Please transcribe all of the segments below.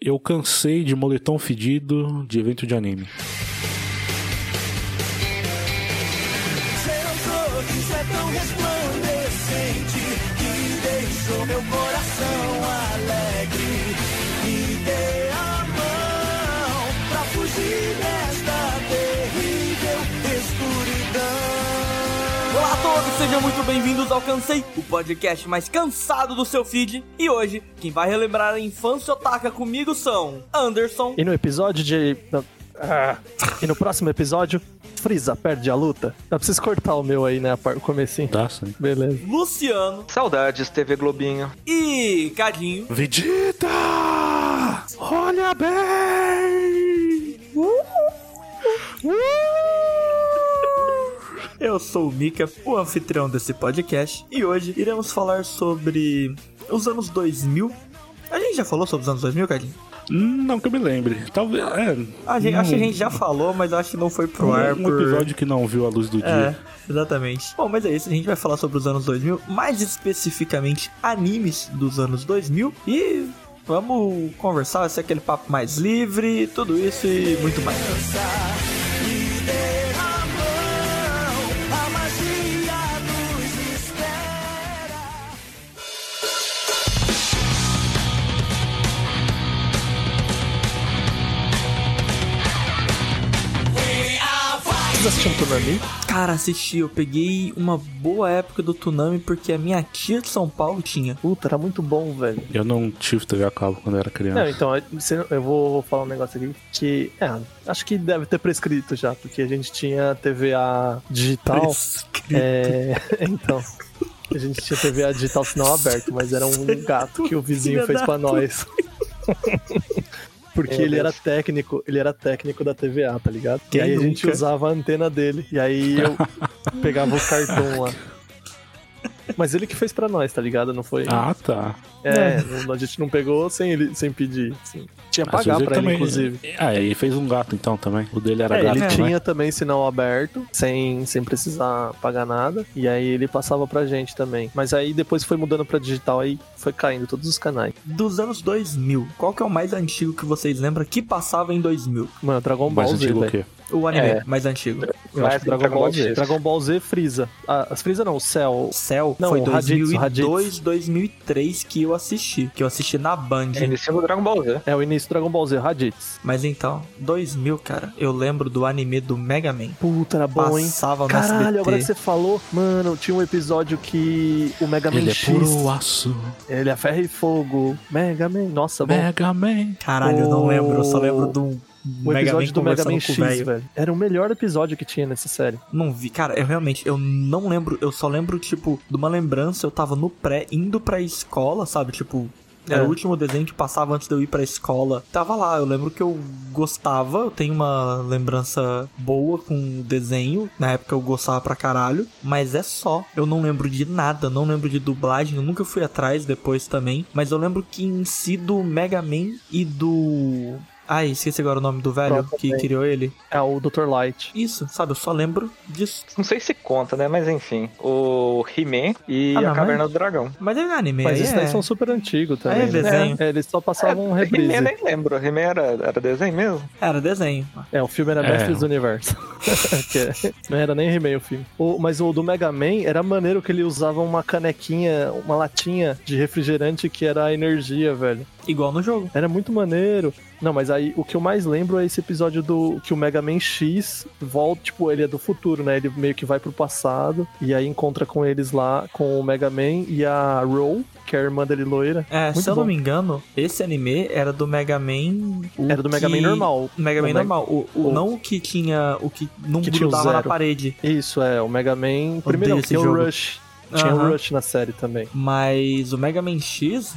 Eu cansei de moletom fedido de evento de anime. Seu sorriso é tão resplandecente que deixou meu coração alegre. Me dê a mão pra fugir desta terrível escuridão. Olá a todos, sejam muito bem-vindos ao Cansei, o podcast mais cansado do seu feed. E hoje, quem vai relembrar a infância otaka comigo são Anderson, E no episódio de. não, ah, e no próximo episódio, Frieza perde a luta. Eu preciso cortar o meu aí, né? a par- O comecinho. Tá, sim. Beleza. Luciano Saudades, TV Globinho. e Cadinho. Vegeta! Olha bem! Eu sou o Mika, o anfitrião desse podcast, e hoje iremos falar sobre os anos 2000. A gente já falou sobre os anos 2000, Cadinho? Não que eu me lembre. Talvez. É, A gente, Acho que a um- gente já falou, mas acho que não foi pro ar um, um por... episódio que não viu a luz do É, dia. exatamente. Bom, mas é isso, a gente vai falar sobre os anos 2000, mais especificamente animes dos anos 2000 e vamos conversar, vai ser aquele papo mais livre, tudo isso e muito mais. Me dê a mão, a magia nos espera. Vocês assistiram o Konami? Cara, assisti, eu peguei uma boa época do Tsunami porque a minha tia de São Paulo tinha. Puta, era muito bom, velho. Eu não tive TV a cabo quando eu era criança. Não, então, você- eu vou falar um negócio aqui que. É, acho que deve ter prescrito já, porque a gente tinha TVA digital. É, então. A gente tinha TVA digital sinal aberto, mas era um gato que o vizinho Filha fez da É, né? pra nós. Porque Meu ele era Deus. técnico, ele era técnico da TVA, tá ligado? Quem e aí a gente nunca? usava a antena dele. E aí eu pegava o cartão lá. Mas ele que fez pra nós, tá ligado? Não foi. Ah, tá. é, não- a gente não pegou sem ele sem pedir. assim. Tinha que Às vezes pagar pra ele, também- inclusive. Ah, ele fez um gato então também. O dele era É, gato né? ele também. tinha também sinal aberto, sem, sem precisar pagar nada. E aí ele passava pra gente também. Mas aí depois foi mudando pra digital, aí foi caindo todos os canais. Dos anos 2000, qual que é o mais antigo que vocês lembram que passava em 2000? Mano, Dragon Mais Ball Z, antigo o um velho. quê? O anime É. mais antigo. Eu acho que Dragon, Ball Z. difícil. Dragon Ball Z, Freeza. Ah, as Freeza não, o Cell. Cell Não, foi o Raditz, 2002, o Raditz. 2003 que eu assisti, que eu assisti na Band. É Inicio do Dragon Ball Z. É o início do Dragon Ball Z, Raditz. Mas então, 2000, cara, eu lembro do anime do Mega Man. Puta, era bom, hein? Passava no SBT. Caralho, agora que você falou, mano, tinha um episódio que o Mega Man Ele é X, puro aço. ele é ferro e fogo, Mega Man, nossa, Tá bom. Mega Man. Caralho, eu não O- lembro, eu só lembro do O Mega Man episódio do Mega conversando Man com o X, velho. velho. Era o melhor episódio que tinha nessa série. Não vi, cara, eu realmente, eu não lembro, eu só lembro, tipo, de uma lembrança, eu tava no pré, indo pra escola, sabe, tipo... Era É. o último desenho que passava antes de eu ir pra escola. Tava lá, eu lembro que eu gostava, eu tenho uma lembrança boa com o desenho. Na época eu gostava pra caralho, mas é só. Eu não lembro de nada, não lembro de dublagem, eu nunca fui atrás depois também. Mas eu lembro que em si do Mega Man e do. Ai, esqueci agora o nome do velho Proto que Man. criou ele. É o Dr. Light. Isso, sabe, eu só lembro disso. Não sei se conta, né? Mas enfim. O He-Man e Ah, não, a Caverna do Dragão. Mas ele não é anime, Mas aí esses é. daí são super antigos também. Aí é né? desenho. né? É, eles só passavam reprise. He-Man nem lembro. He-Man era, era desenho mesmo? Era desenho. É, o filme era É. Mestres do Universo. Que é- não era nem remake o filme. O- mas o do Mega Man era maneiro que ele usava uma canequinha, uma latinha de refrigerante que era a energia, velho. Igual no jogo. Era muito maneiro. Não, mas aí o que eu mais lembro é esse episódio do que o Mega Man X volta, tipo, ele é do futuro, né? Ele meio que vai pro passado e aí encontra com eles lá, com o Mega Man e a Roll, que é a irmã dele loira. É, Muito se eu não bom. me engano, esse anime era do Mega Man. o Era do Mega que- Man normal. Mega Man O Mega- normal. O, o- o- Não o que tinha. O que não Que tinha o grudava na zero. parede. Isso, é, o Mega Man. Primeiro, não, esse tinha jogo. o Rush. Tinha Aham. o Rush na série também. Mas o Mega Man X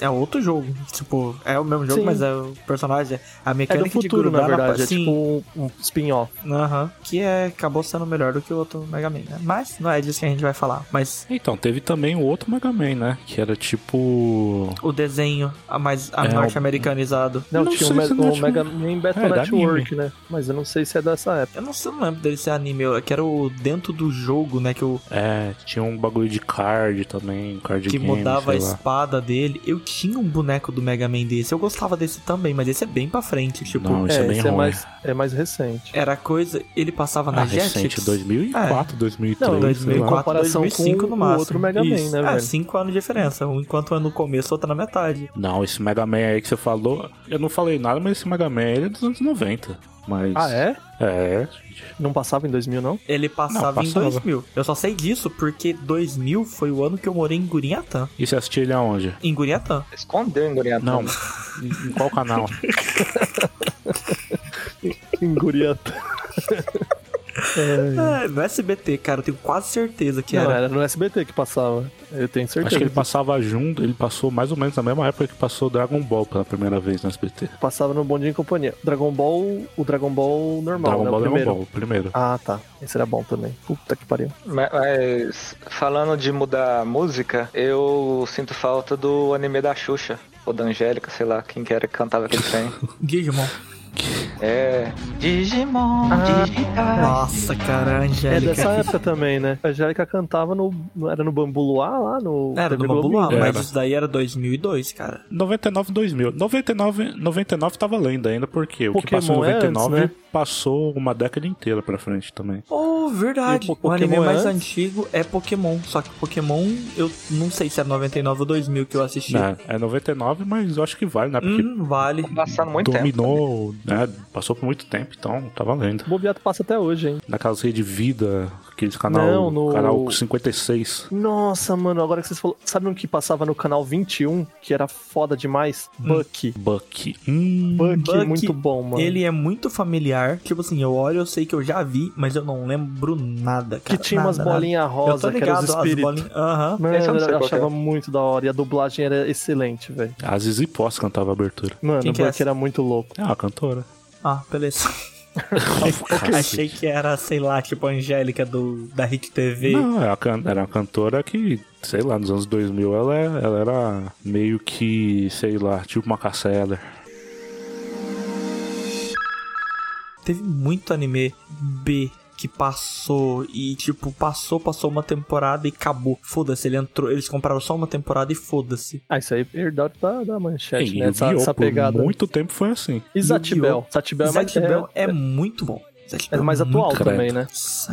é outro jogo. Tipo, é o mesmo jogo, Sim. mas é o personagem. A É mecânica do futuro, de grudar na verdade. pa- É tipo um, um spin-off. Aham. Que é, acabou sendo melhor do que o outro Mega Man, né? Mas não é disso que a gente vai falar. Mas Então, teve também o outro Mega Man, né? Que era tipo. o desenho a mais a É, o- norte-americanizado. Não, Não tinha o, sei Me- se não o é Mega Man Battle É, da Network, né? Mas eu não sei se é dessa época. Eu não sei, eu não lembro dele ser anime. Eu- Que era o dentro do jogo, né? Que, eu, É, tinha um bagulho de card também, card que game, mudava a sei lá. espada dele. Eu tinha um boneco do Mega Man desse. Eu gostava desse também, mas esse é bem pra frente, tipo. não, isso é, bem esse ruim. é mais, é mais recente. Era coisa. Ele passava na ah, Jetix. É, recente, 2004, 2003, Não, sei lá. 2004. Em comparação comparação com com o outro Mega Man, né, É, velho? 5 anos de diferença. Um enquanto é no começo, outro na metade. Não, esse Mega Man aí que você falou, eu não falei nada, mas esse Mega Man ele é dos anos 90. Mas. Ah, é? É, gente. Não passava em 2000, não? Ele passava, Não, passava. em 2000. Eu só sei disso porque 2000 foi o ano que eu morei em Gurinhatã. E você assistiu ele aonde? Em Gurinhatã. Escondeu em Goriatã. Não, em em qual canal? Em Guriata. É. É, no SBT, cara, eu tenho quase certeza que Não, é. era. era no SBT que passava. Eu tenho certeza. Acho que ele passava junto, ele passou mais ou menos na mesma época que passou Dragon Ball pela primeira vez no SBT. Passava no Bom Dia em Companhia. Dragon Ball, o Dragon Ball Dragon normal, né? Ball, é o Dragon primeiro. Ball, primeiro. Ah, tá. Esse era bom também. Puta que pariu. Ma- Mas, falando de mudar a música, eu sinto falta do anime da Xuxa. Ou da Angélica, sei lá, quem que era que cantava aquele trem. Digimon. É. Digimon, digitais. Nossa, cara, a É Angélica. dessa época também, né? A Angélica cantava no. não Era no Bambu Luar lá no. Era do TV Globo Lá, Globinho. Era. mas isso daí era 2002, cara. 99 2000. 99, 99 tava lendo ainda, porque o que Pokémon passou em é antes, 99 né? passou uma década inteira pra frente também. Oh, E verdade. o O, Pokémon anime mais antes? antigo é Pokémon. Só que Pokémon, eu não sei se é 99 ou 2000 que eu assisti. É, é 99, mas eu acho que vale, né? Porque Hum, vale. tá Passando muito tempo. dominou, né? Passou por muito tempo, então tá valendo. O Bobeato passa até hoje, hein? Naquela rede de vida, aqueles canal, Não, no- canal 56. Nossa, mano, agora que vocês falaram. Sabe um que passava no canal 21, que era foda demais? Hum. Buck. Buck. Hum, Buck, Buck, muito bom, mano. Ele é muito familiar. Tipo assim, eu olho, eu sei que eu já vi, mas eu não lembro nada, que cara. tinha Nada, umas nada. bolinhas Eu tô rosa, que eram ligado, os as espíritos. bolinhas. Aham. Mano, Esse eu não sei eu qual que achava é. muito da hora. E a dublagem era excelente, velho. A Zizi Posse cantava a abertura. Mano, Quem o que é Buck essa? era muito louco. É uma cantora. Ah, beleza. É, Cacete. Achei que era, sei lá, tipo a Angélica do, da Hit TV. Não, ela can- era uma cantora que, sei lá, nos anos 2000 ela, é- ela era meio que, sei lá, tipo uma Casseller. Teve muito anime B que passou e, tipo, passou, passou uma temporada e acabou. Foda-se, ele entrou, eles compraram só uma temporada e foda-se. Ah, isso aí é herdado da, da manchete, E né? Essa, Yu-Gi-Oh! essa por pegada. muito tempo foi assim. E Zatibel. Zatibel é mais, Zatch Bell é, é, muito bom. Zatch é Bell mais muito atual credo. também, né?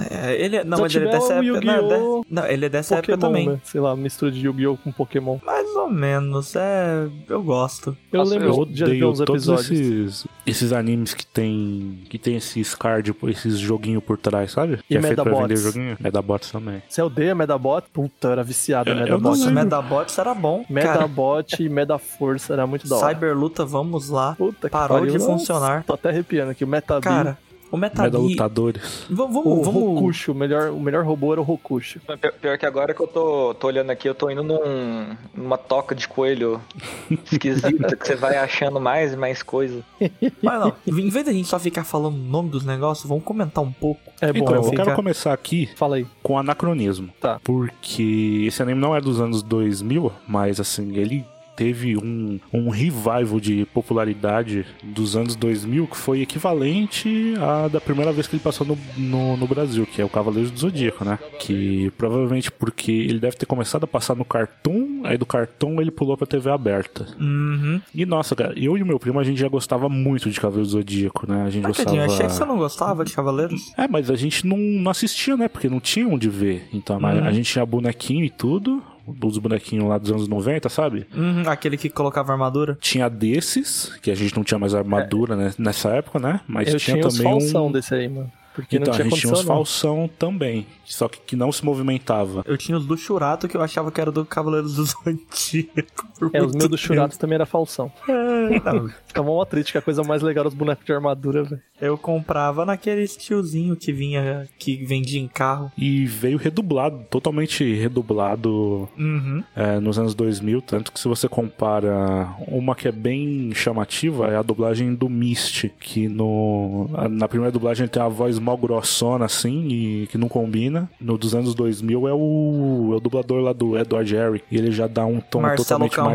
É, ele é, não, mas ele é Zatch dessa Bell, época. Não, Yu-Gi-Oh! é de- não, ele é dessa época também. né? Sei lá, mistura de Yu-Gi-Oh! com Pokémon. Mais ou menos, é. Eu gosto. Eu Nossa, lembro Eu de ver odeio uns todos episódios. esses, esses animes que tem que tem esses card, esses joguinho por trás, sabe? que é feito pra Medabots. vender joguinho. Medabots também. Você odeia Medabot? Puta, eu era viciado em Eu- eu Medabot. não Nossa, lembro. Metabots era bom. Cara, Medabot e Medaforça era muito da hora. Cyberluta, vamos lá. Puta que Parou pariu. de Nossa, funcionar. Tô até arrepiando aqui. O Metabee. Cara, o Metabee... Medalutadores. Vamos, o vamos, vamos... Rokusho, o melhor, o melhor robô era o Rokusho. Pior- Pior que agora que eu tô, tô olhando aqui, eu tô indo num, numa toca de coelho esquisita que você vai achando mais e mais coisa. Mas não, em vez da gente só ficar falando o nome dos negócios, vamos comentar um pouco. É bom, então, eu assim, quero cara. começar aqui Fala aí. com anacronismo. Tá. Porque esse anime não é dos anos 2000, mas assim, ele teve um, um revival de popularidade dos anos 2000 que foi equivalente à da primeira vez que ele passou no, no, no Brasil, que é o Cavaleiro do Zodíaco, né? Que provavelmente porque ele deve ter começado a passar no Cartoon, aí do Cartoon ele pulou pra TV aberta. Uhum. E nossa, cara, eu e o meu primo a gente já gostava muito de Cavaleiro do Zodíaco, né? A gente gostava... Tadinho, achei que você não gostava de Cavaleiros. É, mas a gente não, não assistia, né? Porque não tinha onde ver. Então a- Uhum. a gente tinha bonequinho e tudo. Os bonequinhos lá dos anos 90, sabe? Uhum, aquele que colocava armadura. Tinha desses, que a gente não tinha mais armadura né, nessa época, né? Mas É. eu tinha, tinha uns também falsão um. desse aí, mano. Porque Então, não a tinha gente tinha uns condição, não. falsão também. Só que que não se movimentava. Eu tinha os do Churato que eu achava que era do Cavaleiros do Zodíaco. por É, os muito meus do tempo. Churato também era falsão. É, não. Ficava uma triste, que é a coisa mais legal era os bonecos de armadura, velho. Eu comprava naquele tiozinho que vinha, que vendia em carro. E veio redublado, totalmente redublado Uhum. é, nos anos 2000. Tanto que se você compara uma que é bem chamativa, é a dublagem do Mist, que no, a- na primeira dublagem ele tem uma voz mal grossona assim e que não combina. No dos anos 2000 é o, é o dublador lá do Edward Herrick e ele já dá um tom Marcelo totalmente Campos.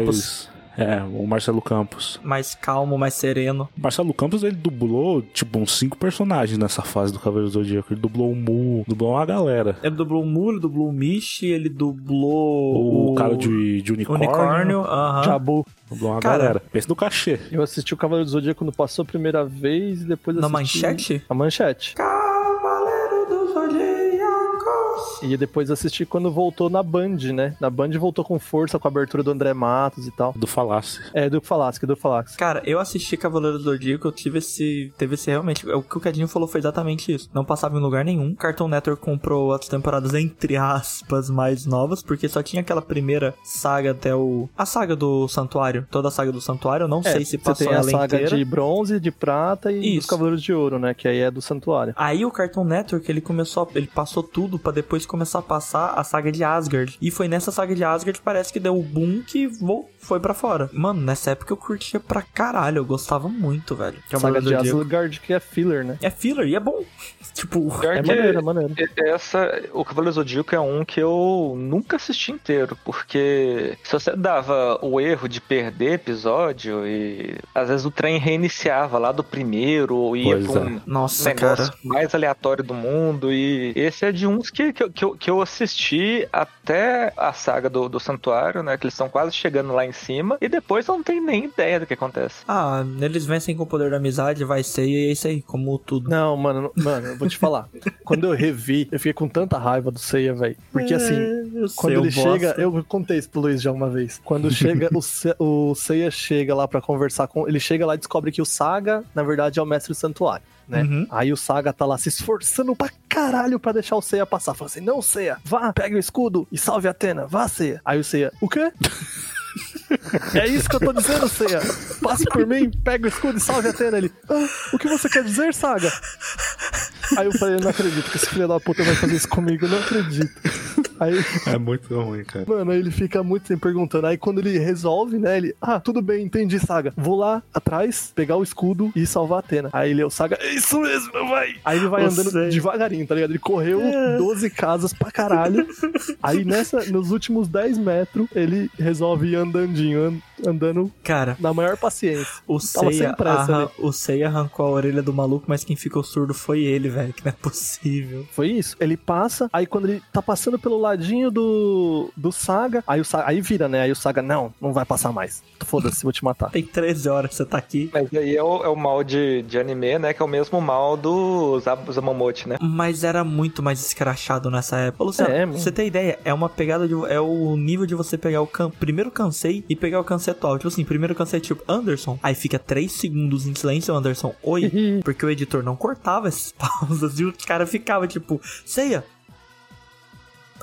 mais. É, o Marcelo Campos. Mais calmo, mais sereno. Marcelo Campos, ele dublou, tipo, uns cinco personagens nessa fase do Cavaleiro do Zodíaco. Ele dublou o Mu, dublou uma galera. Ele dublou o Mu, ele dublou o Michi, ele dublou O, cara de, de unicórnio, Unicórnio. aham. Jabu. dublou uma Cara. galera. Pensa no cachê. Eu assisti o Cavaleiro do Zodíaco quando passou a primeira vez e depois Na assisti... manchete? A manchete. Cavaleiro do Zodíaco. E depois assisti quando voltou na Band, né? Na Band voltou com força com a abertura do André Matos e tal. Do Falasse. É, do Falasque, do Falasque. Cara, eu assisti Cavaleiro do Zodíaco, eu tive esse. Teve esse realmente. O que o Cadinho falou foi exatamente isso. Não passava em lugar nenhum. Cartoon Network comprou as temporadas, entre aspas, mais novas, porque só tinha aquela primeira saga até o. A saga do Santuário. Toda a saga do Santuário, eu não sei se É, você passou tem a ela saga inteira. de bronze, de prata e dos Isso. Cavaleiros de Ouro, né? Que aí é do Santuário. Aí o Cartoon Network, ele começou, a- ele passou tudo pra depois começar a passar a saga de Asgard. E foi nessa saga de Asgard que parece que deu o boom que vo- foi pra fora. Mano, nessa época eu curtia pra caralho, eu gostava muito, velho. A saga é Cavaleiro de do Zodíaco. Asgard, que é filler, né? É filler e é bom. tipo, Pior É que- maneiro, é maneiro. Essa, o Cavaleiro Zodíaco é um que eu nunca assisti inteiro, porque se você dava o erro de perder episódio e às vezes o trem reiniciava lá do primeiro ou ia Pois pra é. um nossa, negócio cara. mais aleatório do mundo e esse é de uns que, que, eu- que, eu, que eu assisti até a saga do, do santuário, né, que eles estão quase chegando lá em cima e depois eu não tenho nem ideia do que acontece. Ah, eles vencem com o poder da amizade, vai ser e é isso aí, como tudo. Não, mano, não- mano, eu vou te falar. Quando eu revi, eu fiquei com tanta raiva do Seiya, velho. Porque assim, eu sei, Quando eu ele bosta. chega, eu contei isso pro Luiz já uma vez. Quando chega, o, Se o Seiya chega lá pra conversar com. Ele chega lá e descobre que o Saga, na verdade, é o mestre do santuário. Né? Uhum. Aí o Saga tá lá se esforçando pra caralho pra deixar o Seiya passar. Fala assim: Não, Seiya, vá, pega o escudo e salve a Atena, vá, Seiya. Aí o Seiya, o quê? é isso que eu tô dizendo, Seiya. Passe por mim, pega o escudo e salve a Atena. Ele, ah, o que você quer dizer, Saga? Aí eu falei: Não acredito que esse filho da puta vai fazer isso comigo, não acredito. Aí É muito ruim, cara. Mano, aí ele fica muito tempo perguntando. Aí quando ele resolve, né? Ele, ah, tudo bem, entendi, Saga. Vou lá atrás, pegar o escudo e salvar a Atena. Aí ele, o Saga, "É isso mesmo, vai. Aí ele vai Eu andando sei. devagarinho, tá ligado? Ele correu 12 casas pra caralho. aí nessa, nos últimos 10 metros, ele resolve ir andandinho, an- andando Cara, na maior paciência. o Tava Seiya, sem pressa, arran- né? o Seiya arrancou a orelha do maluco, mas quem ficou surdo foi ele, velho, que não é possível. Foi isso. Ele passa, aí quando ele tá passando pelo ladinho do, do Saga, aí o Saga, aí vira, né? Aí o Saga, não, não vai passar mais. Foda-se, vou te matar. Tem 13 horas que você tá aqui. Mas aí é o, é o mal de, de anime, né, que é o mesmo mal do Zab- Zamamote, né? Mas era muito mais escrachado nessa época. Ô, Luciano, É, pra mano. você ter ideia, é uma pegada de. É o nível de você pegar o can, primeiro cansei e pegar o cansei atual. Tipo assim, primeiro cansei tipo Anderson. Aí fica 3 segundos em silêncio, Anderson. Oi. porque o editor não cortava essas pausas e o cara ficava tipo, ceia.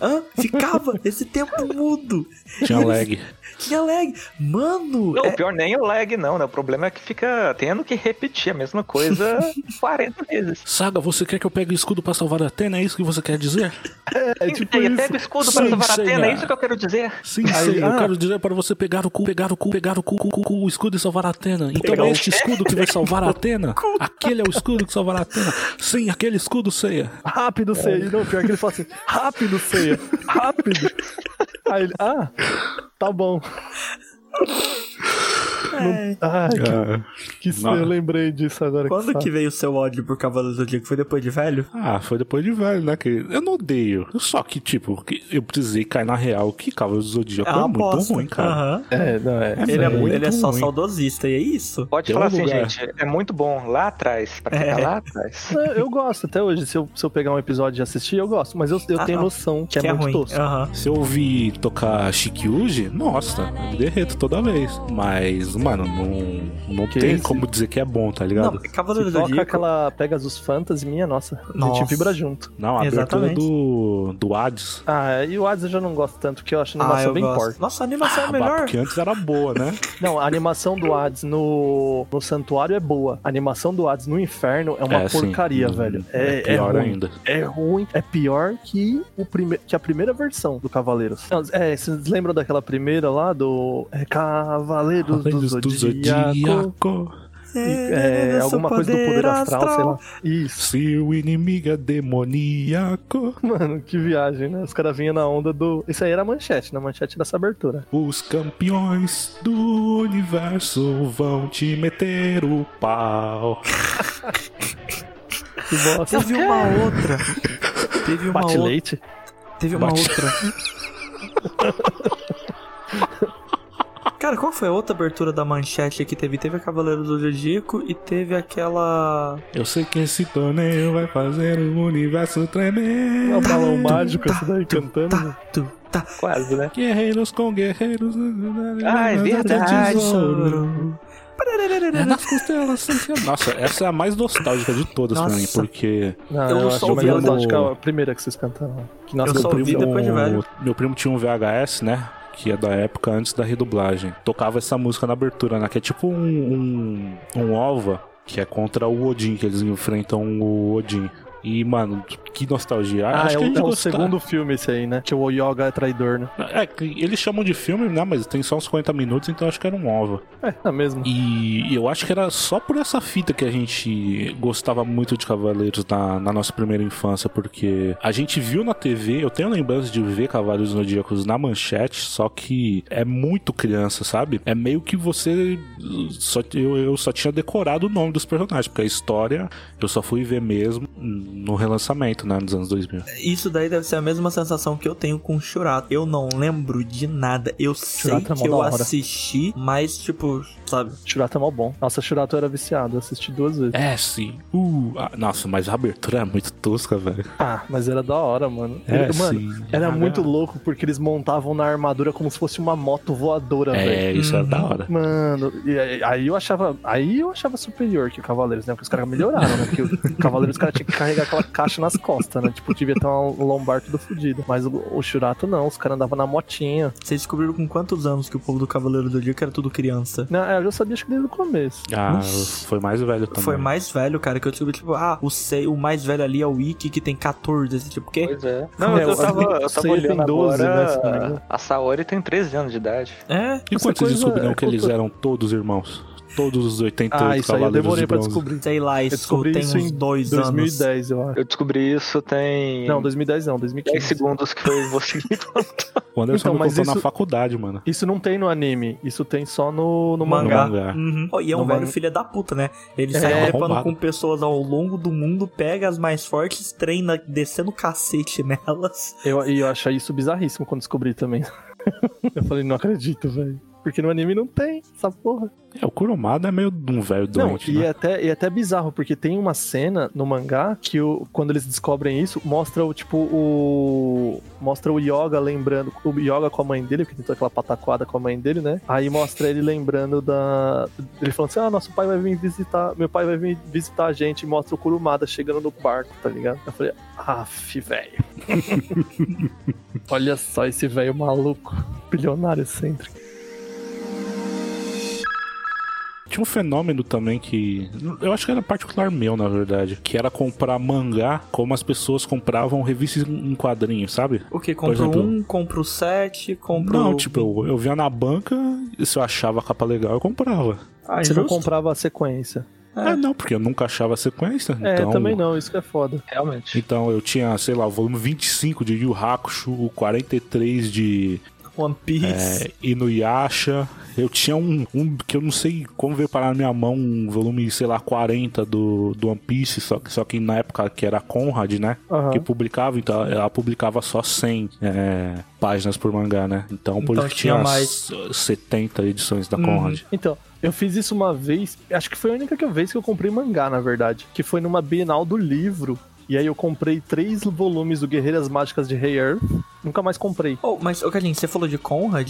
Hã? Ficava esse tempo mudo. Tinha lag. Tinha lag. Mano, Não, é- o pior nem é o lag, não, né? O problema é que fica tendo que repetir a mesma coisa 40 vezes. Saga, você quer que eu pegue o escudo pra salvar a Atena? É isso que você quer dizer? É tipo Aí, isso. pega o escudo pra Sim, salvar a Atena, é senhor. isso que eu quero dizer. Sim, Aí sim. ele, Eu ah. quero dizer para você pegar o cu, pegar o cu, pegar o cu, cu, cu, cu, o escudo e salvar a Atena. Então Pegar o é este escudo que vai salvar a Atena? Aquele é o escudo que salvará a Atena? Sim, aquele escudo, ceia. Rápido, Seiya. Não, pior que ele fala assim, rápido, Seiya. Rápido. Aí ele, ah, tá bom. é. Ai, que, que não. eu lembrei disso agora. Quando que saco. veio o seu ódio por Cavaleiro do Zodíaco? Foi depois de velho? Ah, foi depois de velho, né? Que eu não odeio. Só que, tipo, que eu precisei cair na real que Cavaleiro do Zodíaco é, uma muito Ah, bosta. ruim, cara. Aham. É, não, é. Ele é, Velho, ele é só ruim. saudosista, e é isso. Pode Tem falar um assim, lugar. gente, é muito bom lá atrás, pra ficar É. lá atrás. Não, Eu gosto até hoje. Se eu, se eu pegar um episódio e assistir, eu gosto. Mas eu, eu Ah, tenho não. noção que, é, muito ruim. um tosco. Aham. Se eu ouvir tocar Shikyuji, nossa, eu me derreto toda vez. Mas, mano, não, não Que tem esse? como dizer que é bom, tá Não, ligado? Se Cavaleiro do toca Zodíaco. ah, aquela Pegasus Fantasy, minha nossa, a Nossa. gente vibra junto. Não, a abertura Exatamente. do, do Hades. Ah, e o Hades eu já não gosto tanto, porque eu acho a Ah, animação eu bem gosto. porca. Nossa, a animação é Ah, melhor. Porque antes era boa, né? Não, a animação do Hades no, no Santuário é boa. A animação do Hades no Inferno é uma É, sim. porcaria, Hum, velho. é É, pior é ruim. ainda. É ruim. É pior que, o prime... que a primeira versão do Cavaleiros. Não, é, vocês lembram daquela primeira lá do. É, Cavaleiros do Cavaleiros do Zodíaco. Zodíaco. e, é, Seu alguma coisa do poder astral, astral. sei lá. Isso. Se o inimigo é demoníaco, Mano, que viagem, né? Os caras vinham na onda do. Isso aí era a manchete, na manchete dessa abertura. os campeões do universo vão te meter o pau. Que bosta. Teve uma outra. Teve uma Bate outra. leite? Teve uma Bate- outra. Cara, qual foi a outra abertura da manchete que teve? Teve a Cavaleiro do Zodíaco e teve aquela. Eu sei que esse torneio vai fazer o universo Não é o tremer. balão mágico esse daí cantando? né? Tá, tu, tá. Quase, né? Guerreiros com guerreiros. Ah, é mas até verdade. tesouro. Tesouro. É nas costelas. sem ser- Nossa, essa é a mais nostálgica de todas pra mim, Nossa. porque Não, Eu eu, só acho ouvi melhor o- não, acho que é a primeira que vocês cantaram. Que nós Eu só ouvi depois de velho. meu primo tinha um VHS, né? Que é da época antes da redublagem. Tocava essa música na abertura, né? Que é tipo um, um, um OVA, que é contra o Odin, que eles enfrentam o Odin. E, mano, que nostalgia. Ah, Acho que é, a o, gente é o gosta- segundo filme esse aí, né? Que o Yoga é traidor, né? É, que eles chamam de filme, né? Mas tem só uns 40 minutos, então acho que era um OVA. É, é mesmo. E eu acho que era só por essa fita que a gente gostava muito de Cavaleiros na, na nossa primeira infância, porque a gente viu na TV, eu tenho lembrança de ver Cavaleiros Zodíacos na manchete, só que é muito criança, sabe? É meio que você. Só, eu, eu só tinha decorado o nome dos personagens, porque a história eu só fui ver mesmo no relançamento, né? Nos anos 2000. Isso daí deve ser a mesma sensação que eu tenho com Churato. Eu não lembro de nada. Eu sei Churato é mó que da eu hora. assisti, mas tipo, sabe? Churato é mó bom. Nossa, Churato era viciado, eu assisti duas vezes. É, sim. Uh, ah, nossa, mas a abertura é muito tosca, velho. Ah, mas era da hora, mano. É, Ele- mano, sim. era Ah, muito é. louco porque eles montavam na armadura como se fosse uma moto voadora, velho. É, isso é Uhum. da hora. Mano, e aí- aí eu achava. Aí eu achava superior que o Cavaleiros, né? Porque os caras melhoraram, né? Porque o Cavaleiros os caras tinham que carregar aquela caixa nas costas, né? Tipo, devia ter um lombar tudo fudido. Mas o, o Churato não, os caras andavam na motinha. Vocês descobriram com quantos anos que o povo do Cavaleiro do Zodíaco era tudo criança? Não, é, eu já sabia acho que desde o começo. Ah, Nossa. foi mais velho também. Foi mais velho, cara, que eu descobri, tipo, ah, o, sei, o mais velho ali é o Ikki, que tem 14, esse tipo, quê? Pois é. Não, É, eu o- tava, eu você tava tem olhando 12, né, se não me agora. engano. A Saori tem 13 anos de idade. É? E Essa quando vocês coisa descobriram é que eles cultura. eram todos irmãos? Todos os 88 Ah, isso aí eu cavaleiros demorei de pra bronze. descobrir. Sei lá, Eu isso descobri tem isso uns em dois 2010. anos. 2010, eu acho. Eu descobri isso tem Não, 2010 não, 10 2015. segundos que foi você que me contou. O Anderson Então, me mas contou na isso- faculdade, mano. Isso não tem no anime, isso tem só no, no mangá. No mangá. Uhum. Ó, e é um No velho manga. filho da puta, né? Ele É, sai trepando arrombado. com pessoas ao longo do mundo, pega as mais fortes, treina descendo cacete nelas. Eu, e eu achei isso bizarríssimo quando descobri também. eu falei, não acredito, velho. Porque no anime não tem essa porra. É, o Kurumada é meio um velho doente, não, e, né? é até, e é até bizarro, porque tem uma cena no mangá que o, quando eles descobrem isso, mostra o tipo o. Mostra o Yoga lembrando. O Yoga com a mãe dele, porque tem toda aquela pataquada com a mãe dele, né? Aí mostra ele lembrando da. Ele falando assim: ah, nosso pai vai vir visitar. Meu pai vai vir visitar a gente e mostra o Kurumada chegando no barco, tá ligado? Eu falei, af, velho. Olha só esse velho maluco, bilionário excêntrico. Tinha um fenômeno também que... Eu acho que era particular meu, na verdade. Que era comprar mangá como as pessoas compravam revistas em quadrinho, sabe? O que? Compra exemplo- um, compra o sete, compra Não, o... tipo, eu, eu via na banca e se eu achava a capa legal, eu comprava. Ah, Você não justo. comprava a sequência. É. Ah, não, porque eu nunca achava a sequência. É, então... também não, isso que é foda. Realmente. Então eu tinha, sei lá, o volume 25 de Yu Hakusho, o 43 de One Piece. É, Inuyasha. Eu tinha um, um que eu não sei como veio parar na minha mão, um volume, sei lá, 40 do, do One Piece, só, que- só que na época que era a Conrad, né? Aham. Que publicava, então ela publicava só 100 é, páginas por mangá, né? Então por Então isso que tinha tinha mais. mais 70 edições da Uhum. Conrad. Então, eu fiz isso uma vez, acho que foi a única que eu- vez que eu comprei mangá, na verdade, que foi numa Bienal do livro. E aí eu comprei três volumes do Guerreiras Mágicas de Rei Earth. Nunca mais comprei. Oh, mas, ô Cadinho, você falou de Conrad?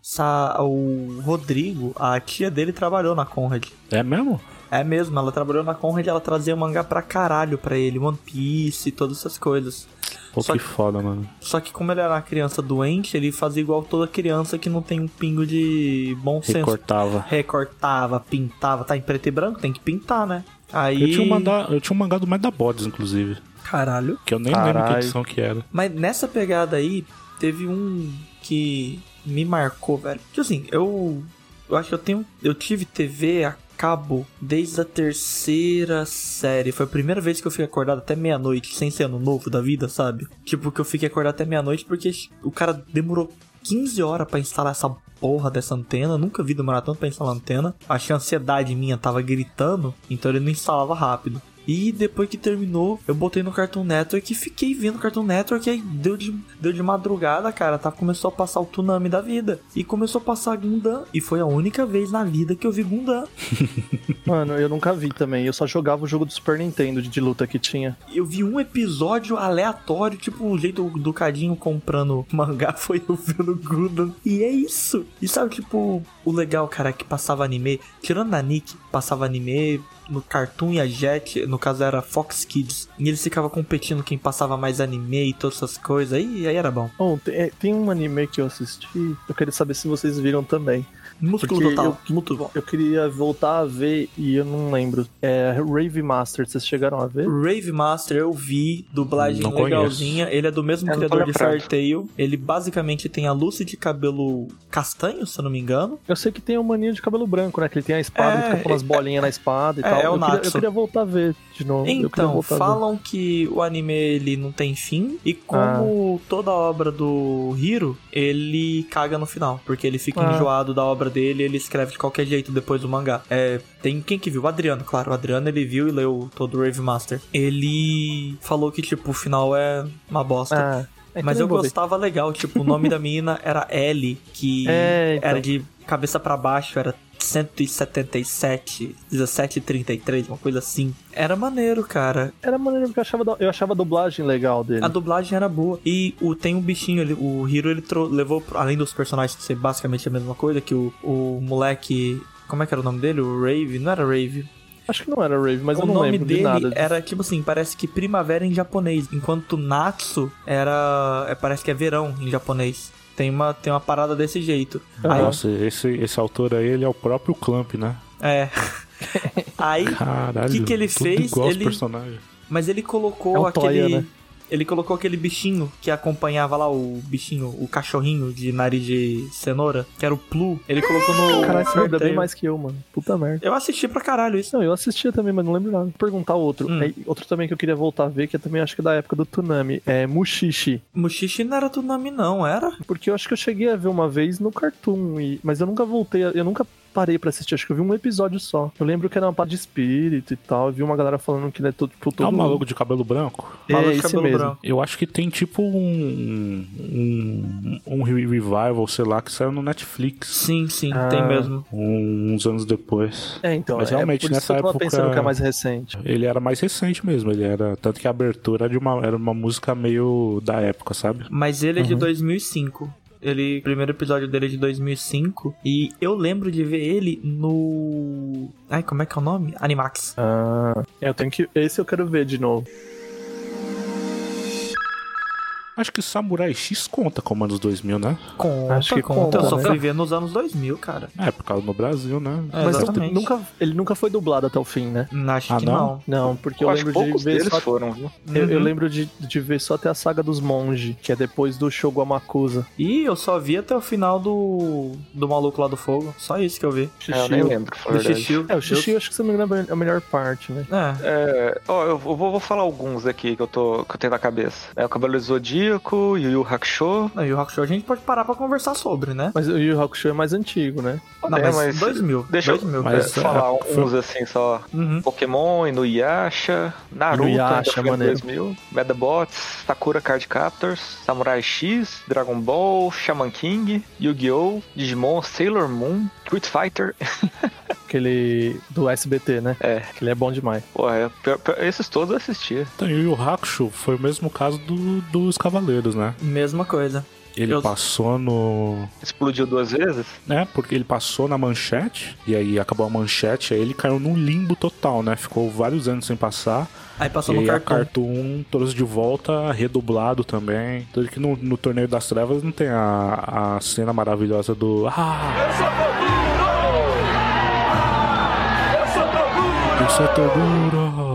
Sa o Rodrigo, a tia dele trabalhou na Conrad. É mesmo? É mesmo, ela trabalhou na Conrad, ela trazia mangá pra caralho pra ele, One Piece, todas essas coisas. Pô, Só que que- foda, mano. Só que como ele era uma criança doente, ele fazia igual toda criança que não tem um pingo de bom senso. Recortava. Recortava, pintava, tá em preto e branco, tem que pintar, né? Aí. Eu, tinha um mangá, eu tinha um mangá do Meda Bodes, inclusive. Caralho. Que eu nem lembro que Caralho. edição que era. Mas nessa pegada aí, teve um que me marcou, velho. Tipo assim, eu. Eu acho que eu tenho. Eu tive TV a cabo desde a terceira série. Foi a primeira vez que eu fiquei acordado até meia-noite, sem ser ano novo da vida, sabe? Tipo, que eu fiquei acordado até meia-noite porque o cara demorou 15 horas pra instalar essa porra dessa antena. Nunca vi demorar tanto pra instalar a antena. Acho que a ansiedade minha tava gritando, então ele não instalava rápido. E depois que terminou, eu botei no Cartoon Network e fiquei vendo Cartoon Network. E aí deu de, deu de madrugada, cara. Tá, começou a passar o tsunami da vida. E começou a passar Gundam. E foi a única vez na vida que eu vi Gundam. Mano, eu nunca vi também. Eu só jogava o jogo do Super Nintendo de, de luta que tinha. Eu vi um episódio aleatório, tipo o jeito do Cadinho comprando mangá foi eu vendo Gundam. E é isso. E sabe, tipo, o legal, cara, que passava anime, tirando a Nick, passava anime no Cartoon e a Jet, no caso era Fox Kids. E eles ficavam competindo quem passava mais anime e todas essas coisas. Aí, aí era bom. Bom, tem, é, tem um anime que eu assisti. Eu queria saber se vocês viram também. Músculo Porque total, muito bom. Eu queria voltar a ver e eu não lembro. É Rave Master, vocês chegaram a ver? Rave Master eu vi, dublagem Não legalzinha. Ele é do mesmo É do criador de Palha Preta. Fairy Tail. Ele basicamente tem a Lucy de cabelo castanho, se eu não me engano. Eu sei que tem o maninho de cabelo branco, né? Que ele tem a espada, É, ele fica com umas bolinhas na espada e é, tal. é o eu, queria, Natsu. eu queria voltar a ver de novo. eu queria Então, voltar a ver. falam que o anime ele não tem fim e Ah. como toda obra do Hiro, ele caga no final, porque ele fica Ah. enjoado da obra dele, e ele escreve de qualquer jeito depois do mangá. É, tem quem que viu? O Adriano, claro, o Adriano ele viu e leu todo o Rave Master. Ele falou que tipo o final é uma bosta. Ah, é que Mas nem eu vou ver. gostava legal, tipo, o nome da menina era Ellie, que É, então. era de cabeça pra baixo, era 177, 1733, uma coisa assim. Era maneiro, cara. Era a maneira que eu achava, da- eu achava a dublagem legal dele. A dublagem era boa. E o, tem um bichinho, ele, o Hiro, ele tro- levou, pro- além dos personagens ser basicamente a mesma coisa, que o, o moleque. Como é que era o nome dele? O Rave? Não era Rave. Acho que não era Rave, mas o eu não nome lembro dele de nada. era tipo assim, parece que primavera em japonês, enquanto Natsu era. é, parece que é verão em japonês. Tem uma, tem uma parada desse jeito. Aí- Nossa, esse, esse autor aí, ele é o próprio Clamp, né? é. Aí. Caralho. Que que ele tudo fez? Igual Ele- os personagens. É Mas ele colocou É um aquele. toia, né? Ele colocou aquele bichinho que acompanhava lá o bichinho, o cachorrinho de nariz de cenoura, que era o Plu. Ele colocou no. Caralho, você lembra bem sorteio. mais que eu, mano. Puta merda. Eu assisti pra caralho isso. Não, eu assistia também, mas não lembro nada. Perguntar outro. Hum. É, outro também que eu queria voltar a ver, que eu também acho que é da época do Tsunami, é Mushishi. Mushishi não era Tsunami, não, era? Porque eu acho que eu cheguei a ver uma vez no Cartoon, e- mas eu nunca voltei, a- eu nunca parei pra assistir, acho que eu vi um episódio só. Eu lembro que era uma parte de espírito e tal, eu vi uma galera falando que ele é todo, tipo, todo É um maluco de cabelo branco? É, Maluco de esse cabelo mesmo. branco. Eu acho que tem tipo um. Um, um re- revival, sei lá, que saiu no Netflix Sim, sim, Ah. tem mesmo. um- uns anos depois. É, então, Mas é realmente, por isso que nessa eu tava época- pensando que é mais recente. Ele era mais recente mesmo, ele era. Tanto que a abertura era de uma, era uma música meio da época, sabe? Mas ele é Uhum. de 2005. Ele, o primeiro episódio dele é de 2005 e eu lembro de ver ele no, ai, como é que é o nome? Animax. Ah, eu tenho que. Esse eu quero ver de novo. Acho que Samurai X conta como anos 2000, né? Conta, Acho que conta, Eu só né? fui ver nos anos 2000, cara. É, por causa no Brasil, né? É, mas exatamente. nunca, ele nunca foi dublado até o fim, né? Acho Ah, que não? não. Não, porque eu, Eu acho que lembro de poucos ver deles só foram, viu? Eu, eu Uhum. lembro de, de ver só até a saga dos monges, que é depois do Shogo É, Amakusa. E eu só vi até o final do do maluco lá do fogo. Só isso que eu vi. É, eu nem lembro, foi Do verdade. Xixiu. É, o Xixi, eu... acho que se não me engano é a melhor parte, né? Eu- É. É, ó, eu vou, vou falar alguns aqui que eu, tô, que eu tenho na cabeça. É o Cabelo Zodíaco, Yu Yu Hakusho. Não, e o Hakusho a gente pode parar pra conversar sobre, né? Mas o Yu Yu Hakusho é mais antigo, né? Não, É, mas, mas- 2000. Deixa 2000, eu Mas- é, falar foi- uns assim só. Uhum. Pokémon, Inuyasha, Naruto, Inuyasha, ainda foi em maneiro. 2000, Metabots, Sakura Card Captors, Samurai X, Dragon Ball, Shaman King, Yu-Gi-Oh!, Digimon, Sailor Moon, Street Fighter. Aquele do SBT, né? É, Que ele é bom demais. pô, é, pior- pior- esses todos eu assistia. Então, e o Yu Hakusho foi o mesmo caso do, dos Cavaleiros, né? Mesma coisa. Ele Eu- passou no. Explodiu duas vezes. né? Porque ele passou na manchete, e aí acabou a manchete, aí ele caiu num limbo total, né? Ficou vários anos sem passar. Aí passou e no aí a cartão. Cartoon trouxe de volta, redublado também. Tanto que no, no Torneio das Trevas não tem a, a cena maravilhosa do. Ah! Eu sou Toguro! Eu sou Toguro!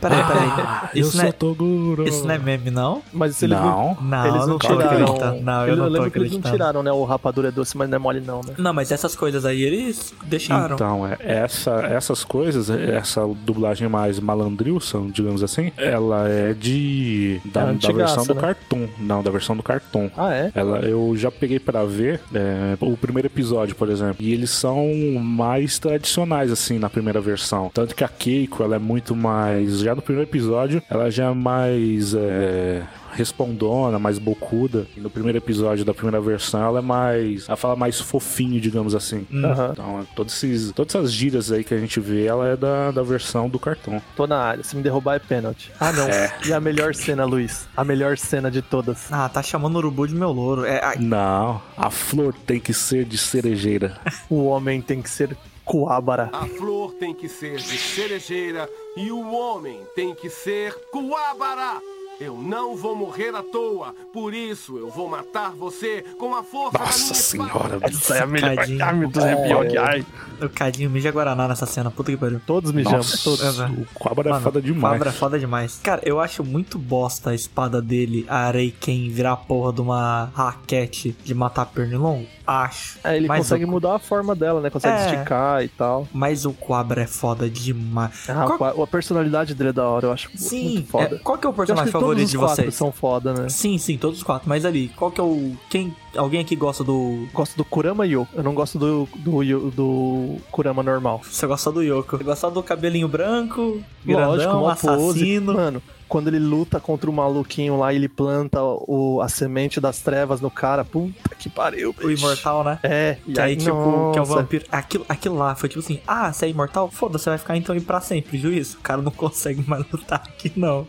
Peraí, peraí. Ah, eu Isso não, sou é, Toguro. isso não é meme, não? Mas isso eles não. Não. Não, eles eu não, não tô claro que tiraram. acreditando. Não, eu, eu não tô lembro que eles não acreditando. tiraram, né? O rapadura é doce, mas não é mole, não, né? Não, mas essas coisas aí eles deixaram. Então, é, essa, essas coisas, é, essa dublagem mais malandrilson, digamos assim, ela é de. da, É da antigaça, versão do né? cartoon. Não, da versão do cartoon. Ah, é? Ela, eu já peguei pra ver é, o primeiro episódio, por exemplo. E eles são mais tradicionais, assim, na primeira versão. Tanto que a Keiko, ela é muito mais. Já no primeiro episódio, ela já é mais. é, respondona, mais bocuda. E no primeiro episódio da primeira versão, ela é mais. Ela fala mais fofinho, digamos assim. Aham. Então, todos esses, todas essas gírias aí que a gente vê, ela é da, da versão do cartão. Tô na área. Se me derrubar é pênalti. Ah, não. E a melhor cena, Luiz? A melhor cena de todas. Ah, tá chamando o urubu de meu louro. É, ai, Não, a flor tem que ser de cerejeira. O homem tem que ser coábara. A flor tem que ser de cerejeira e o homem tem que ser coábara. Eu não vou morrer à toa, por isso eu vou matar você com a força da minha Nossa senhora, bicho. Essa é a melhor. Tadinho. Ai, meu Deus, arrepiou aqui. Ai. o Cadinho mija Guaraná nessa cena, puta que pariu. Todos mijamos, Nossa, todos. o Cobra é Mano, foda demais. Cobra é foda demais. Cara, eu acho muito bosta a espada dele, a Reiken, virar a porra de uma raquete de matar pernilongo. Acho. É, ele mas consegue o, mudar a forma dela, né? Consegue É. esticar e tal. Mas o Cobra é foda demais. Ah, Qual- a personalidade dele é da hora, eu acho Sim, muito foda. é, qual que é o eu acho personagem que favorito todos os de quatro vocês? são foda, né? Sim, sim, todos os quatro. Mas ali, qual que é o. Quem. Alguém aqui gosta do. Gosto do Kurama Yo. Eu não gosto do, do, Yo- do Kurama normal. Você gosta do Yoko? Você gosta do cabelinho branco, Lógico, grandão, uma pose. um assassino. Mano, quando ele luta contra o maluquinho lá, ele planta o, a semente das trevas no cara. Puta que pariu, bicho. O imortal, né? É, e Que aí, tipo, que é o nossa. vampiro. Aquilo, aquilo lá foi tipo assim: ah, você é imortal? Foda-se, você vai ficar então aí pra sempre, juiz. O cara não consegue mais lutar aqui, não.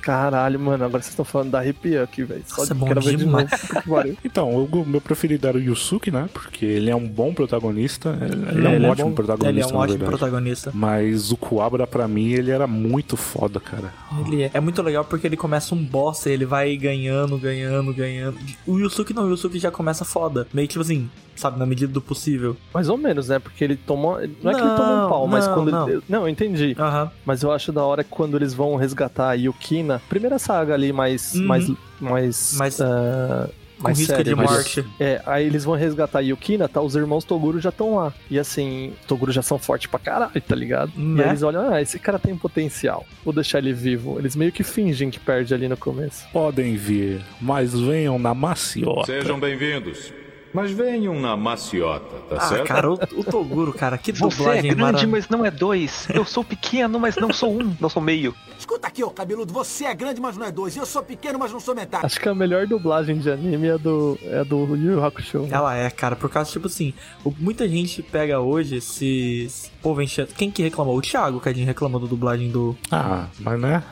Caralho, mano, agora vocês estão falando da arrepia aqui, velho. Só Nossa, de é bom quero ver de novo. demais. Puta que pariu. Então, o meu preferido era o Yusuke, né? Porque ele é um bom protagonista. Ele, ele é um ótimo bom- protagonista, Ele é um na ótimo verdade. protagonista. Mas o Coabra, pra mim, ele era muito foda, cara. Ele é. é muito legal porque ele começa um boss, ele vai ganhando, ganhando, ganhando. O Yusuke não, o Yusuke já começa foda. Meio que tipo assim, sabe, na medida do possível. Mais ou menos, né? Porque ele toma. Não, é que ele Não, toma um pau, mas não, quando não. ele. Não, eu entendi. Aham. Mas eu acho da hora que quando eles vão resgatar a Yukina. Primeira saga ali, mais. Uhum. Mais. Mais. Mais- ah, Com mais risco séria, de mais- morte. É, aí eles vão resgatar a Yukina, tá? Os irmãos Toguro já estão lá. E assim, Toguro já são fortes pra caralho, tá ligado? Né? E eles olham, ah, esse cara tem potencial. Vou deixar ele vivo. Eles meio que fingem que perde ali no começo. Podem vir, mas venham na maciota. Sejam bem-vindos. Mas venham na maciota, tá Ah, certo? cara, o, o Toguro, cara, que Você é dublagem grande, maravilhosa. mas não é dois. Eu sou pequeno, mas não sou um. Não sou meio. Escuta aqui, ô cabeludo, você é grande, mas não é dois. Eu sou pequeno, mas não sou metade. Acho que a melhor dublagem de anime é do, é do Yu Yu Hakusho. Ela é, cara, por causa, tipo assim, o- muita gente pega hoje esses. Povo enchendo. Quem que reclamou? O Thiago, Cadinho, reclamou da dublagem do. Ah, mas né?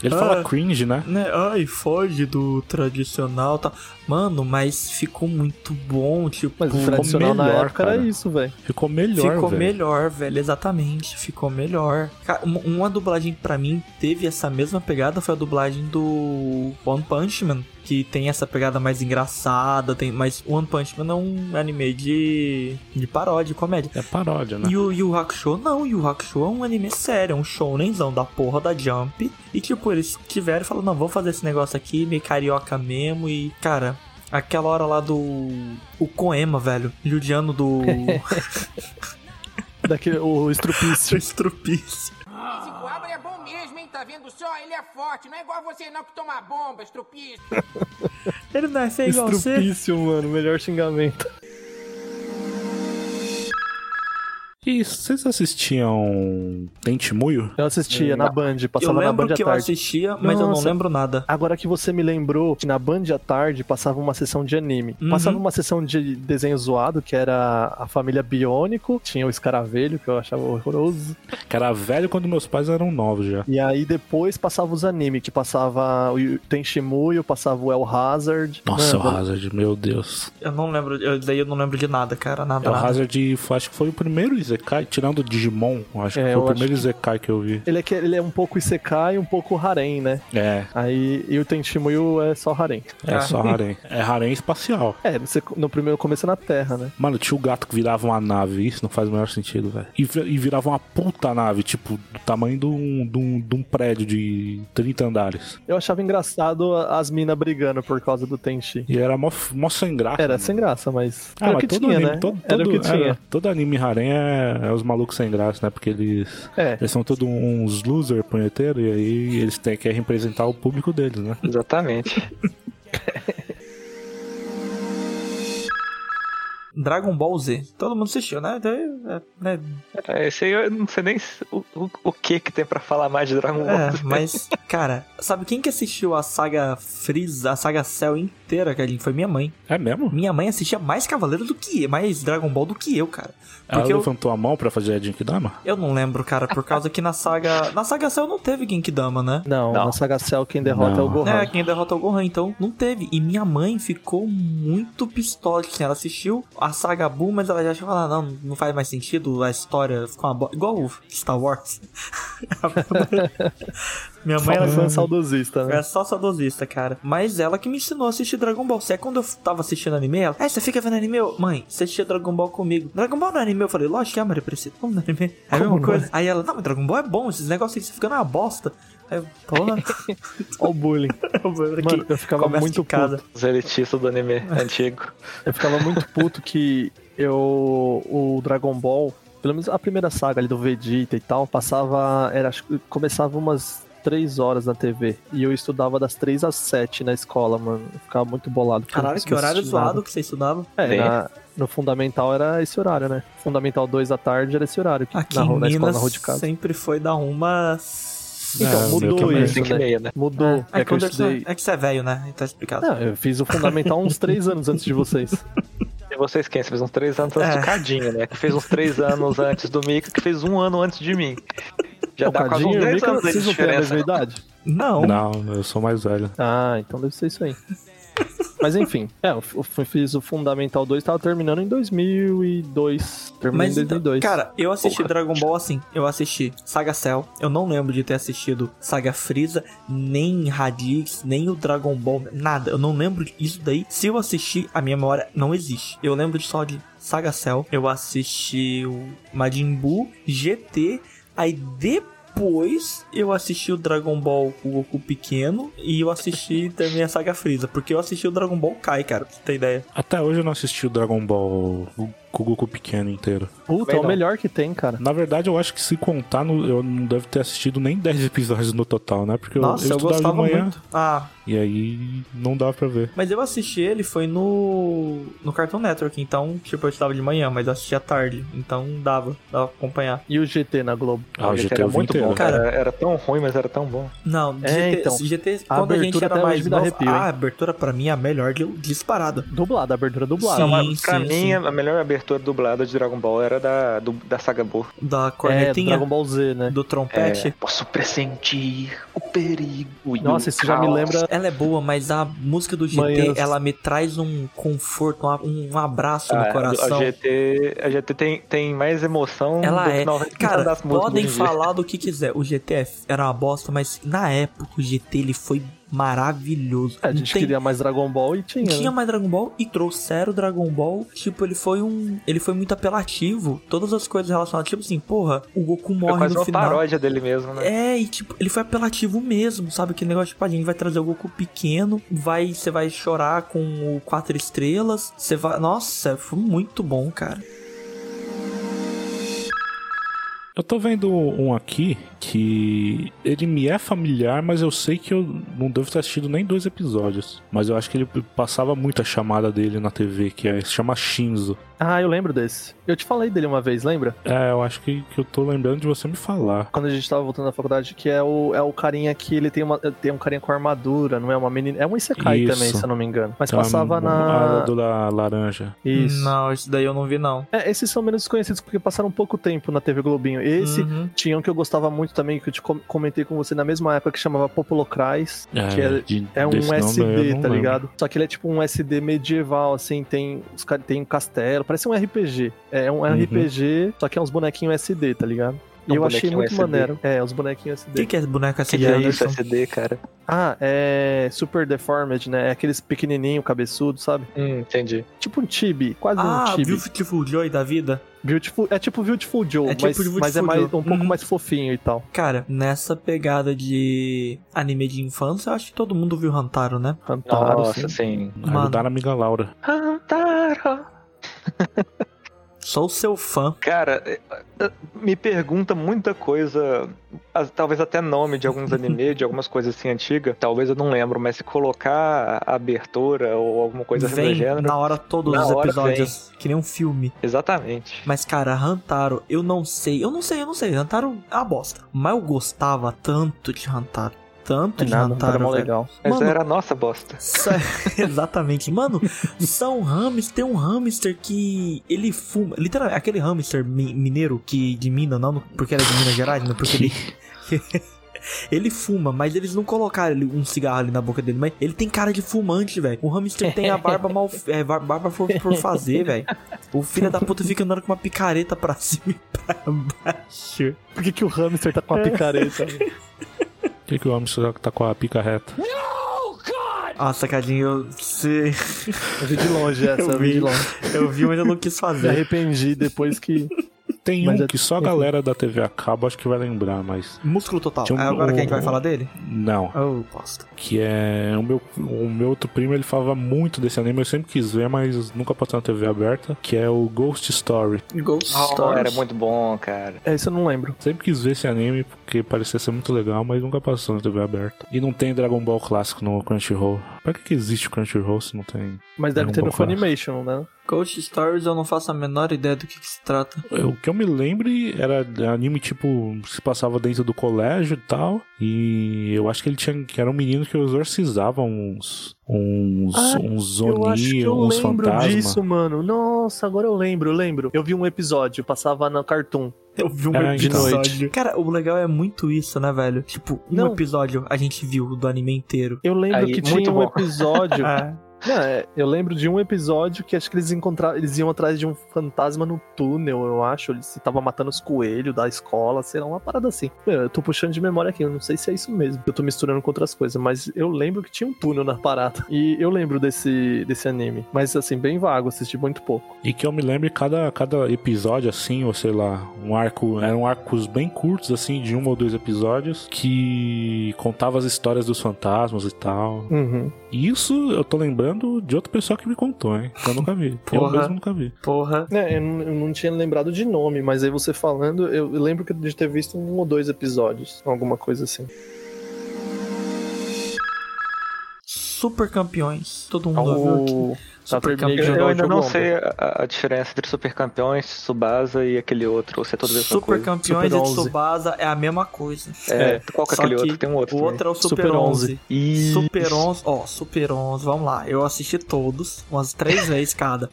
Ele Ah. fala cringe, né? Né? Ai, foge do tradicional e tal. Mano, mas ficou muito bom, tipo. Mas o tradicional na melhor, época era cara. isso, velho. Ficou melhor, ficou velho. melhor, velho, exatamente. Ficou melhor. Cara, uma, uma dublagem que pra mim teve essa mesma pegada foi a dublagem do One Punch Man, que tem essa pegada mais engraçada, tem, mas One Punch Man é um anime de, de paródia, de comédia. É paródia, né? E o Yu Hakusho não, o Yu Hakusho é um anime sério, é um shounenzão da porra da Jump. E tipo, eles tiveram e falaram, não, vamos fazer esse negócio aqui, meio carioca mesmo. E, cara, aquela hora lá do... O Koema, velho, judiano do... Daquele, o do estrupício. estrupício. Esse coabra é bom mesmo, hein? Tá vendo só? Ele é forte. Não é igual você não que toma bomba, estrupista. Ele não é feio igual você. estrupício, mano. Melhor xingamento. E vocês assistiam Tentimuyo? Eu assistia na Band, É. Eu passava na Band lembro à que eu tarde. assistia, mas eu não Nossa. lembro nada. Agora que você me lembrou que na Band à tarde passava uma sessão de anime. Uhum. Passava uma sessão de desenho zoado, que era a família Biônico, tinha o escaravelho, que eu achava horroroso. Cara, velho quando meus pais eram novos já. E aí depois passava os anime, que passava o Yu- Tenshimuyo, passava o El Hazard. Nossa, Mano, o Hazard, meu Deus. Eu não lembro, eu, daí eu não lembro de nada, cara, nada, É o nada. Hazard, foi- acho que foi o primeiro Isekai, tirando o Digimon, eu acho É, que eu foi o acho primeiro Isekai que eu vi. Ele é, que- ele é um pouco Isekai e um pouco Harem, né? É, Aí, e o Tenchimuyu é só Harem. é só harém. É harém espacial. É, você- no primeiro começo é na Terra, né? Mano, tinha o gato que virava uma nave, isso não faz o menor sentido, velho. E, vi- e virava uma puta nave, tipo, do tamanho de um, de um, de um prédio de 30 andares. Eu achava engraçado as minas brigando por causa do Tenchi. E era mó, mó sem graça. né? Era sem graça, mas Ah, era o mas que todo tinha, anime, né? todo, era o que todo- é, tinha. todo anime harém é, é os malucos sem graça, né? Porque eles, É. eles são todos uns loser punheteiros e aí eles têm que representar o público deles, né? Exatamente. Dragon Ball Z. Todo mundo assistiu, né? Daí, É, né? É, esse aí eu não sei nem se- o, o, o que que tem pra falar mais de Dragon Ball. É, mas, cara, sabe quem que assistiu a saga Freeza, a saga Cell inteira, Carlinhos? Foi minha mãe. É mesmo? Minha mãe assistia mais Cavaleiro do que eu, mais Dragon Ball do que eu, cara. Ela Porque eu, levantou a mão pra fazer a Jinkidama? eu não lembro, cara, por causa que na saga. Na saga Cell não teve Genkidama, né? Não, Não. na Saga Cell quem derrota Não. é o Gohan. É, quem derrota o Gohan, então não teve. E minha mãe ficou muito pistola. assim, Ela assistiu a saga Buu, mas ela já achava, ah, não, não faz mais sentido a história ficou uma bo... Igual o Star Wars. minha mãe, Fala ela fã saudosista, né? é só saudosista, cara. Mas ela que me ensinou a assistir Dragon Ball. Se é quando eu tava assistindo anime, ela. É, você fica vendo anime? Eu, Mãe, você assistia Dragon Ball comigo. Dragon Ball não é anime? Eu falei, lógico que é, Maria Precisa. Como não é anime? É a mesma coisa. Aí ela, não, mas Dragon Ball é bom, esses negócios aí que você fica na bosta. Aí eu, porra. Olha o bullying. Mano, eu ficava Começa muito de casa. Os elitistas do anime antigo. Eu ficava muito puto que eu o Dragon Ball, pelo menos a primeira saga ali do Vegeta e tal, passava, era acho que começava umas três horas na TV. E eu estudava das três às sete na escola, mano. Eu ficava muito bolado. porque eu não Caralho, que conseguia horário assistir nada. zoado que você estudava. É, na- no Fundamental era esse horário, né? Fundamental 2 da tarde era esse horário. Que, Aqui na, em rua- na escola, na rua Minas de casa. sempre foi da uma. Então, É, mudou meio que isso, Cinco e né? meia, né? Mudou. É, É, que eu quando eu estudei... é que você é velho, né? Então é explicado. Não, eu fiz o Fundamental uns três anos antes de vocês. E vocês quem? Você fez uns três anos antes É. do Cadinho, né? Que fez uns três anos antes do Mika, que fez um ano antes de mim. Já Não, dá quase uns Cadinho, dez Mika, anos de vocês não têm a diferença. mesma idade? Não. Não, eu sou mais velho. né, Ah, então deve ser isso aí. Mas enfim, é, eu f- eu fiz o Fundamental 2, tava terminando em 2002. Terminei em Mas, então, 2002. cara, eu assisti Porra. Dragon Ball assim. Eu assisti Saga Cell. Eu não lembro de ter assistido Saga Freeza, nem Radix, nem o Dragon Ball, nada. Eu não lembro disso daí. Se eu assistir, a minha memória não existe. Eu lembro só de Saga Cell. Eu assisti o Majin Buu, GT. Aí depois eu assisti o Dragon Ball com o Goku pequeno. E eu assisti também a Saga Freeza. Porque eu assisti o Dragon Ball Kai, cara. Pra você ter ideia. Até hoje eu não assisti o Dragon Ball com o Goku pequeno inteiro. Puta, é o melhor que tem, cara. Na verdade, eu acho que se contar, no- eu não devo ter assistido nem 10 episódios no total, né? Porque eu- Nossa, eu, eu, estudava gostava de manhã muito. Ah, e aí não dava pra ver. Mas eu assisti ele foi no no Cartoon Network, então, tipo, eu estudava de manhã, mas eu assistia à tarde, então dava, dava pra acompanhar. E o GT na Globo. Ah, o Olha, que GT era eu vi muito bom, inteiro. cara. Era, era tão ruim, mas era tão bom. Não, É, GT, então, GT a quando a, gente abertura era até hoje mais me dá novo, arrepio, hein? a abertura pra mim é a melhor de- disparada. Dublado, abertura dublada. É Sim, Não, mas pra sim, mim, sim. a melhor abertura dublada de Dragon Ball era da, do- da saga Buu. Da é, do cornetinha, Dragon Ball Z, né? do, trompete. Posso pressentir o perigo. e Nossa, o isso já me caos. lembra Ela é boa, mas a música do GT, Manhãs. ela me traz um conforto, um, um abraço Ah, É, no coração. A GT, a GT tem, tem mais um emoção Ela do que é. 90% Cara, das músicas podem hoje em dia. falar do que quiser. O GTF era uma bosta, mas na época o GT ele foi maravilhoso. É, a Não gente tem- queria mais Dragon Ball e tinha. né? Tinha mais Dragon Ball e trouxeram o Dragon Ball. Tipo, ele foi um. Ele foi muito apelativo. Todas as coisas relacionadas. Tipo assim, porra, o Goku Foi morre É quase no uma final. paródia dele mesmo, né? É, e tipo, ele foi apelativo mesmo, sabe? Aquele negócio, tipo, a gente vai trazer o Goku pequeno, vai, você vai chorar com o quatro estrelas, você vai. Nossa, foi muito bom, cara. Eu tô vendo um aqui que ele me é familiar, mas eu sei que eu não devo ter assistido nem dois episódios. Mas eu acho que ele passava muito a chamada dele na TV, que é, se chama Shinzo. Ah, eu lembro desse. Eu te falei dele uma vez, lembra? É, eu acho que, que eu tô lembrando de você me falar. Quando a gente tava voltando da faculdade, que é o, é o carinha que ele tem, uma, tem um carinha com armadura, não é uma menina. É um Isekai Isso. também, se eu não me engano. Mas Tá, passava a na. do la- laranja. Isso. Não, isso daí eu não vi, não. É, esses são menos desconhecidos porque passaram pouco tempo na TV Globinho. Esse Uhum. tinha um que eu gostava muito também, que eu te com- comentei com você na mesma época, que chamava Populocrais, que é, de- é um desse nome eu SD, não tá lembro. ligado? Só que ele é tipo um SD medieval, assim, tem, os, ca- tem um castelo, parece um RPG. É Uhum. um RPG, só que é uns bonequinhos SD, tá ligado? E Um eu achei bonequinho muito SD. maneiro. É, uns bonequinhos O SD. que, que é boneco assim Que de é isso, Anderson? SD, cara? Ah, é Super Deformed, né? É aqueles pequenininho, cabeçudo, sabe? Hum, entendi. Tipo um tibi, é quase Ah, um tibi. Beautiful Joy da vida? Beautiful, é tipo Beautiful Joe, É tipo mas, Beautiful mas é mais, um Joe. pouco Uhum. mais fofinho e tal. Cara, nessa pegada de anime de infância, eu acho que todo mundo viu Hantaro, né? Hantaro, Nossa, sim. sim. Mano. Ajudar a amiga Laura. Antara. Sou seu fã. Cara, eh, eh, me pergunta muita coisa, as- talvez até nome de alguns anime, de algumas coisas assim antigas. Talvez eu não lembro, mas se colocar a abertura ou alguma coisa assim do vem gênero. na hora todos Na os hora episódios, que nem um filme. Exatamente. Mas, cara, Hantaro, eu não sei, eu não sei, eu não sei. Hantaro é uma bosta. Mas eu gostava tanto de Hantaro. Tanto de Nada, Hantaro, é era mó velho. legal. Mas Mano, era a nossa bosta. Sa- Exatamente. Mano, são hamster, tem um hamster que ele fuma. Literalmente, aquele hamster mi- mineiro que de mina, não, porque era de Minas Gerais, não, porque ele. Ele fuma, mas eles não colocaram ele- um cigarro ali na boca dele, mas ele tem cara de fumante, velho. O hamster tem a barba mal. É, bar- barba por, por fazer, velho. O filho da puta fica andando com uma picareta pra cima e pra baixo. Por que, que o hamster tá com É. uma picareta? Por que, que o homem só tá com a pica reta? Hum, Ah, sacadinho, eu, se- eu vi de longe essa, eu vi de longe. eu vi, mas eu não quis Me fazer. arrependi depois que. Tem Mas um é- que só a galera da TV a cabo acho que vai lembrar, mas Músculo total. Tinha um- Ah, Agora quem que vai um- falar dele? não. Eu posto. Que é. O meu, o meu outro primo ele falava muito desse anime, eu sempre quis ver, mas nunca passou na TV aberta. Que é o Ghost Story. Ghost Oh, era muito bom, cara. É, isso eu não lembro. Sempre quis ver esse anime porque parecia ser muito legal, mas nunca passou na TV aberta. E não tem Dragon Ball clássico no Crunchyroll. Pra que, que existe o Crunchyroll se não tem? Mas deve É um ter no pouco, né? Funimation, né? Ghost Stories eu não faço a menor ideia do que, que se trata. Eu- É, O que eu me lembro era anime tipo se passava dentro do colégio e tal. E eu acho que ele tinha que era um menino que exorcizava uns uns Ah, uns eu acho que Oni, eu uns lembro fantasmas. disso, mano. Nossa, agora eu lembro, eu lembro. Eu vi um episódio, passava na Cartoon. Eu vi um É, de noite. Cara, o legal é muito isso, né, velho? Tipo, um Não. episódio a gente viu do anime inteiro. Eu lembro Aí, que muito tinha um bom. episódio. É. Não, é, eu lembro de um episódio que acho que eles encontraram. Eles iam atrás de um fantasma no túnel, eu acho. Eles estavam matando os coelhos da escola, sei lá, uma parada assim. Meu, eu tô puxando de memória aqui, eu não sei se é isso mesmo. Eu tô misturando com outras coisas, mas eu lembro que tinha um túnel na parada. E eu lembro desse, desse anime. Mas assim, bem vago, assisti muito pouco. E que eu me lembro cada cada episódio assim, ou sei lá, um arco, eram arcos bem curtos assim, de um ou dois episódios que contava as histórias dos fantasmas e tal. Uhum. E isso eu tô lembrando de outra pessoa que me contou, hein? Que eu nunca vi. eu Porra. mesmo nunca vi. Porra. É, eu, não- eu não tinha lembrado de nome, mas aí você falando, eu eu lembro que- de ter visto um ou dois episódios, alguma coisa assim. Super campeões. Todo Ah, mundo viu aqui. O... Tá, Super terminei de campeão. jogar Eu o ainda jogo não ontem. sei a, a diferença entre Super Campeões, Subasa e aquele outro, ou se é tudo a mesma Super coisa. campeões Super e 11. Tsubasa é a mesma coisa. É, qual que é Só aquele que outro? Tem um outro. O outro é o Super, Super 11. 11. E... Super 11, ó, Super 11, vamos lá. Eu assisti todos, umas três vezes cada.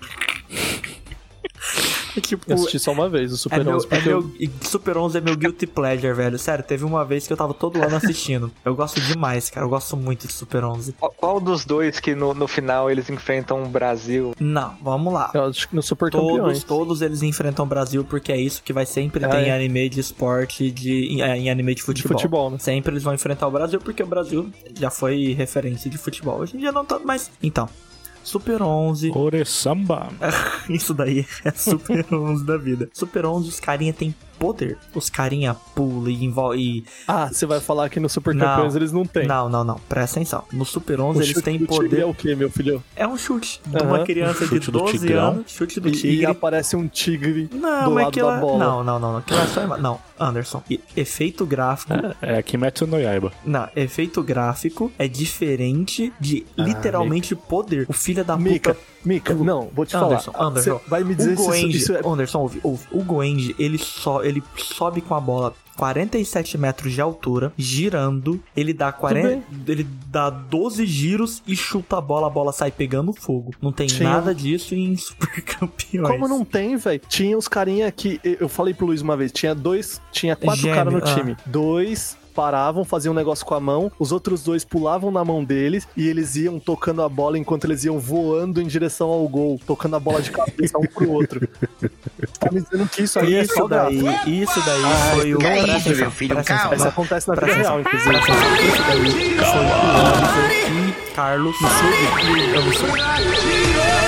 É tipo, Eu assisti só uma vez o Super é meu, 11, é porque eu- meu- e Super 11 é meu guilty pleasure, velho. Sério, teve uma vez que eu tava todo ano assistindo. Eu gosto demais, cara. Eu gosto muito de Super 11. Qual- Qual dos dois que no, no final eles enfrentam o Brasil? Não, vamos lá. eu acho que no Super Então, Campeões. Todos, todos eles enfrentam o Brasil porque é isso que vai sempre Ah, ter em é. anime de esporte, de, em, é, em anime de futebol. futebol, né? Sempre eles vão enfrentar o Brasil porque o Brasil já foi referência de futebol. Hoje em dia não tá mais. Então, Super 11, Ore samba. Isso daí é Super 11 da vida. Super 11, os carinha tem poder. Os carinha pula e envolve. Ah, você vai falar que no Super Não. Campeões eles não têm. Não, não, não. Presta atenção. No Super 11 O eles chute têm do tigre É poder. o que, meu filho? É um chute de uma Aham. criança de Chute do 12 tigrão. anos. Chute do E, e tigre. aparece um tigre Não, do mas lado aquilo da é- bola. Não, não, não, não. Aquilo é só. ima- Não, Anderson. e- efeito gráfico. É Kimetsu no Yaiba. Não, efeito gráfico é diferente de Ah, literalmente poder. O filho da Mica, puta Mica, não, vou te Anderson, falar. Ah, Anderson, Você vai me dizer o se isso, Goenji, isso é. Anderson, ouve, ouve. O Goenji, ele, só, ele sobe com a bola 47 metros de altura, girando, ele dá 40, ele dá 12 giros e chuta a bola, a bola sai pegando fogo. Não tem Tinha- nada disso em Super Campeões. Como não tem, velho? Tinha os carinha que. Eu falei pro Luiz uma vez, tinha dois. Tinha quatro Gêmeo, caras no ah. time. Dois paravam, faziam um negócio com a mão, os outros dois pulavam na mão deles e eles iam tocando a bola enquanto eles iam voando em direção ao gol, tocando a bola de cabeça um pro outro. Tá me dizendo que isso aí é Isso saudável. daí, isso daí foi o. calma, presta meu atenção, filho, presta atenção, calma. Isso presta- acontece na vida Presta atenção, real, inclusive. presta atenção. Isso daí foi o Anderson e Carlos e seu e eu não sei.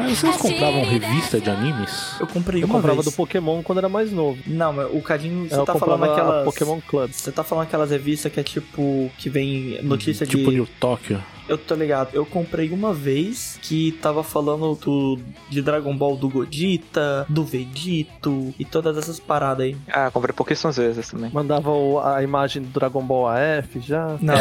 Mas Ah, vocês compravam revista de animes? Eu comprei Eu uma comprava do vez. Pokémon quando era mais novo. Não, mas o Cadinho, você eu tá comprava falando aquelas. a Pokémon Club. Você tá falando aquelas revistas que é tipo. que Uhum. vem notícia de. Tipo New Tokyo. Eu tô ligado. Eu comprei uma vez que tava falando do, de Dragon Ball do Godita, do Vegito e todas essas paradas aí. Ah, comprei pouquíssimas vezes também. Mandava o- a imagem do Dragon Ball AF já. Não,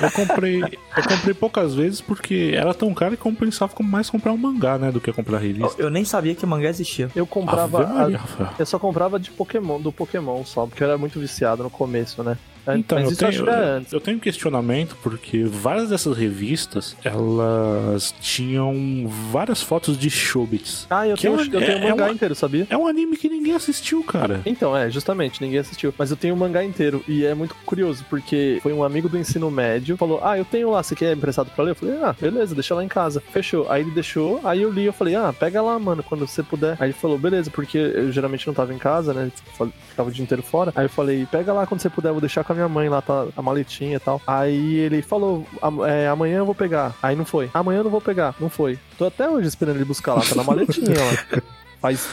Eu comprei, eu comprei poucas vezes porque era tão caro que compensava com- mais comprar um mangá, né? Do que comprar eu, revista. eu nem sabia que mangá existia. Eu comprava. Ave Maria, a- Rafael. eu só comprava de Pokémon, do Pokémon só, porque eu era muito viciado no começo, né? Então, Mas eu isso acho tenho, que era antes. eu tenho um questionamento porque várias dessas revistas elas tinham várias fotos de Shobits. Ah, eu Que tenho, é um- eu tenho é- o é mangá uma- inteiro, sabia? É um anime que ninguém assistiu, cara. Então, é, justamente, ninguém assistiu. Mas eu tenho o mangá inteiro. E é muito curioso, porque foi um amigo do ensino médio, falou: Ah, eu tenho lá, você quer emprestado pra ler? Eu falei, ah, beleza, deixa lá em casa. Fechou. Aí ele deixou, aí eu li, eu falei, ah, pega lá, mano, quando você puder. Aí ele falou, beleza, porque eu geralmente não tava em casa, né? Fal- Ficava o dia inteiro fora. Aí eu falei, pega lá quando você puder, eu vou deixar com a minha mãe lá, tá a maletinha e tal. Aí ele falou, "Am- é, amanhã eu vou pegar. Aí não foi. Amanhã eu não vou pegar, não foi. Tô até hoje esperando ele buscar lá, tá na maletinha lá. Faz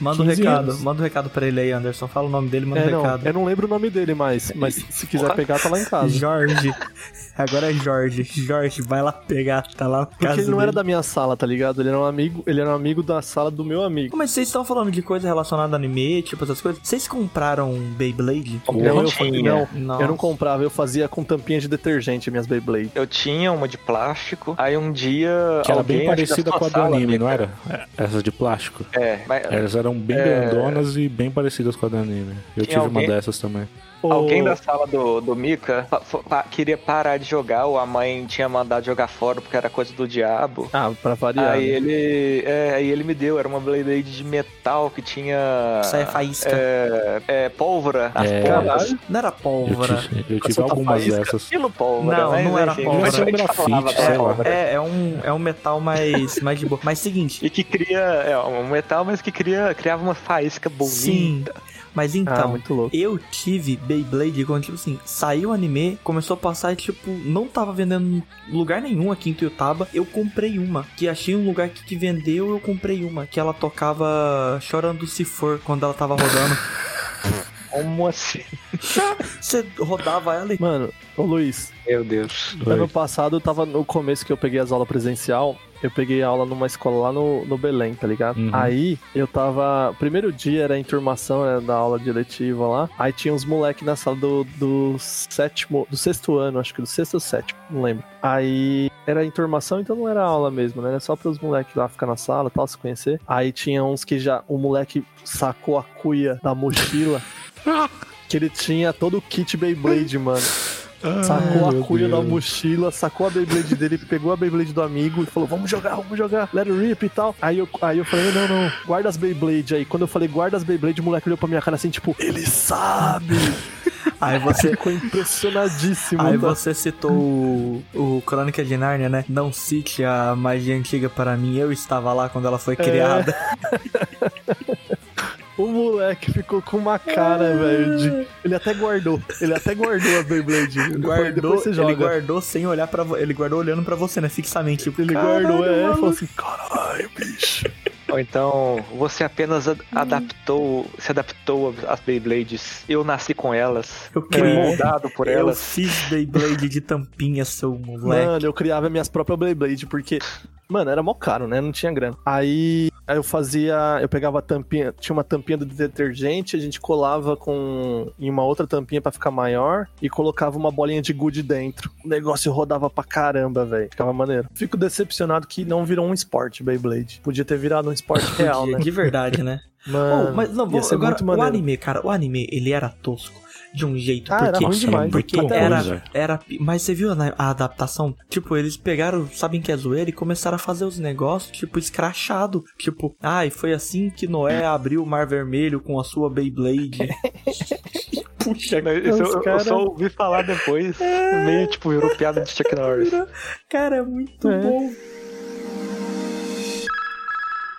Manda um 15 recado, anos. manda um recado pra ele aí, Anderson. Fala o nome dele, manda é, um não, recado. eu não lembro o nome dele mais, mas se quiser pegar, tá lá em casa. Jorge. Agora é Jorge. Jorge, vai lá pegar, tá lá na casa Porque ele não era dele. da minha sala, tá ligado? Ele era um amigo, ele era um amigo da sala do meu amigo. Mas vocês estão falando de coisa relacionada a anime, tipo essas coisas? Vocês compraram Beyblade? Não, eu, falei, não, Nossa. eu não comprava, eu fazia com tampinha de detergente minhas Beyblade. Eu tinha uma de plástico, aí um dia. Que era alguém, bem acho que parecida da sua com a do sala, anime, amiga. não era? É, Essas de plástico. É, mas Elas eram bem grandonas e bem parecidas com a do anime. Eu Tinha tive uma alguém- dessas também. alguém Ô, da sala do, do Mika fa- fa- pa- queria parar de jogar, ou a mãe tinha mandado jogar fora porque era coisa do diabo. Ah, pra variar. Aí né? ele, é, aí ele me deu, era uma Blade de metal que tinha. Isso aí é faísca. É, é, pólvora nas É. pontas. Não era Eu pólvora. tive, eu tive Solta algumas faísca, dessas. Estilo pólvora. Não, mas, não era enfim, pólvora. mas a gente Era um falava grafite, da sei lá. pólvora. É, é um, é um metal mais, mais de boa. Mas seguinte. E que cria é, um metal, mas que cria, criava uma faísca bonita. Sim. Mas tá Ah, então, muito louco. eu tive Beyblade quando, tipo assim, saiu o anime, começou a passar e, tipo, não tava vendendo em lugar nenhum aqui em Tuiutaba. Eu comprei uma. Que achei um lugar que, que vendeu, eu comprei uma. Que ela tocava Chorando Se For quando ela tava rodando. Como assim? Você rodava ela e. Mano, ô Luiz, Meu Deus. ano passado eu tava no começo que eu peguei as aulas presencial. Eu peguei aula numa escola lá no, no Belém, tá ligado? Uhum. Aí eu tava. Primeiro dia era a enturmação né, da aula de letiva lá. Aí tinha uns moleques na sala do, do sétimo. Do sexto ano, acho que do sexto ou sétimo, não lembro. Aí era a enturmação, então não era aula mesmo, né? Era só pros moleques lá ficar na sala e tal, se conhecer. Aí tinha uns que já. O moleque sacou a cuia da mochila. Que ele tinha todo o kit Beyblade, mano. Sacou a cuia da mochila, sacou a Beyblade dele, pegou a Beyblade do amigo e falou: Vamos jogar, vamos jogar, let it rip e tal. Aí eu, aí eu falei: Não, não, guarda as Beyblade aí. Quando eu falei: Guarda as Beyblade, o moleque olhou pra minha cara assim, tipo, Ele sabe! Aí você. Ficou impressionadíssimo. Aí tá? você citou o, o Crônica de Nárnia, né? Não cite a magia antiga para mim, eu estava lá quando ela É, foi criada. O moleque ficou com uma cara, velho. de- Ele até guardou, ele até guardou as Beyblade. Ele falou, Guardou, Depois você joga. ele guardou sem olhar para ele guardou olhando para você, né? Fixamente, tipo, Ele "Caralho, guardou, é, e maluco." falou assim: Caralho, bicho. Ou então, você apenas ad- adaptou, se adaptou às Beyblades. Eu nasci com elas. Eu Fui criei- moldado por Eu elas. fiz Beyblade de tampinha, seu moleque. Mano, eu criava minhas próprias Beyblade, porque Mano, era mó caro, né? Não tinha grana. Aí, aí eu fazia. Eu pegava a tampinha. Tinha uma tampinha do detergente, a gente colava com. em uma outra tampinha pra ficar maior e colocava uma bolinha de gude dentro. O negócio rodava pra caramba, velho. Ficava maneiro. Fico decepcionado que não virou um esporte, Beyblade. Podia ter virado um esporte real, né? De verdade, né? Mano, Oh, mas não, Ah. ia vou, ser agora, muito o maneiro. anime, cara, o anime, ele era tosco de um jeito, Ah, era porque, ruim demais. porque é Muito ruim, velho. era, era, pi- mas você viu né, a, a adaptação? Tipo, eles pegaram, sabem que é zoeira, e começaram a fazer os negócios, tipo, escrachado, tipo, ai, foi assim que Noé abriu o Mar Vermelho com a sua Beyblade. Puxa, Isso eu, Os eu cara- só ouvi falar depois, meio tipo, virou piada de Chuck Norris. cara, é muito É. bom.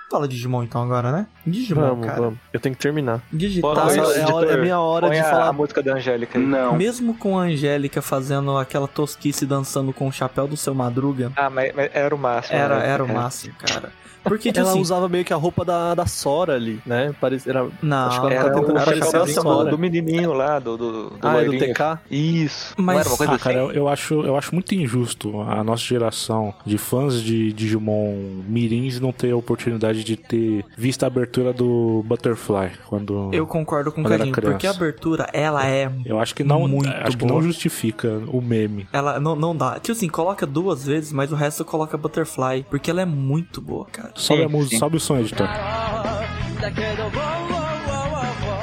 Fala Digimon então agora, né? Digimon, Vamos, cara. vamos. Eu tenho que terminar. Digital. Põe Nossa, o é a hora- é a minha hora põe de a- falar- a música da Angélica aí. Não. Mesmo com a Angélica fazendo aquela tosquice dançando com o chapéu do seu Madruga, Ah, mas, mas era o máximo. era, né? era o É. máximo, cara. Porque tipo Ela assim, usava meio que a roupa da, da Sora ali, né? Parecia, era, acho que não, ela tá Era tentando o era aparecer chapéu a só- do- do, Sora. do menininho lá, do, do, do Ah, é do loirinho. TK? Isso. Não Mas- era uma coisa Ah, assim? cara, eu, eu acho, eu acho muito injusto a nossa geração de fãs de Digimon Mirins não ter a oportunidade de ter visto a abertura do Butterfly. Quando eu concordo com o Quando era Cadinho, porque a criança. abertura, ela é Eu acho que não, Muito acho que boa. não justifica o meme. ela não, não dá. Tipo assim, coloca duas vezes, mas o resto coloca Butterfly, porque ela é muito boa, cara. Sobe Sim, a música, sim. sobe o som, editor.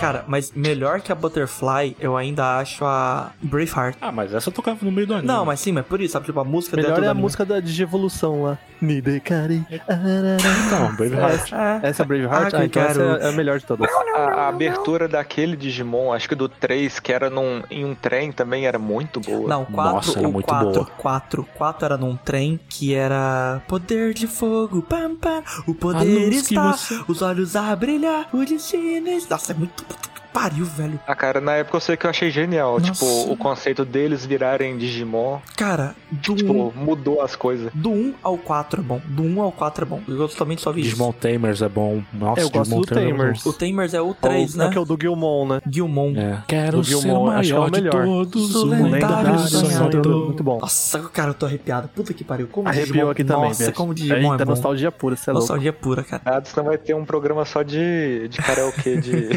Cara, mas melhor que a Butterfly, eu ainda acho a Braveheart. Ah, mas essa eu tocava no meio do anime. Não, mas sim, mas por isso, sabe? Tipo, a música dela Hum. Melhor toda é a minha. música da Digievolução lá. Nidekari. Então, Braveheart. É. Essa é Braveheart? Ah, Ah, então essa Garoto. é a melhor de todas. A, a abertura daquele Digimon, acho que do 3, que era num, em um trem também, era muito boa. Não, Nossa, 4 era ou muito 4, boa. 4, 4 era num trem que era poder de fogo, pam, pam, o A poder luz que está, você- os olhos a brilhar, o destino está... Nossa, é muito puta que pariu, velho. Ah, cara, na época eu sei que eu achei genial. Nossa. Tipo, o conceito deles virarem Digimon, Cara, do tipo, 1, mudou as coisas. do 1 ao 4 é bom, do 1 ao 4 é bom, eu totalmente só vi isso. Digimon Tamers é bom. Nossa, Eu gosto Digimon do Tamers. é bom. Tamers. O Tamers é o 3, Não, né? que é o do Gilmon, né? Gilmon. É. Quero O ser o Gilmon, acho que é o maior de melhor. todos, o Lendário lendário sonhador. sonhador. Muito bom. Nossa, cara, eu tô arrepiado, puta que pariu, como Digimon- Arrepiou aqui também, Nossa, bicho. como Digimon Eita, é bom. nostalgia pura, você é louco. Nostalgia pura, cara. Nada, senão vai ter um programa só de, de karaokê de.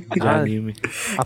De Ah, anime.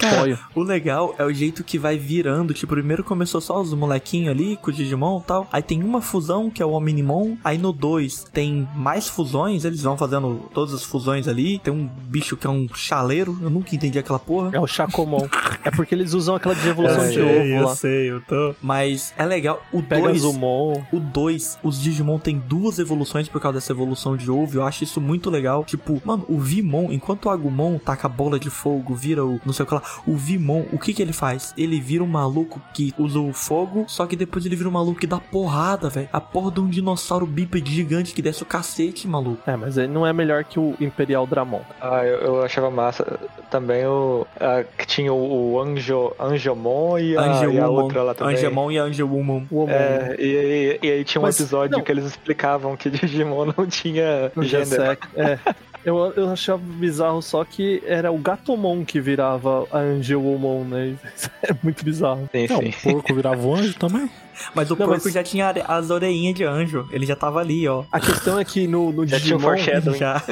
Cara, Apoio. o legal é o jeito que vai virando. Tipo, primeiro começou só os molequinhos ali com o Digimon e tal. Aí tem uma fusão que é o Omnimon. Aí no 2 tem mais fusões. Eles vão fazendo todas as fusões ali. Tem um bicho que é um chaleiro. Eu nunca entendi aquela porra. É o Chacomon. é porque eles usam aquela Digievolução de ovo lá. sei, É, eu tô. Mas é legal. O 2. Pegasumon. O 2, os Digimon tem duas evoluções por causa dessa evolução de ovo. Eu acho isso muito legal. Tipo, mano, o Vimon, enquanto o Agumon taca a bola de fogo, vira o não sei o que lá. O Vimon, o que que ele faz? Ele vira um maluco que usa o fogo, só que depois ele vira um maluco que dá porrada, velho. A porra de um dinossauro bípede gigante que desce o cacete, maluco. É, mas ele não é melhor que o Imperial Dramon. ah, eu, eu achava massa. Também o. a- que tinha o, o Anjo, Anjomon e a, e a outra lá também. Angemon e Angelumon. O Omon. É, e, e, e aí tinha um Mas, episódio não. que eles explicavam que Digimon não tinha No gênero. G-Sec, é. Eu, eu achava bizarro só que era o Gatomon que virava a Angelomon, né? Isso é muito bizarro. Sim, É, o sim. porco virava o anjo também. Mas o Não, porco mas- já tinha are- as orelhinhas de anjo. Ele já tava ali, ó. A questão é que no, no Já tinha um Digimon, foreshadowing. Já.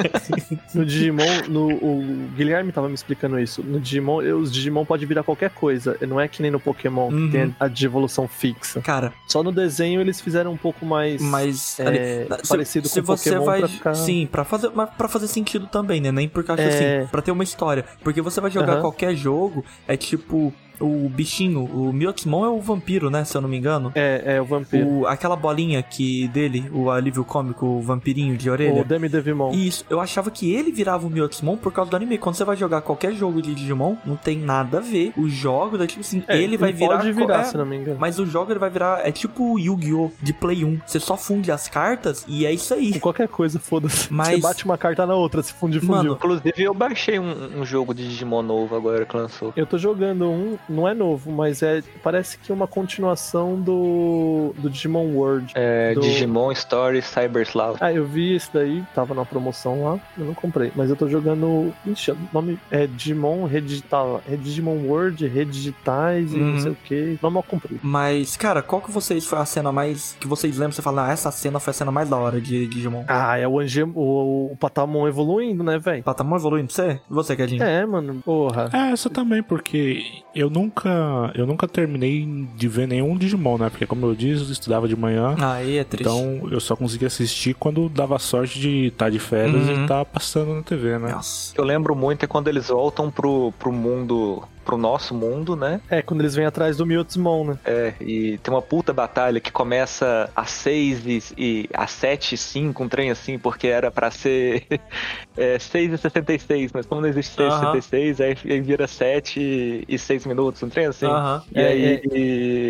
no Digimon, no, o Guilherme tava me explicando isso. No Digimon, eu- os Digimon pode virar qualquer coisa. Não é que nem no Pokémon, Uhum. que tem a evolução fixa. Cara, Só no desenho eles fizeram um pouco mais... mas é, na- se- parecido se com você Pokémon vai pra ficar- sim para fazer para fazer sentido também né nem porque eu acho É. assim para ter uma história porque você vai jogar Aham. qualquer jogo é tipo o bichinho o Miotsmon é o vampiro né se eu não me engano É, é o vampiro. o, aquela bolinha que dele o alívio cômico o vampirinho de O, orelha Demi Devimon. isso, eu achava que ele virava o Miotsmon por causa do anime. Quando você vai jogar qualquer jogo de Digimon, não tem nada a ver. O jogo da tipo assim, É, ele vai virar. Pode co- virar, é, se não me engano. mas o jogo ele vai virar. É tipo o Yu-Gi-Oh! de Play 1. Você só funde as cartas e é isso aí. Com Qualquer coisa, foda-se. Mas- Você bate uma carta na outra, se funde, fundiu. Mano, Inclusive, eu baixei um, um jogo de Digimon novo agora que lançou. Eu tô jogando um não é novo, mas é parece que é uma continuação do, do Digimon World. É, do- Digimon Story Cyber Slav. Ah, eu vi esse daí, tava na promoção lá, eu não comprei, mas eu tô jogando. Ixi, o nome é Digimon Redigital, é Digimon World, Redigitais e Uhum. não sei o que. Não mal comprei. Mas, cara, qual que vocês foi a cena mais. Que vocês lembram? Você fala, ah, essa cena foi a cena mais da hora de Digimon. Ah, é o Angem, o, o Patamon evoluindo, né, velho? Patamon evoluindo pra você? E você, Cadinho? É, mano, porra. É, essa também, porque eu nunca, eu nunca terminei de ver nenhum Digimon, né? Porque como eu disse, eu estudava de manhã, Aí é triste. então eu só conseguia assistir quando dava sorte de estar de férias Uhum. e estar passando na TV, né? Nossa. que eu lembro muito é quando eles voltam pro, pro mundo, pro nosso mundo, né? É, quando eles vêm atrás do Mewtwo, né? É, e tem uma puta batalha que começa às 6 e, e às 7 e 5, um trem assim, porque era pra ser é, 6 e 66, mas como não existe 6 e Aham. 66, aí, aí vira 7 e 6 minutos, um trem assim. Aham. E É, aí é. e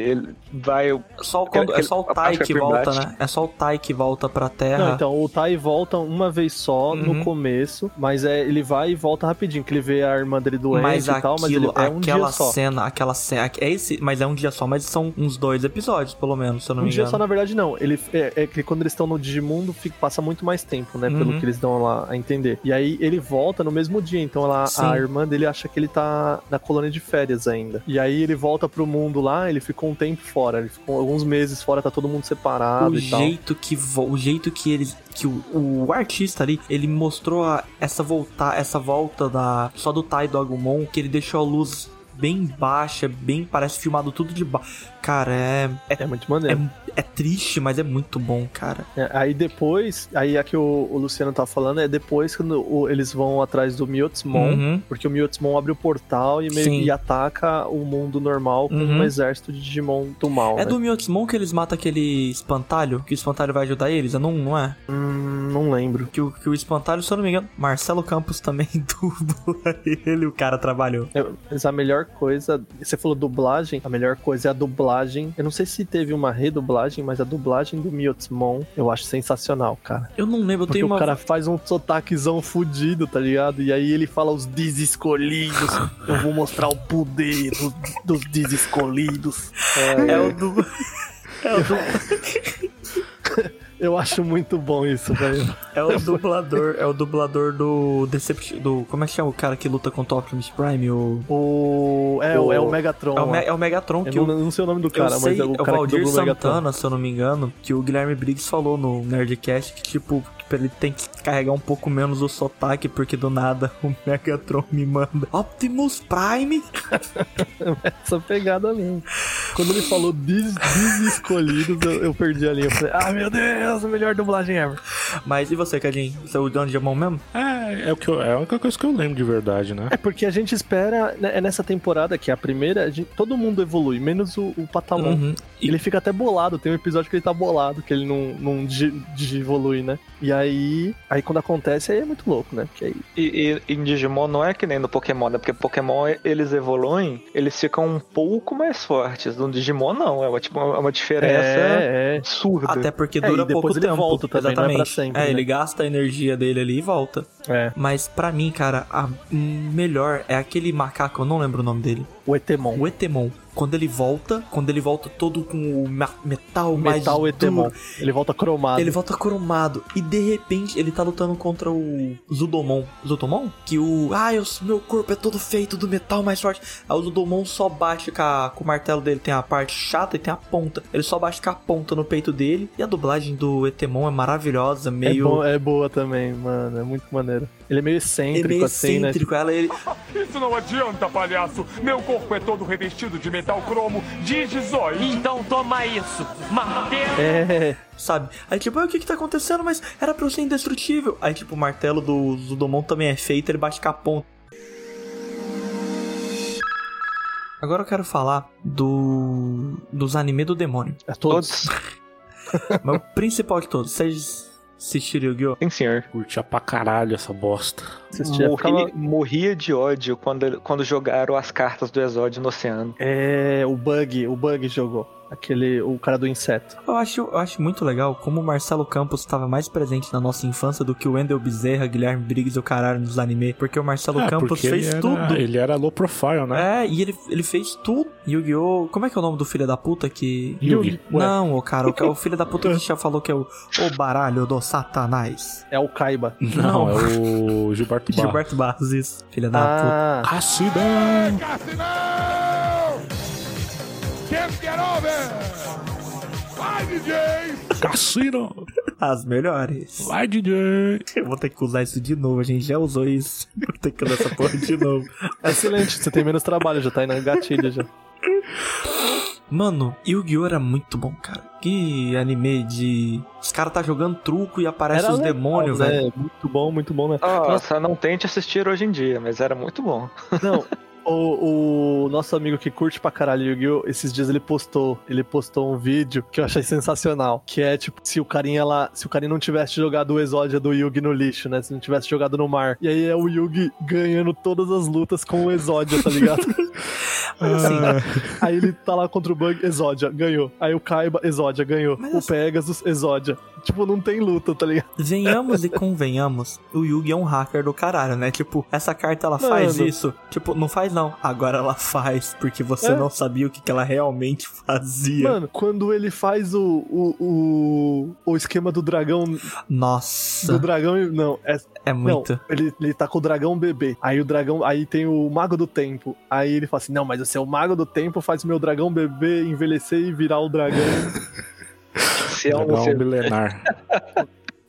ele vai. Só quando, é só o Aquele- Tai que aquele- volta, aquele- né? É só o Tai que volta pra Não, Terra. então, o Tai volta uma vez só Uhum. no começo, mas é, ele vai e volta rapidinho, que ele vê a irmã dele doente mas e tal, mas ele, aquilo, é um aquela dia só. cena, aquela cena. É esse, mas é um dia só, mas são uns dois episódios, pelo menos, se eu não Um me dia engano. só, na verdade, não. Ele, é, é que quando eles estão no Digimundo, fica- passa muito mais tempo, né? Pelo Uhum. que eles dão lá a entender. E aí ele volta no mesmo dia, então ela, Sim. a irmã dele acha que ele tá na colônia de férias ainda. E aí ele volta pro mundo lá, ele ficou um tempo fora, ele ficou alguns meses fora, tá todo mundo separado o e tal. jeito que vo- o jeito que eles que o, o artista ali ele mostrou a- essa voltar essa volta da só do Tai Dogumon que ele deixou a luz bem baixa bem parece filmado tudo de baixo cara é, É muito maneiro. é triste mas é muito bom cara É, aí depois, aí a que o, o Luciano tá falando é depois quando o- eles vão atrás do Miotsmon, Uhum. porque o Miotsmon abre o portal e, meio, Sim. e ataca o mundo normal com Uhum. um exército de Digimon do mal. é né? do Miotsmon que eles matam aquele espantalho que o espantalho vai ajudar eles é não não é Hum, não lembro. que o, que o espantalho se eu não me engano Marcelo Campos também dubla ele o cara trabalhou Eu- mas a melhor coisa, você falou dublagem, a melhor coisa é a dublagem. Eu não sei se teve uma redublagem, mas a dublagem do Miotsmon eu acho sensacional, cara. eu não lembro eu Porque tenho uma o cara faz um sotaquezão fudido, tá ligado? E aí ele fala os desescolhidos. eu vou mostrar o poder dos, dos desescolhidos. é o do é o do Eu acho muito bom isso, velho. É o dublador, é o dublador do Deception, do como é que chama o cara que luta contra o Optimus Prime? O O... É, o... é o Megatron. é o, Me- lá. é o Megatron que Eu não, o eu não sei o nome do eu cara, sei, mas é o é o cara que Valdir dubla o Megatron. Santana, se eu não me engano, que o Guilherme Briggs falou no Nerdcast que tipo que ele tem que carregar um pouco menos o sotaque porque do nada o Megatron me manda Optimus Prime. Essa pegada mesmo. Quando ele falou des, desescolhidos, eu, eu perdi a linha. Eu falei, ah, meu Deus, a melhor dublagem ever. Mas e você, Cadinho? Você é o John Jamon mesmo? É, é, o que eu- é a única coisa que eu lembro de verdade, né? É porque a gente espera, né, é nessa temporada que é a primeira, a gente- todo mundo evolui, menos o, o Patamon. Uhum. E Ele fica até bolado, tem um episódio que ele tá bolado, que ele não, não de, evolui, né? E aí, aí quando acontece, aí é muito louco, né? Porque aí E, e em Digimon não é que nem no Pokémon, né? Porque Pokémon eles evoluem, eles ficam um pouco mais fortes. No Digimon não, é uma, tipo, uma diferença é, é. absurda. Até porque É, e dura depois pouco ele tempo. volta também, não é pra exatamente. sempre, é né? ele gasta a energia dele ali e volta. É. Mas pra mim, cara, a melhor é aquele macaco, eu não lembro o nome dele. O Etemon. O Etemon. Quando ele volta, quando ele volta todo com o ma- metal, O mais Metal Etemon. duro, Ele volta cromado. ele volta cromado. E de repente ele tá lutando contra o Zudomon. Zudomon? Que o. Ah, eu, meu corpo é todo feito do metal mais forte. Aí o Zudomon só bate com, a- com o martelo dele. Tem a parte chata e tem a ponta. Ele só bate com a ponta no peito dele. E a dublagem do Etemon é maravilhosa, É, meio. bo- é boa também, mano. É muito maneiro. Ele é meio é excêntrico, meio assim, né? excêntrico. Ela, ele, Isso não adianta, palhaço. Meu corpo é todo revestido de metal cromo, digizoide. Então toma isso. Martelo. É, sabe? Aí tipo, ah, o que que tá acontecendo? Mas era pra eu ser indestrutível. Aí tipo, o martelo do Zudomon também é feito, ele bate com a ponta. Agora eu quero falar do dos anime do demônio. é todos. Todos. Mas o principal de todos, vocês assistiram Yu-Gi-Oh? Sim, senhor. Curtia pra caralho essa bosta. Assistia, Morri- ficava... Morria de ódio quando, quando jogaram as cartas do Exódio no oceano. É, o Bug, o Bug jogou. Aquele, o cara do inseto. Eu acho, eu acho muito legal como o Marcelo Campos estava mais presente na nossa infância do que o Wendel Bezerra, Guilherme Briggs e o caralho nos anime. Porque o Marcelo É, Campos porque fez ele era- tudo. Ele era low profile, né? É, e ele, ele fez tudo. Yu-Gi-Oh! Como é que é o nome do filho da puta que. Yugi. Ué. Não, o cara, o, ca- o filho da puta que já falou que é o, o baralho do Satanás. É o Kaiba. Não, é o Gilberto Barros. Gilberto Barros, isso. Filha da puta. Ah, Cassidão! Cassino! As melhores. Vai, DJ! Eu vou ter que usar isso de novo, a gente já usou isso. Vou ter que usar essa porra de novo. excelente. Você tem menos trabalho, já tá indo no gatilho já. Mano, Yu-Gi-Oh! era muito bom, cara. Que anime de. Os caras tá jogando truco e aparece os legal, demônios, né? velho. Muito bom, muito bom, né? Nossa, Ah, não tente assistir hoje em dia, mas era muito bom. Não, o, o nosso amigo que curte pra caralho Yu-Gi-Oh! esses dias ele postou, ele postou um vídeo que eu achei sensacional, que é tipo, se o carinha lá, se o carinha não tivesse jogado o Exódia do Yugi no lixo, né, se não tivesse jogado no mar, e aí é o Yugi ganhando todas as lutas com o Exódia, tá ligado? Aí, assim, Ah. aí ele tá lá contra o Bug, Exódia, ganhou. Aí o Kaiba, Exódia, ganhou. Mas o assim- Pegasus, Exódia. Tipo, não tem luta, tá ligado? Venhamos e convenhamos, o Yugi é um hacker do caralho, né? Tipo, essa carta ela faz Mano. isso. Tipo, não faz não. Agora ela faz, porque você É. não sabia o que, que ela realmente fazia. Mano, quando ele faz o, o, o, o esquema do dragão, do Nossa, dragão, e- não, é, é muito. Não, ele, ele tá com o dragão bebê. Aí o dragão. Aí tem o mago do tempo. Aí ele fala assim: Não, mas você é o mago do tempo, faz meu dragão bebê envelhecer e virar o dragão. Se é um- Legal, se- milenar.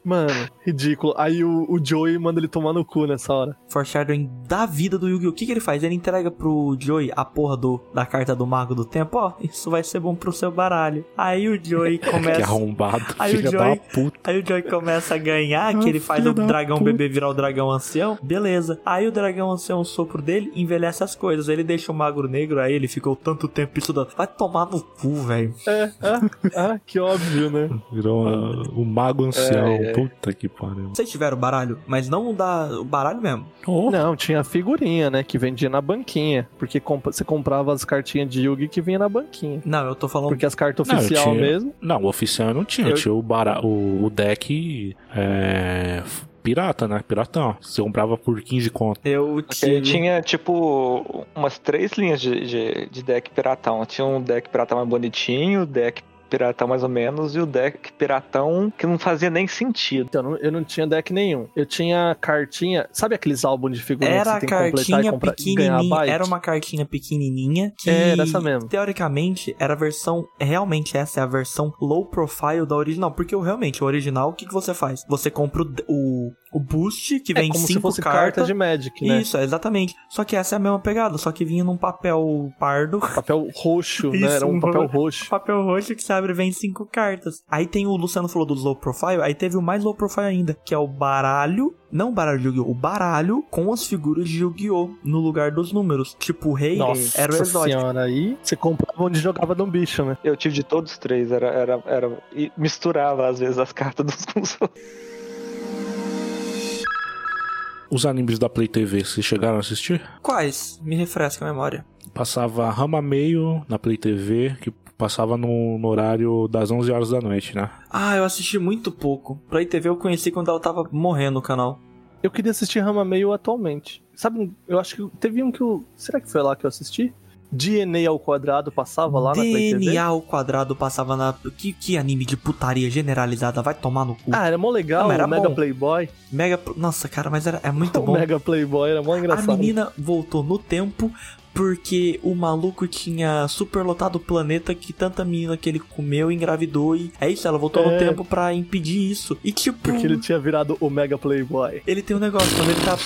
Mano, ridículo. Aí o, o Joey manda ele tomar no cu nessa hora. Foreshadowing da vida do Yu-Gi-Oh! O que, que ele faz? Ele entrega pro Joey a porra do, da carta do Mago do Tempo. Ó, isso vai ser bom pro seu baralho. Aí o Joey Que começa. arrombado. Aí o filha Joey- da puta. Aí o Joey começa a ganhar, que Ah, ele faz filho o da dragão puta. bebê virar o dragão ancião. Beleza. Aí o dragão ancião, o sopro dele, envelhece as coisas. Ele deixa o magro negro, aí ele ficou tanto tempo estudando. Vai tomar no cu, velho. É, ah, ah, que óbvio, né? Virou ah, o mago ancião. Puta que pariu. Vocês tiveram baralho, mas não o da o baralho mesmo. Oh, Não, tinha a figurinha, né? Que vendia na banquinha. Porque comp- você comprava as cartinhas de Yugi que vinha na banquinha. Não, eu tô falando. Porque as cartas Não, eu oficial tinha- mesmo. Não, o oficial eu não tinha. Eu- Tinha o, bara... o, o deck é, f- pirata, né? Piratão. Você comprava por 15 conto. Eu Ele tive. tinha, tipo, umas três linhas de, de, de deck piratão. Tinha um deck piratão mais bonitinho, o deck piratão mais ou menos, e o deck piratão que não fazia nem sentido. Então, eu não- eu não tinha deck nenhum. Eu tinha cartinha. Sabe aqueles álbuns de figurinha Era a que você tem que completar e, cartinha comprar, e ganhar pequenininha. byte? É, Era uma cartinha pequenininha que. Era essa mesmo. Teoricamente, era a versão. Realmente, essa é a versão low profile da original. Porque o- realmente, o original, o que, que você faz? Você compra o, o, o boost, que vem é como cinco se fosse carta cartas. de Magic, né? Isso, é, exatamente. Só que essa é a mesma pegada, só que vinha num papel pardo. Papel roxo, Isso, né? Era um um papel papel- roxo. Papel roxo que você abre e vem cinco cartas. Aí tem o Luciano falou do low profile, aí teve o mais low profile ainda, que é o baralho. Não o baralho de Yu-Gi-Oh! O baralho com as figuras de Yu-Gi-Oh! no lugar dos números. Tipo, o rei Nossa era o exótico. senhora, aí você comprava onde jogava de um bicho, né? Eu tive de todos os três, era, era, era, e misturava às vezes as cartas dos com os outros. Os animes da Play TV, vocês chegaram a assistir? Quais? Me refresca a memória. Passava Rama Meio na Play TV, que passava no, no horário das 11 horas da noite, né? Ah, eu assisti muito pouco. Play TV eu conheci quando ela tava morrendo no canal. Eu queria assistir Rama Meio atualmente. Sabe, eu acho que teve um que eu. Será que foi lá que eu assisti? DNA ao quadrado passava lá na Play TV. DNA ao quadrado passava na. Que, que anime de putaria generalizada vai tomar no cu. Ah, era mó legal, Não, era o Mega bom. Playboy. Mega. Nossa, cara, mas era, é muito O bom. Ah, Mega Playboy era mó A engraçado. menina voltou no tempo porque o maluco tinha superlotado o planeta que tanta menina que ele comeu engravidou e é isso, ela voltou no É. tempo pra impedir isso. E tipo, Porque ele tinha virado o Mega Playboy. ele tem um negócio, quando ele tá.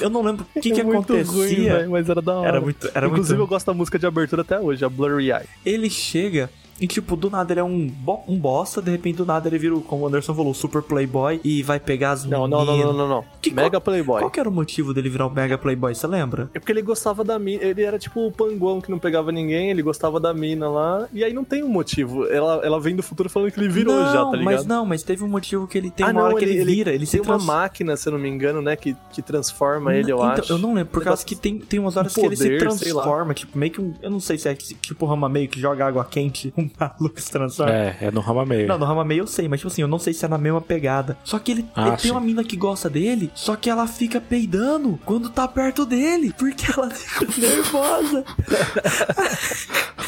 Eu não lembro o que, que É muito ruim, acontecia. velho, mas era da hora. era muito. Era Inclusive, muito... eu gosto da música de abertura até hoje, a Blurry Eye. ele chega E tipo, do nada ele é um, bo- um bosta, de repente do nada ele vira, o- como o Anderson falou, o super playboy e vai pegar as Não, não, não, meninas. não, não, não. Que Mega qual- Playboy. Qual que era o motivo dele virar um mega playboy, você lembra? É porque ele gostava da mina. Ele era tipo o panguão que não pegava ninguém, ele gostava da mina lá. E aí não tem um motivo. Ela, ela vem do futuro falando que ele virou não, já, tá ligado? mas não, mas teve um motivo que ele tem ah, uma não, hora que ele, vira, ele se tem uma trans- máquina, se eu não me engano, né? Que, que transforma ele, eu então, acho. eu não lembro, por causa Negócio- que tem, tem umas horas um que ele se poder, sei lá. transforma, tipo, meio que um. Eu não sei se é que- tipo o Rama meio que joga água quente, um maluco se transforma. É, é no Rama Meio. Não, no Rama meio eu sei, mas tipo assim, eu não sei se é na mesma pegada. Só que ele, Ah, ele sim. tem uma mina que gosta dele, só que ela fica peidando quando tá perto dele, porque ela fica nervosa.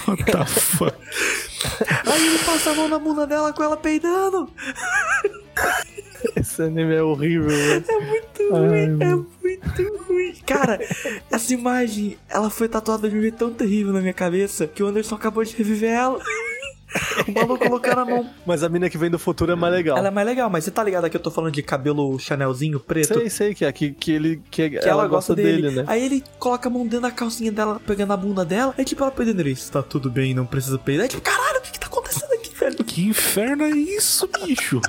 What the fuck? Aí ele passa a mão na bunda dela com ela peidando. Esse anime é horrível, velho. Muito ruim, é muito ruim. Cara, essa imagem, ela foi tatuada de um jeito tão terrível na minha cabeça que o Anderson acabou de reviver ela. O maluco colocando a mão. Mas a mina que vem do futuro é mais legal. Ela é mais legal, mas você tá ligado aqui? Eu tô falando de cabelo Chanelzinho preto. Sei, sei que é que, que ele que, Que ela, gosta dele, né? Aí ele coloca a mão dentro da calcinha dela, pegando a bunda dela. Aí tipo, ela perdendo ele. Tá tudo bem, não precisa peidar. Aí, tipo, caralho, o que que tá acontecendo aqui, velho? Que inferno é isso, bicho?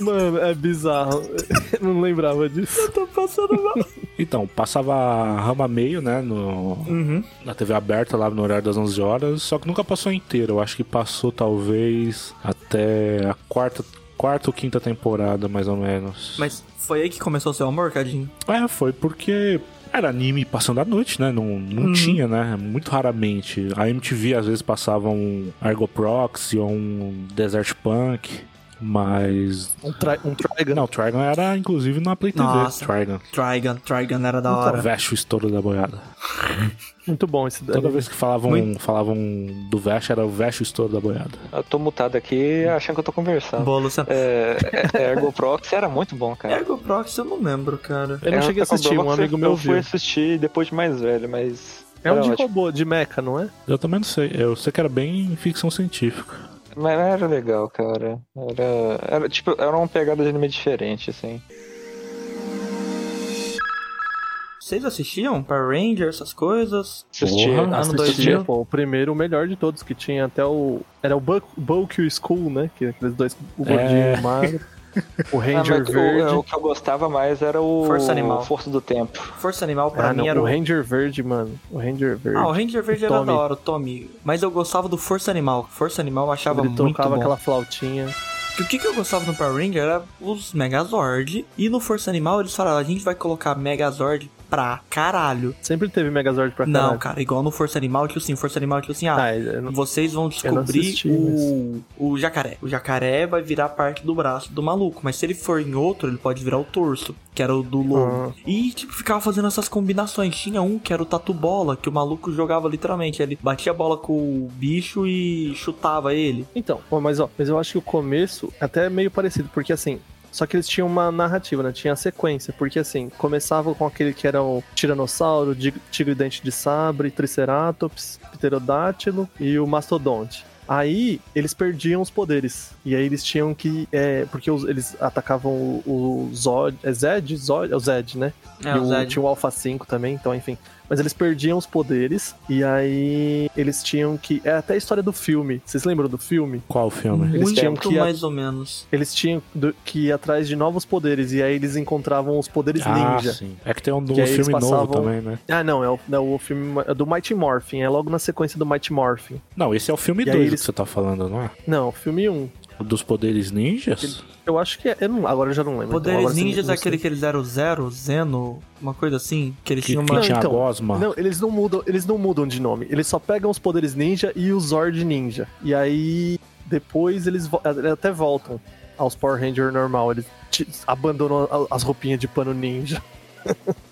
Mano, é bizarro. Eu não lembrava disso. Eu tô passando mal. Então, passava a Rama Meio, né, no, Uhum. na TV aberta lá no horário das 11 horas, só que nunca passou inteira. Eu acho que passou talvez até a quarta, quarta ou quinta temporada, mais ou menos. Mas foi aí que começou o seu amor, Cadinho? É, foi porque era anime passando à noite, né? Não, não Uhum. tinha, né? Muito raramente. A MTV às vezes passava um Argo Proxy ou um Desert Punk, mas. Um, tri, um Trigun. Não, Trigon era inclusive na Play TV. Nossa. Trigon. Trigun, Trigun era da Então, hora. veste o estouro da boiada. Muito bom esse daí. Toda vez que falavam, falavam do Vash, era o Vash o estouro da boiada. Eu tô mutado aqui achando que eu tô conversando. Boa, Luciano. É, é, é, Ergo Proxy era muito bom, cara. É, Ergo Proxy eu não lembro, cara. Eu não cheguei a Ergo assistir, um Proxy amigo meu Eu fui viu. assistir depois de mais velho, mas. É um era de ótimo. robô, de mecha, não é? Eu também não sei. Eu sei que era bem ficção científica. Mas era legal, cara. Era, era tipo, era uma pegada de anime diferente, assim. Vocês assistiam Power Rangers, essas coisas? Assistia, Porra, ano assistia. 2000. Pô, o primeiro, o melhor de todos, que tinha até o. Era o Bokyu School, né? Que aqueles dois, o gordinho É. e o magro. O Ah, mas Ranger o- Verde. O, que eu gostava mais era o Força Animal. Força do Tempo. Força Animal pra Ah, mim não, era um- o Ranger Verde, mano. O Ranger Verde. Ah, o Ranger Verde era Tommy. da hora, o Tommy. Mas eu gostava do Força Animal. Força Animal eu achava Ele muito tocava bom. aquela flautinha. Que O que, que eu gostava no Power Ranger era os Megazord. E no Força Animal eles falaram, a gente vai colocar Megazord pra caralho. Sempre teve Megazord pra Não, caralho. cara, igual no Força Animal, tipo assim, Força Animal, tipo assim, ah, Ah, eu não- vocês vão não descobrir assisti, o, o jacaré. O jacaré vai virar parte do braço do maluco, mas se ele for em outro, ele pode virar o torso, que era o do Ah. lobo. E, tipo, ficava fazendo essas combinações. Tinha um que era o tatu bola, que o maluco jogava literalmente. Ele batia a bola com o bicho e chutava ele. Então, pô, mas ó, mas eu acho que o começo até é meio parecido, porque assim. Só que eles tinham uma narrativa, né? Tinha a sequência, porque assim, começava com aquele que era o Tiranossauro, dig- Tigre-dente de sabre, Triceratops, Pterodátilo e o Mastodonte. Aí eles perdiam os poderes. E aí eles tinham que. é, porque os- eles atacavam o, o Zod. É Zed? Zod? É o Zed, né? É, e o o- Zed. tinha o Alpha 5 também, então enfim. Mas eles perdiam os poderes e aí eles tinham que. É até a história do filme. Vocês lembram do filme? Qual o filme? Eles tinham Muito que é ir, a- mais ou menos. eles tinham do- que ir atrás de novos poderes e aí eles encontravam os poderes Ah, ninja. sim. É que tem um novo Que aí eles filme novo passavam- também, né? Ah, não, é o, é o filme é do Mighty Morphin, é logo na sequência do Mighty Morphin. Não, esse é o filme E aí 2 eles- que você tá falando, não é? Não, filme 1. Dos poderes ninjas? Eu acho que é. Eu não, agora eu já não lembro. então, Poderes agora você não- ninjas não é aquele sei. que eles eram zero, Zeno, uma coisa assim, que eles Que, tinham que uma... tinha então, a gosma? Não, eles não mudam, eles não mudam de nome. Eles só pegam os poderes ninja e o Zord ninja. E aí depois eles vo- eles até voltam aos Power Ranger normal. Eles ti- abandonam a- as roupinhas de pano ninja.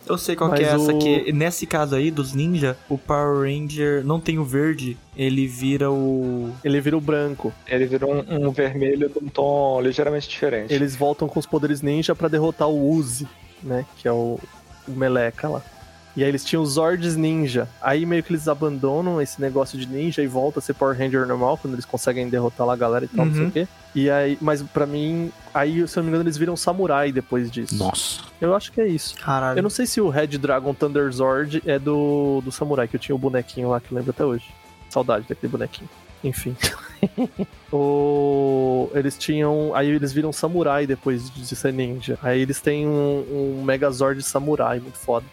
Eu sei qual Mas que é essa o- que nesse caso aí dos ninja, o Power Ranger não tem o verde, ele vira o Ele vira o branco. Ele virou um, um vermelho de um tom ligeiramente diferente. Eles voltam com os poderes ninja pra derrotar o Uzi, né? Que é o, o meleca lá. E aí eles tinham os Zords ninja. Aí meio que eles abandonam esse negócio de ninja e volta a ser Power Ranger normal, quando eles conseguem derrotar lá a galera e tal, não sei Uhum. o quê. E aí, mas pra mim, aí, se eu não me engano, eles viram samurai depois disso. Nossa. Eu acho que é isso. caralho. Eu não sei se o Red Dragon Thunder Zord é do, do samurai, que eu tinha o bonequinho lá, que eu lembro até hoje. Saudade daquele bonequinho. Enfim. o... Eles tinham. Aí eles viram um samurai depois de de ser ninja. Aí eles têm um, um Megazord samurai, muito foda.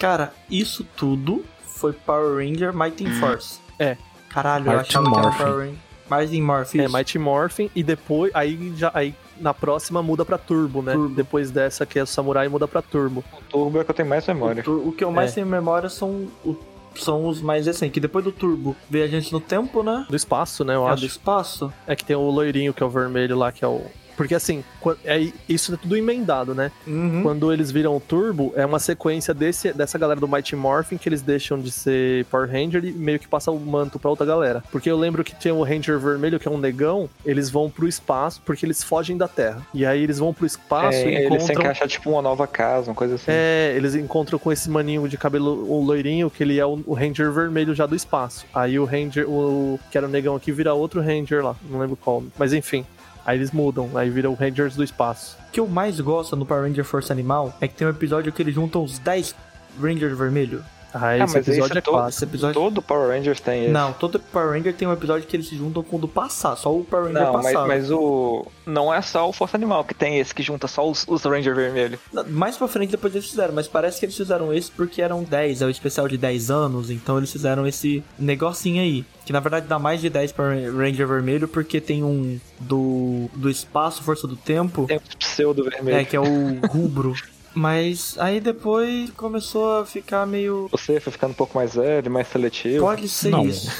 Cara, isso tudo foi Power Ranger Mighty Force. É. Caralho, eu Uhum. Mighty achava que Morphin. era Power Ranger. Mighty Morph, É, isso. Mighty Morphin e depois. Aí já. Aí na próxima muda pra Turbo, né? Turbo. Depois dessa que é o Samurai muda pra Turbo. O Turbo é o que eu tenho mais memória. O tur- O que eu mais É. tenho memória são, o- são os mais recentes. Que depois do Turbo veio a gente no tempo, né? Do espaço, né? Eu É acho. do espaço. É que tem o loirinho que é o vermelho lá, que é o. Porque assim, quan- é, isso é tudo emendado, né? Uhum. Quando eles viram o Turbo, é uma sequência desse, dessa galera do Mighty Morphin que eles deixam de ser Power Ranger e meio que passa o manto pra outra galera. Porque eu lembro que tinha o Ranger Vermelho, que é um negão, eles vão pro espaço porque eles fogem da Terra. E aí eles vão pro espaço É, e eles têm que Ah, encontram. achar tipo uma nova casa, uma coisa assim. É, eles encontram com esse maninho de cabelo o loirinho, que ele é o, o Ranger vermelho já do espaço. Aí o Ranger, o que era o negão aqui, vira outro Ranger lá, não lembro qual. Mas enfim, aí eles mudam, aí viram o Rangers do espaço. O que eu mais gosto no Power Ranger Força Animal é que tem um episódio que eles juntam os 10 Rangers vermelho. Aí Ah, esse mas esse episódio é é todo- clássico. Esse episódio. Todo Power Rangers tem esse. Não, todo Power Ranger tem um episódio que eles se juntam com o do passado, só o Power Ranger Não, mas, passado. mas o. Não é só o Força Animal que tem esse que junta só os, os Ranger vermelho. Mais pra frente depois eles fizeram, mas parece que eles fizeram esse porque eram 10, é o especial de 10 anos, então eles fizeram esse negocinho aí. Que na verdade dá mais de 10 para Ranger Vermelho, porque tem um do, do espaço, força do tempo, Tem o pseudo vermelho. é, que é o rubro. Mas aí depois começou a ficar meio. Você foi ficando um pouco mais velho, mais seletivo. Pode ser Não. isso.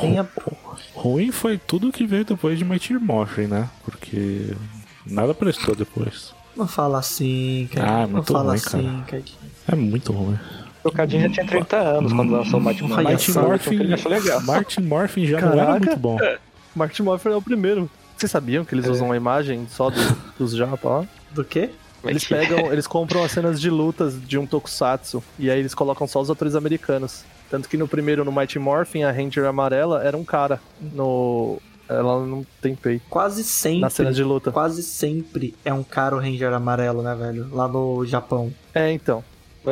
Tem a- Ruim foi tudo que veio depois de Mighty Morphin, né? Porque nada prestou depois. Não fala assim, cara. Ah, não muito fala ruim, assim, cara. É muito ruim. O Cadinho já tinha 30 anos quando lançou o Mighty Hum, Morphin. Mighty Então, Morphin, ele achou legal. Mighty Morphin já não era Caraca. muito bom. Martin Morphin é o primeiro. Vocês sabiam que eles usam a imagem só do- dos japa lá? Do quê? Eles pegam, eles compram as cenas de lutas de um tokusatsu e aí eles colocam só os atores americanos. Tanto que no primeiro, no Mighty Morphin, a Ranger amarela era um cara. No. Ela não tem peito. Quase sempre. Na cena de luta. Quase sempre é um cara o Ranger amarelo, né, velho? Lá no Japão. É, então.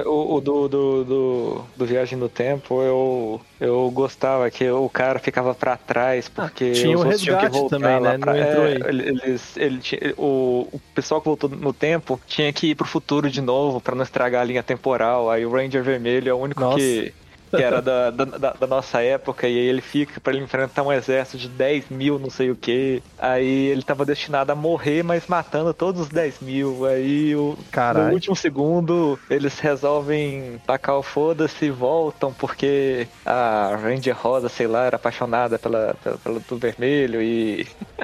O, o do, do, do, do Viagem no Tempo, eu, eu gostava que o cara ficava pra trás, porque Ah, tinha os o outros tinham que resgate voltar também, lá né? pra... Não entrou é, aí. ele- Eles, ele tinha- o, o pessoal que voltou no tempo tinha que ir pro futuro de novo pra não estragar a linha temporal. Aí o Ranger Vermelho é o único Nossa. que... Que era da, da, da- da nossa época, e aí ele fica pra ele enfrentar um exército de 10 mil, não sei o que. Aí ele tava destinado a morrer, mas matando todos os 10 mil. Aí o, no Caralho. último segundo, eles resolvem tacar o foda-se e voltam, porque a Ranger Rosa, sei lá, era apaixonada pela, pela, pelo do vermelho e.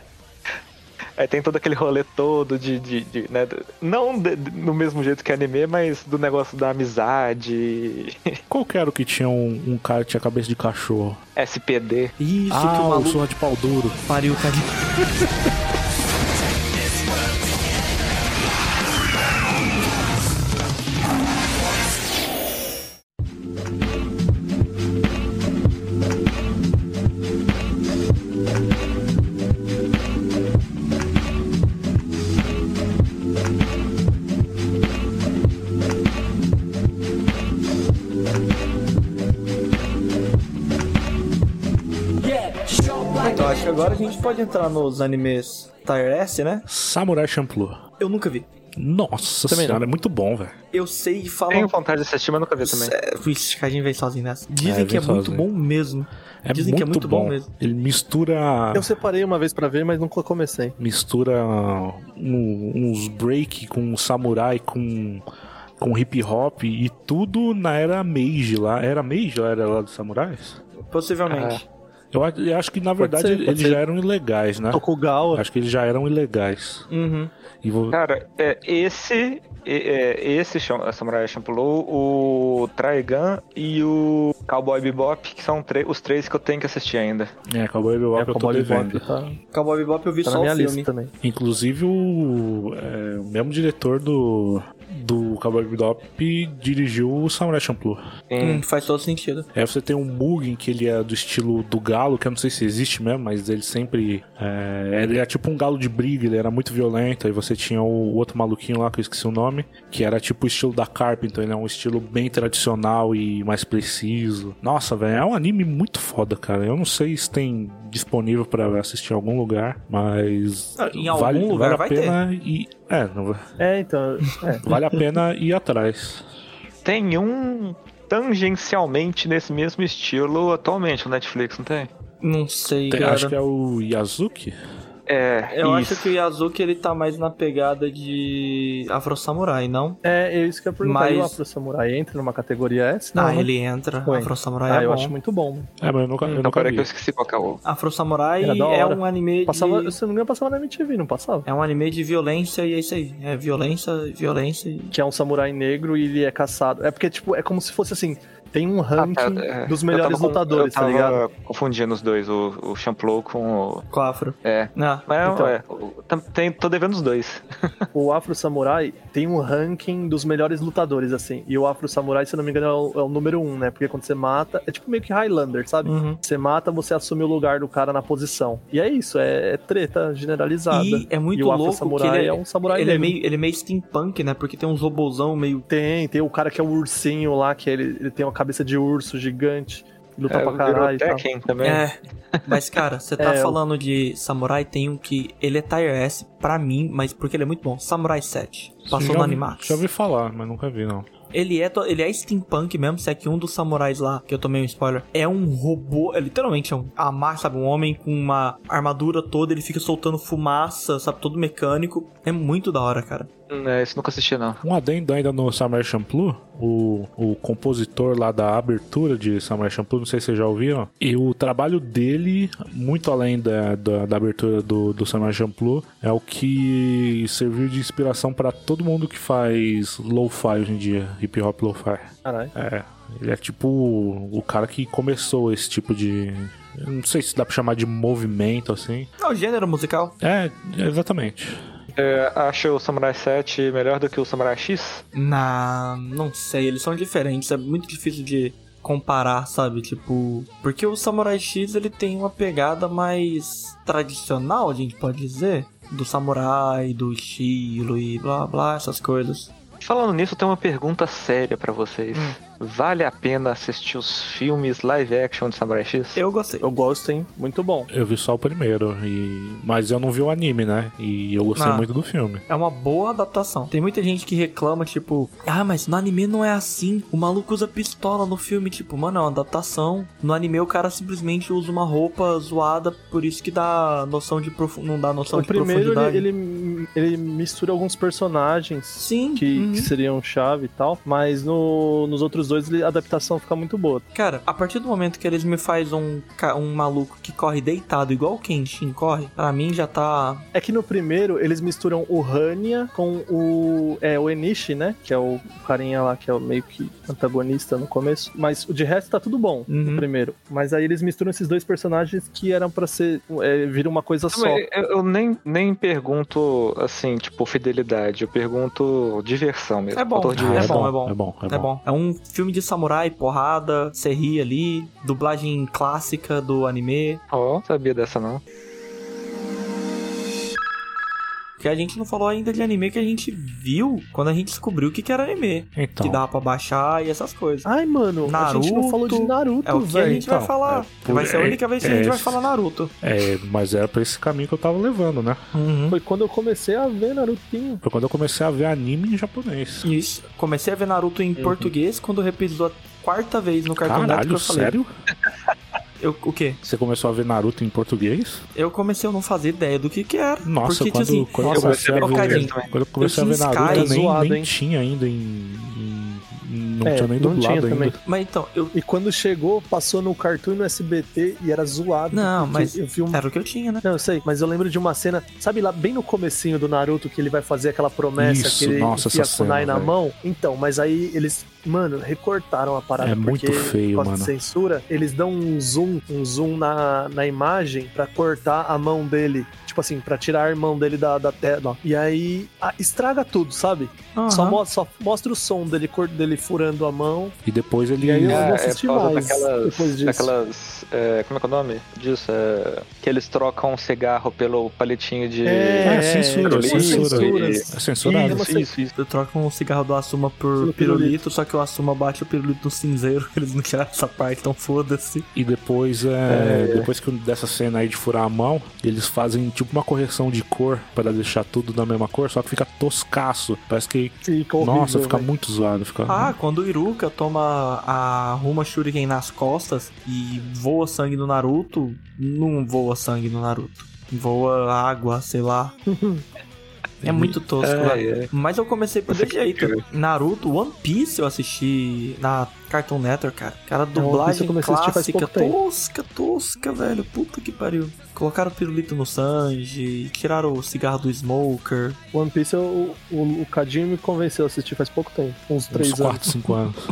Aí tem todo aquele rolê todo de. de, de, né, do- não de- de- no mesmo jeito que anime, mas do negócio da amizade. Qual que era o que tinha um, um cara que tinha cabeça de cachorro? SPD. Isso que ah, o o maluco surra de pau duro. pariu, cara. Então, acho que agora a gente pode entrar nos animes Tire S, né? Samurai Champloo. Eu nunca vi. Nossa Também não. senhora, é muito bom, velho. Eu sei e falo. um Tenho vontade de assistir, mas nunca vi também. É, Ixi, a gente veio sozinho nessa. Dizem É, que é vem muito sozinho. bom mesmo. É Dizem muito, que é muito bom bom. mesmo. Ele mistura Eu separei uma vez pra ver, mas nunca comecei. mistura um- uns break com samurai com com hip hop e tudo na era Meiji lá. Era Meiji lá, era lá dos samurais? Possivelmente. Eu, a- eu acho que na verdade ser, pode eles ser. já eram ilegais, Ah. né? Tokugawa. Acho que eles já eram ilegais. Uhum. E vo- Cara, é, esse, é, é, esse Sham- Samurai Champloo, o Traigan e o Cowboy Bebop, que são tre- os três que eu tenho que assistir ainda. É, Cowboy Bebop eu tô Cowboy Bebop, devendo. tá, Cowboy Bebop eu vi tá só na minha o filme. lista também. Inclusive o, é, o mesmo diretor do do Cowboy Bebop dirigiu o Samurai Champloo. Sim. Hum, faz todo sentido. Aí você tem um Mugen que ele é do estilo do galo, que eu não sei se existe mesmo, mas ele sempre. É, ele era tipo um galo de briga, ele era muito violento. Aí você tinha o outro maluquinho lá, que eu esqueci o nome, que era tipo o estilo da Carp, então ele é um estilo bem tradicional e mais preciso. Nossa, velho, é um anime muito foda, cara. Eu não sei se tem disponível pra assistir em algum lugar, mas. Ah, em algum lugar vai ter. pena ir. É, não- É, então. É. vale a pena ir atrás. Tem um tangencialmente nesse mesmo estilo atualmente no Netflix, não tem? Não sei, Tem- cara. acho que é o Yazuki. É, Eu isso. acho que o Yazuki ele tá mais na pegada de Afro Samurai, não? É, é isso que eu perguntei. Mas- O Afro Samurai entra numa categoria S? Não, Não, ah, né? ele entra. Ué. Afro Samurai Ah, é eu bom. acho muito bom. É, mas eu nunca, eu Não, nunca pera Hum, vi. que eu esqueci qual que é o. Afro Samurai Era da é hora. um anime Passava, de... se eu não me engano, passava na MTV, não passava? É um anime de violência e é isso aí. É violência, violência e... Que é um samurai negro e ele é caçado. É porque, tipo, é como se fosse assim: tem um Ah, ranking tá, é. dos Eu melhores tava com- lutadores, eu tava tá ligado? confundindo os dois, o, o Champloo com o. Com Afro. É. Ah, Mas Então. é, o- tam- tem- tô devendo os dois. O Afro Samurai tem um ranking dos melhores lutadores, assim. E o Afro Samurai, se eu não me engano, é o, é o número um, né? Porque quando você mata, é tipo meio que Highlander, sabe? Uhum. Você mata, você assume o lugar do cara na posição. E é isso, é, é treta generalizada. E é muito E o Afro louco Samurai que ele é, é um samurai ele é negro. meio, ele é meio steampunk, né? Porque tem uns robozão meio... Tem, tem o cara que é o ursinho lá, que ele, ele tem uma cabeça de urso gigante, luta É, Tá pra virou caralho e tal. Tekken também. É. Mas, cara, você tá É, eu- falando de Samurai, tem um que... Ele é Tire S pra mim, mas porque ele é muito bom. Samurai 7. Passou já, no ouvi- Animax. Já ouvi falar, mas nunca vi, não. Ele é, to- ele é steampunk mesmo, se é que um dos samurais lá, que eu tomei um spoiler, é um robô, é literalmente é um amar, sabe? Um homem com uma armadura toda, ele fica soltando fumaça, sabe? Todo mecânico. É muito da hora, cara. Hum, É, isso eu nunca assisti, não. Um adendo ainda no Samurai Champloo, o, o compositor lá da abertura de Samurai Champloo, não sei se vocês já ouviram, e o trabalho dele, muito além da, da, da abertura do, do Samurai Champloo, é o que serviu de inspiração pra todo mundo que faz lo-fi hoje em dia, hip-hop lo-fi. Caralho. É, ele é tipo o cara que começou esse tipo de... eu Não sei se dá pra chamar de movimento, assim. É o gênero musical. É, exatamente. É, acho o Samurai 7 melhor do que o Samurai X? Na, não sei, eles são diferentes, é muito difícil de comparar, sabe? Tipo, porque o Samurai X ele tem uma pegada mais tradicional, a gente pode dizer, do samurai, do estilo e blá blá, essas coisas. Falando nisso, eu tenho uma pergunta séria pra vocês. Vale a pena assistir os filmes live action de Samurai X? Eu gostei. Eu gosto, hein? Muito bom. Eu vi só o primeiro, e... mas eu não vi o anime, né? E eu gostei Ah. muito do filme. É uma boa adaptação. Tem muita gente que reclama, tipo, ah, mas no anime não é assim. O maluco usa pistola no filme, tipo, mano, é uma adaptação. No anime o cara simplesmente usa uma roupa zoada, por isso que dá noção de profu... não dá noção O de primeiro, profundidade. ele, ele, ele mistura alguns personagens Sim, que, uhum. que seriam chave e tal, mas no, nos outros dois ele- a adaptação fica muito boa. cara, a partir do momento que eles me fazem um, ca- um maluco que corre deitado igual o Kenshin corre, pra mim já tá. É que no primeiro eles misturam o Hania com o. É, o Enishi, né? Que é o carinha lá que é o meio que antagonista no começo. Mas o de resto tá tudo bom Uhum. no primeiro. Mas aí eles misturam esses dois personagens que eram pra ser. É, vira uma coisa Não, só. mas Eu, eu nem, nem pergunto, assim, tipo, fidelidade. Eu pergunto diversão mesmo. É bom, fator é diversão. bom, é bom. É bom, é É bom. É um filme de samurai, porrada, você ri ali, dublagem clássica do anime. Ó, não sabia dessa não. Porque a gente não falou ainda de anime que a gente viu quando a gente descobriu o que, que era anime. Então, Ah, Que dava pra baixar e essas coisas. Ai, mano, a gente não falou de Naruto. Naruto, é o que a velho. gente vai então, falar. é, por- vai ser a é- única vez que a é gente vai esse. falar Naruto. é, mas era pra esse caminho que eu tava levando, né? Foi quando eu comecei a ver Narutinho. Foi quando eu comecei a ver anime em japonês. Isso. Comecei a ver Naruto em português quando reprisou a quarta vez no Cartoon Network. Caralho, Eu falei, sério? Eu, o quê? Você começou a ver Naruto em português? Eu comecei a não fazer ideia do que que era. Nossa, porque, quando, assim, quando eu eu comecei a comecei a ver, ver quando eu comecei a Eu ver tinha Naruto, Sky, nem, zoado, nem hein? tinha ainda em... em- em- não É, tinha nem não dublado tinha também. ainda. Mas então, eu... E quando chegou, passou no Cartoon e no SBT e era zoado. Não, porque mas Eu vi um era o que eu tinha, né? Não, eu sei, mas eu lembro de uma cena, sabe lá bem no comecinho do Naruto que ele vai fazer aquela promessa Isso, que ele nossa, enfia essa a kunai cena, na velho. mão? Então, mas aí eles Mano, recortaram a parada. É muito porque, feio, por causa mano. de censura, eles dão um zoom, um zoom na, na imagem pra cortar a mão dele. Tipo assim, pra tirar a mão dele da, da tela. E aí ah, estraga tudo, sabe? Só, Aham. mostra, só mostra o som dele, cor- dele furando a mão. E depois ele. E aí eu É, vou é assistir por causa mais depois daquelas. disso. daquelas é, como é que é o nome disso? É, que eles trocam cigarro pelo paletinho de. É, É, censura, pirulito censura. e- É censurado. Ih, Isso, isso, isso. Eu troco um cigarro do Assuma por Pelo pirulito, pirulito. só que o Assuma bate o pirulito no cinzeiro. Eles não tiraram essa parte, então foda-se. E depois, é, depois que dessa cena aí de furar a mão, eles fazem tipo uma correção de cor para deixar tudo da mesma cor, só que fica toscaço. Parece que. Fica horrível, nossa, fica velho. muito zoado. Fica... Uhum. Ah, quando o Iruka toma a Ruma Shuriken nas costas e voa sangue no Naruto, não voa sangue no Naruto. Voa água, sei lá. É Uhum. muito tosco, velho. Mas eu comecei por desse jeito. Naruto, One Piece eu assisti na Cartoon Network, cara. Cara, É, Piece dublagem eu comecei a assistir faz clássica, pouco tempo. tosca, tosca, velho. Puta que pariu. Colocaram o pirulito no Sanji, tiraram o cigarro do Smoker. One Piece, eu- o, o Cadinho me convenceu a assistir faz pouco tempo. Uns três uns anos. 4, 5 anos.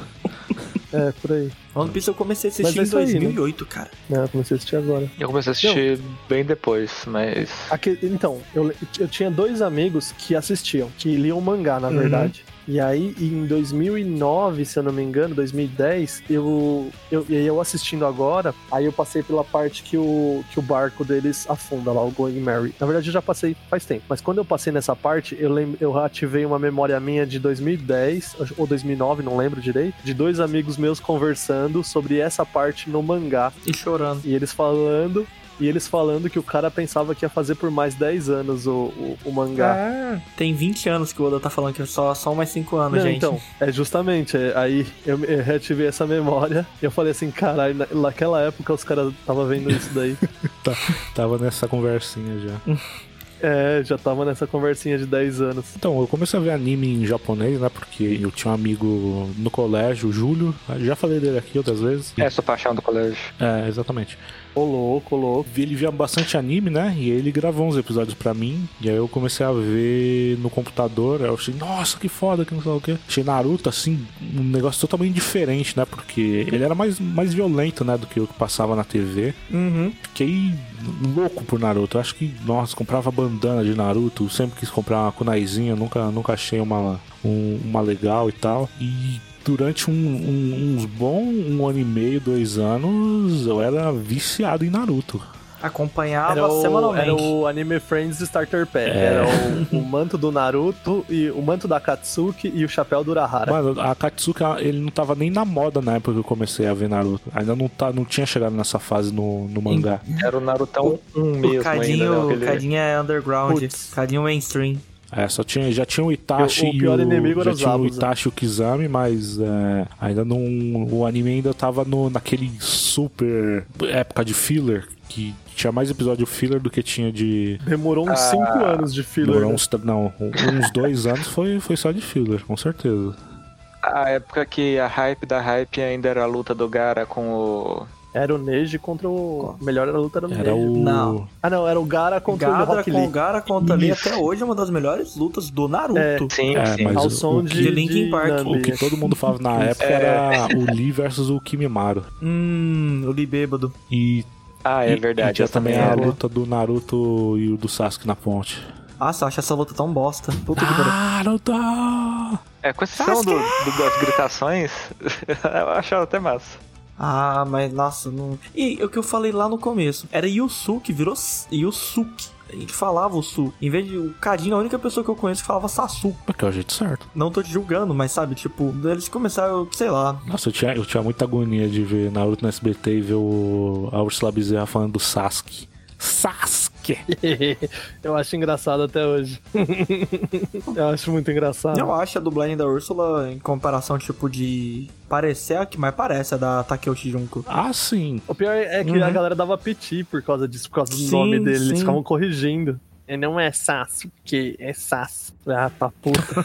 É, por aí. One Piece eu comecei a Mas assistir é em isso aí, né? 2008, cara. É, comecei a assistir agora. Eu comecei a assistir bem depois, mas. Aque- então, eu, eu tinha dois amigos que assistiam, que liam mangá, na verdade. E aí, em 2009, se eu não me engano, 2010, eu, eu, e aí eu assistindo agora, aí eu passei pela parte que o, que o barco deles afunda lá, o Going Mary. Na verdade, eu já passei faz tempo. Mas quando eu passei nessa parte, eu, lem, eu ativei uma memória minha de 2010, ou 2009, não lembro direito, de dois amigos meus conversando sobre essa parte no mangá. E chorando. E eles falando. E eles falando que o cara pensava que ia fazer por mais 10 anos o, o, o mangá. Tem 20 anos que o Oda tá falando que é só, só mais 5 anos, Não, gente. então, é justamente, é, aí eu, me- eu reativei essa memória e eu falei assim, caralho, na- naquela época os caras estavam vendo isso daí. Tava nessa conversinha já. é, já tava nessa conversinha de 10 anos. Então, eu comecei a ver anime em japonês, né? Porque eu tinha um amigo no colégio, o Júlio. Já falei dele aqui outras vezes. É sua paixão do colégio. É, exatamente. Ô louco, ô louco. Ele via bastante anime, né? E ele gravou uns episódios pra mim. E aí eu comecei a ver no computador. Aí eu achei, nossa, que foda, que não sei o quê. Achei Naruto, assim, um negócio totalmente diferente, né? Porque ele era mais, mais violento, né? Do que o que passava na TV. Uhum. Fiquei louco por Naruto. Eu acho que, nossa, comprava bandana de Naruto. Sempre quis comprar uma kunaizinha. Nunca, nunca achei uma, um- uma legal e tal. E durante um- um- uns bons um ano e meio, dois anos, eu era viciado em Naruto. Acompanhava Era o, semanalmente. era o Anime Friends Starter Pack. Era o, o manto do Naruto, e o manto da Katsuki e o chapéu do Urahara. Mano, a Katsuka, ele não tava nem na moda na época que eu comecei a ver Naruto. Ainda não, tá, não tinha chegado nessa fase no, no mangá. Era o Narutão 1 O mesmo ainda, né? Cadinho, Aquele- Cadinho é underground. Putz. Cadinho mainstream. É, só tinha, já tinha o Itachi O- o pior e o, inimigo era já o tinha o Zabuza. Itachi e o Kizami, mas é, ainda não. O anime ainda tava no, naquele super época de filler, que tinha mais episódio filler do que tinha de. Demorou uns 5 anos de filler. Ah. Demorou né? uns, não, um, uns dois anos foi, foi só de filler, com certeza. A época que a hype da hype ainda era a luta do Gara com o. Era o Neji contra o. Melhor era a luta era o Era Neji. o. Não. Ah, não, era o Gara contra o Gadra Rock Lee. com Gara contra ali Isso. até hoje é uma das melhores lutas do Naruto. É, Sim, É, sim. mas- Ao o- som o de, que- de Linkin Park. Nambi, O que né? todo mundo falava na É. época era o Lee versus o Kimimaro. Hum, eu li bêbado. E Ah, é E- E verdade. tinha essa também é a boa. luta do Naruto e o do Sasuke na ponte. Nossa, eu acho essa luta tão bosta. Puta que pariu. Naruto! É, com exceção do, do- das gritações, eu achava até massa. Ah, mas nossa, não. E o que eu falei lá no começo? Era Yusuke, virou S- Yusuke. A gente falava o Su. Em vez de. O Cadinho é a única pessoa que eu conheço que falava Sasuke. Porque é o jeito certo. Não tô te julgando, mas sabe, tipo, eles começaram, sei lá. Nossa, eu tinha, eu tinha muita agonia de ver Naruto no SBT e ver o, a Ursula Bezerra falando do Sasuke. Sasuke! Eu acho engraçado até hoje. Eu acho muito engraçado. Eu acho a dublagem da Úrsula em comparação, tipo, de. Parecer a que mais parece a da Takeuchi Junko. Ah, sim. O pior é que a galera dava piti por causa disso, por causa do Sim, nome dele. Eles sim. ficavam corrigindo. E É não é Sasuke, é Sasuke. Ah, tá puta.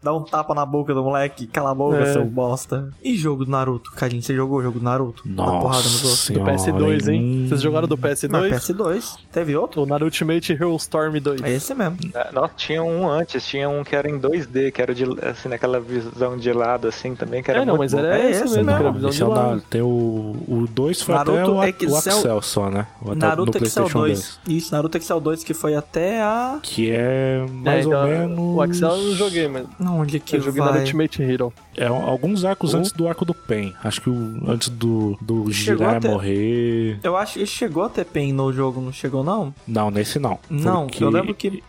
Dá um tapa na boca do moleque, cala a boca, É. seu bosta. E jogo do Naruto, Cadinho? Você jogou o jogo do Naruto? Dá porrada Nossa nos outros. Do senhora, PS2, hein? Vocês jogaram do Na PS2? PS2. Teve outro? O Naruto Ultimate Hero Storm 2. É esse mesmo. É, Nossa, tinha um antes, tinha um que era em 2D, que era de, assim, naquela visão de lado, assim também, que era É, não, muito mas bom. era É esse esse mesmo, mesmo. era Não, visão esse de é o lado. da, tem o, o 2 foi até Naruto o, a- Excel- o Axel só, né? O até- no Naruto Excel PlayStation 2. Isso, Naruto Excel 2 que foi até a. Que é mais É, ou então, menos. O é Axel um- eu não joguei, mas Não, onde é que eu joguei vai? Naruto Ultimate Hero. É um- alguns arcos O- antes do arco do Pen. Acho que o- antes do, do Chegou Jirai até- morrer. Eu acho que chegou a ter PEN no jogo, não chegou não? Não, nesse não. Não, Porque eu lembro que.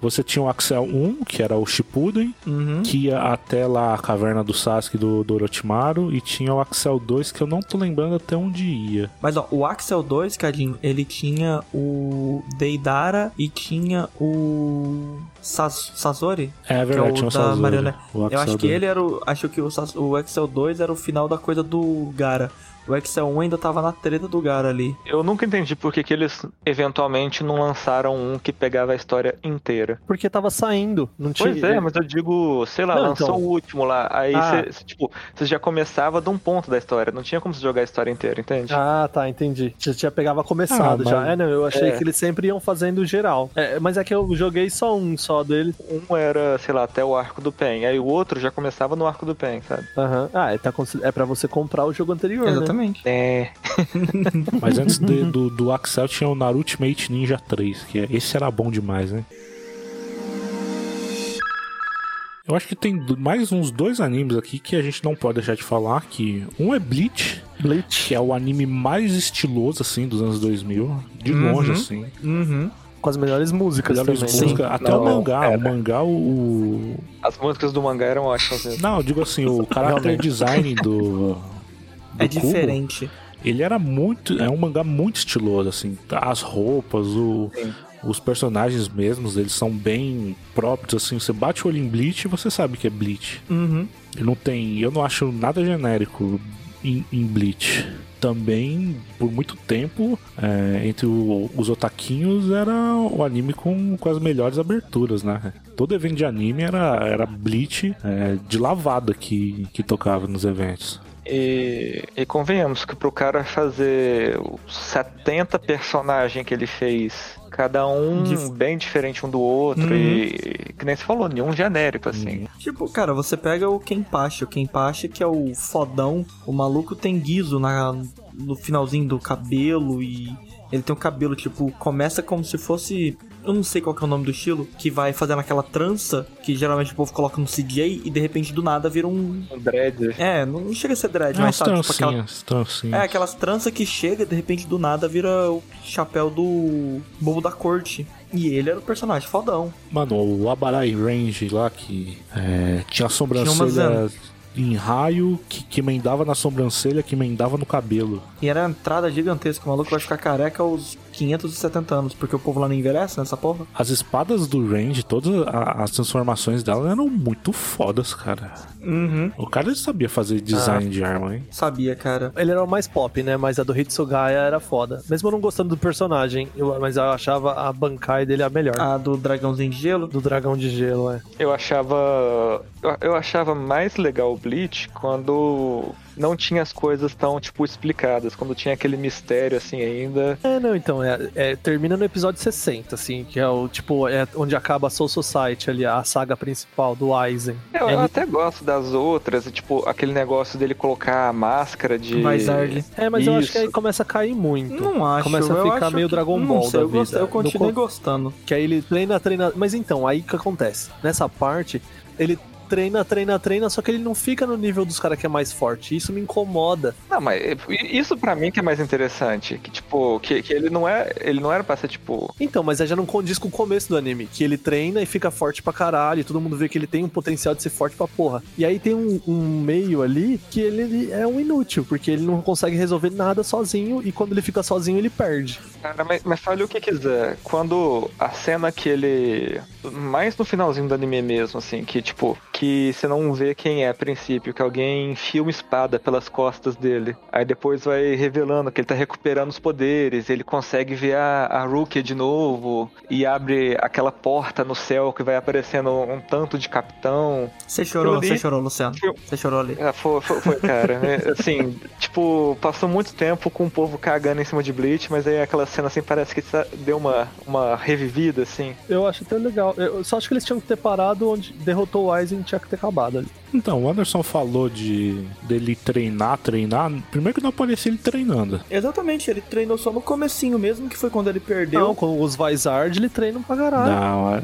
Você tinha o Axel 1, que era o Shippuden, Uhum. que ia até lá a caverna do Sasuke e do Dorotimaru, e tinha o Axel 2, que eu não tô lembrando até onde ia. Mas ó, o Axel 2, Cadinho, ele tinha o Deidara e tinha o. Sas- Sasori? É verdade, que é tinha o o da Sasori, Mariana. o Eu Axel acho que 2. ele era o. Acho que o, Sas- o Axel 2 era o final da coisa do Gara. O Axel 1 ainda tava na treta do Gara ali. Eu nunca entendi por que, que eles eventualmente não lançaram um que pegava a história inteira. Porque tava saindo, não tinha... Pois é, mas eu digo, sei lá, Não, lançou então. o último lá. Aí Ah. você, tipo, você já começava de um ponto da história. Não tinha como você jogar a história inteira, entende? Ah, tá, entendi. Já, já pegava começado Ah, mas- já. É, não, eu achei É. que eles sempre iam fazendo geral. É, mas é que eu joguei só um só dele. Um era, sei lá, até o arco do Pen. Aí o outro já começava no arco do Pen, sabe? Aham. Ah, é, tá, consi- é pra você comprar o jogo anterior, né? Exatamente. É. Mas antes de- do, do Axel tinha o Naruto Ultimate Ninja 3, que é- esse era bom demais, né? Eu acho que tem do- mais uns dois animes aqui que a gente não pode deixar de falar, que um é Bleach, Bleach. que é o anime mais estiloso, assim, dos anos 2000, de longe, assim. Uhum. Com as melhores músicas Melhores também. né? músicas, até Não, o mangá, era. o mangá, o... o- As músicas do mangá eram ótimas mesmo. Não, eu digo assim, o character design do... do É Kubo, diferente. ele era muito. É um mangá muito estiloso, assim. As roupas, o- os personagens mesmos, eles são bem próprios, assim. Você bate o olho em Bleach e você sabe que é Bleach. Uhum. Ele Não tem. Eu não acho nada genérico em, em Bleach. Também, por muito tempo, é, entre o- os otaquinhos, era o anime com, com as melhores aberturas, né? Todo evento de anime era, era Bleach é, de lavada que, que tocava nos eventos. E, e convenhamos que pro cara fazer os 70 personagens que ele fez, cada um Dif- bem diferente um do outro, e que nem você falou, nenhum genérico, assim. Tipo, cara, você pega o Kenpachi. O Kenpachi, que é o fodão, o maluco tem guiso na, no finalzinho do cabelo e... Ele tem o cabelo, tipo, começa como se fosse... Eu não sei qual que é o nome do estilo, que vai fazendo aquela trança que geralmente o povo coloca no CJ e de repente do nada vira um... Um dread. É, não não chega a ser dread, mas As sabe? Tipo, aquela... trancinhas, assim. trancinhas. É, aquelas tranças que chega de repente do nada vira o chapéu do bobo da corte. E ele era o personagem fodão. Mano, o Abarai Range lá que é, tinha Tinha sobrancelha umas- em raio que, que emendava na sobrancelha, que emendava no cabelo. E era a entrada gigantesca. O maluco vai ficar careca aos 570 anos, porque o povo lá não envelhece nessa porra. As espadas do Range, todas a- as transformações dela eram muito fodas, cara. Uhum. O cara sabia fazer design de arma, hein? Sabia, cara. Ele era o mais pop, né? Mas a do Hitsugaya era foda. Mesmo eu não gostando do personagem, eu- mas eu achava a Bankai dele a melhor. A do dragãozinho de gelo. Do Dragão de Gelo, é. Eu achava. Eu, eu achava mais legal o Bleach quando não tinha as coisas tão, tipo, explicadas, quando tinha aquele mistério assim ainda. É, não, então, é, é, termina no episódio 60, assim, que é o, tipo, é onde acaba a Soul Society ali, a saga principal do Aizen. Eu, É, eu até gosto das outras, e, tipo, aquele negócio dele colocar a máscara de. Vizard. é, mas eu acho que aí Isso. começa a cair muito. Não acho. Começa a eu ficar acho meio que- Dragon não Ball sei, da eu gosto- vida. eu continuei No co- gostando. Que aí ele treina, treina. Mas então, aí o que acontece? Nessa parte, ele treina, treina, treina, só que ele não fica no nível dos caras que é mais forte. Isso me incomoda. Não, mas isso pra mim que é mais interessante. Que, tipo, que, que ele não é. Ele não era pra ser, tipo. Então, mas aí já não condiz com o começo do anime, que ele treina e fica forte pra caralho, e todo mundo vê que ele tem um potencial de ser forte pra porra. E aí tem um, um meio ali que ele, ele é um inútil, porque ele não consegue resolver nada sozinho, e quando ele fica sozinho, ele perde. Cara, mas, mas fale o que quiser. Quando a cena que ele. Mais no finalzinho do anime mesmo, assim, que, tipo, que você não vê quem é a princípio, que alguém enfia uma espada pelas costas dele. Aí depois vai revelando que ele tá recuperando os poderes, ele consegue ver a, a Rukia de novo e abre aquela porta no céu que vai aparecendo um tanto de capitão. Você chorou, Eu li- você chorou, Luciano. Eu- Você chorou ali. Ah, foi, foi, foi, cara. né? Assim, tipo, passou muito tempo com o povo cagando em cima de Bleach, mas aí aquela cena assim parece que sa- deu uma, uma revivida, assim. Eu acho até legal. Eu só acho que eles tinham que ter parado onde derrotou o Aizen tinha que ter acabado ali. Então, o Anderson falou de dele treinar, treinar. Primeiro que não aparecia ele treinando. Exatamente, ele treinou só no comecinho mesmo, que foi quando ele perdeu. Não, com os Vizard ele treina pra caralho. Não,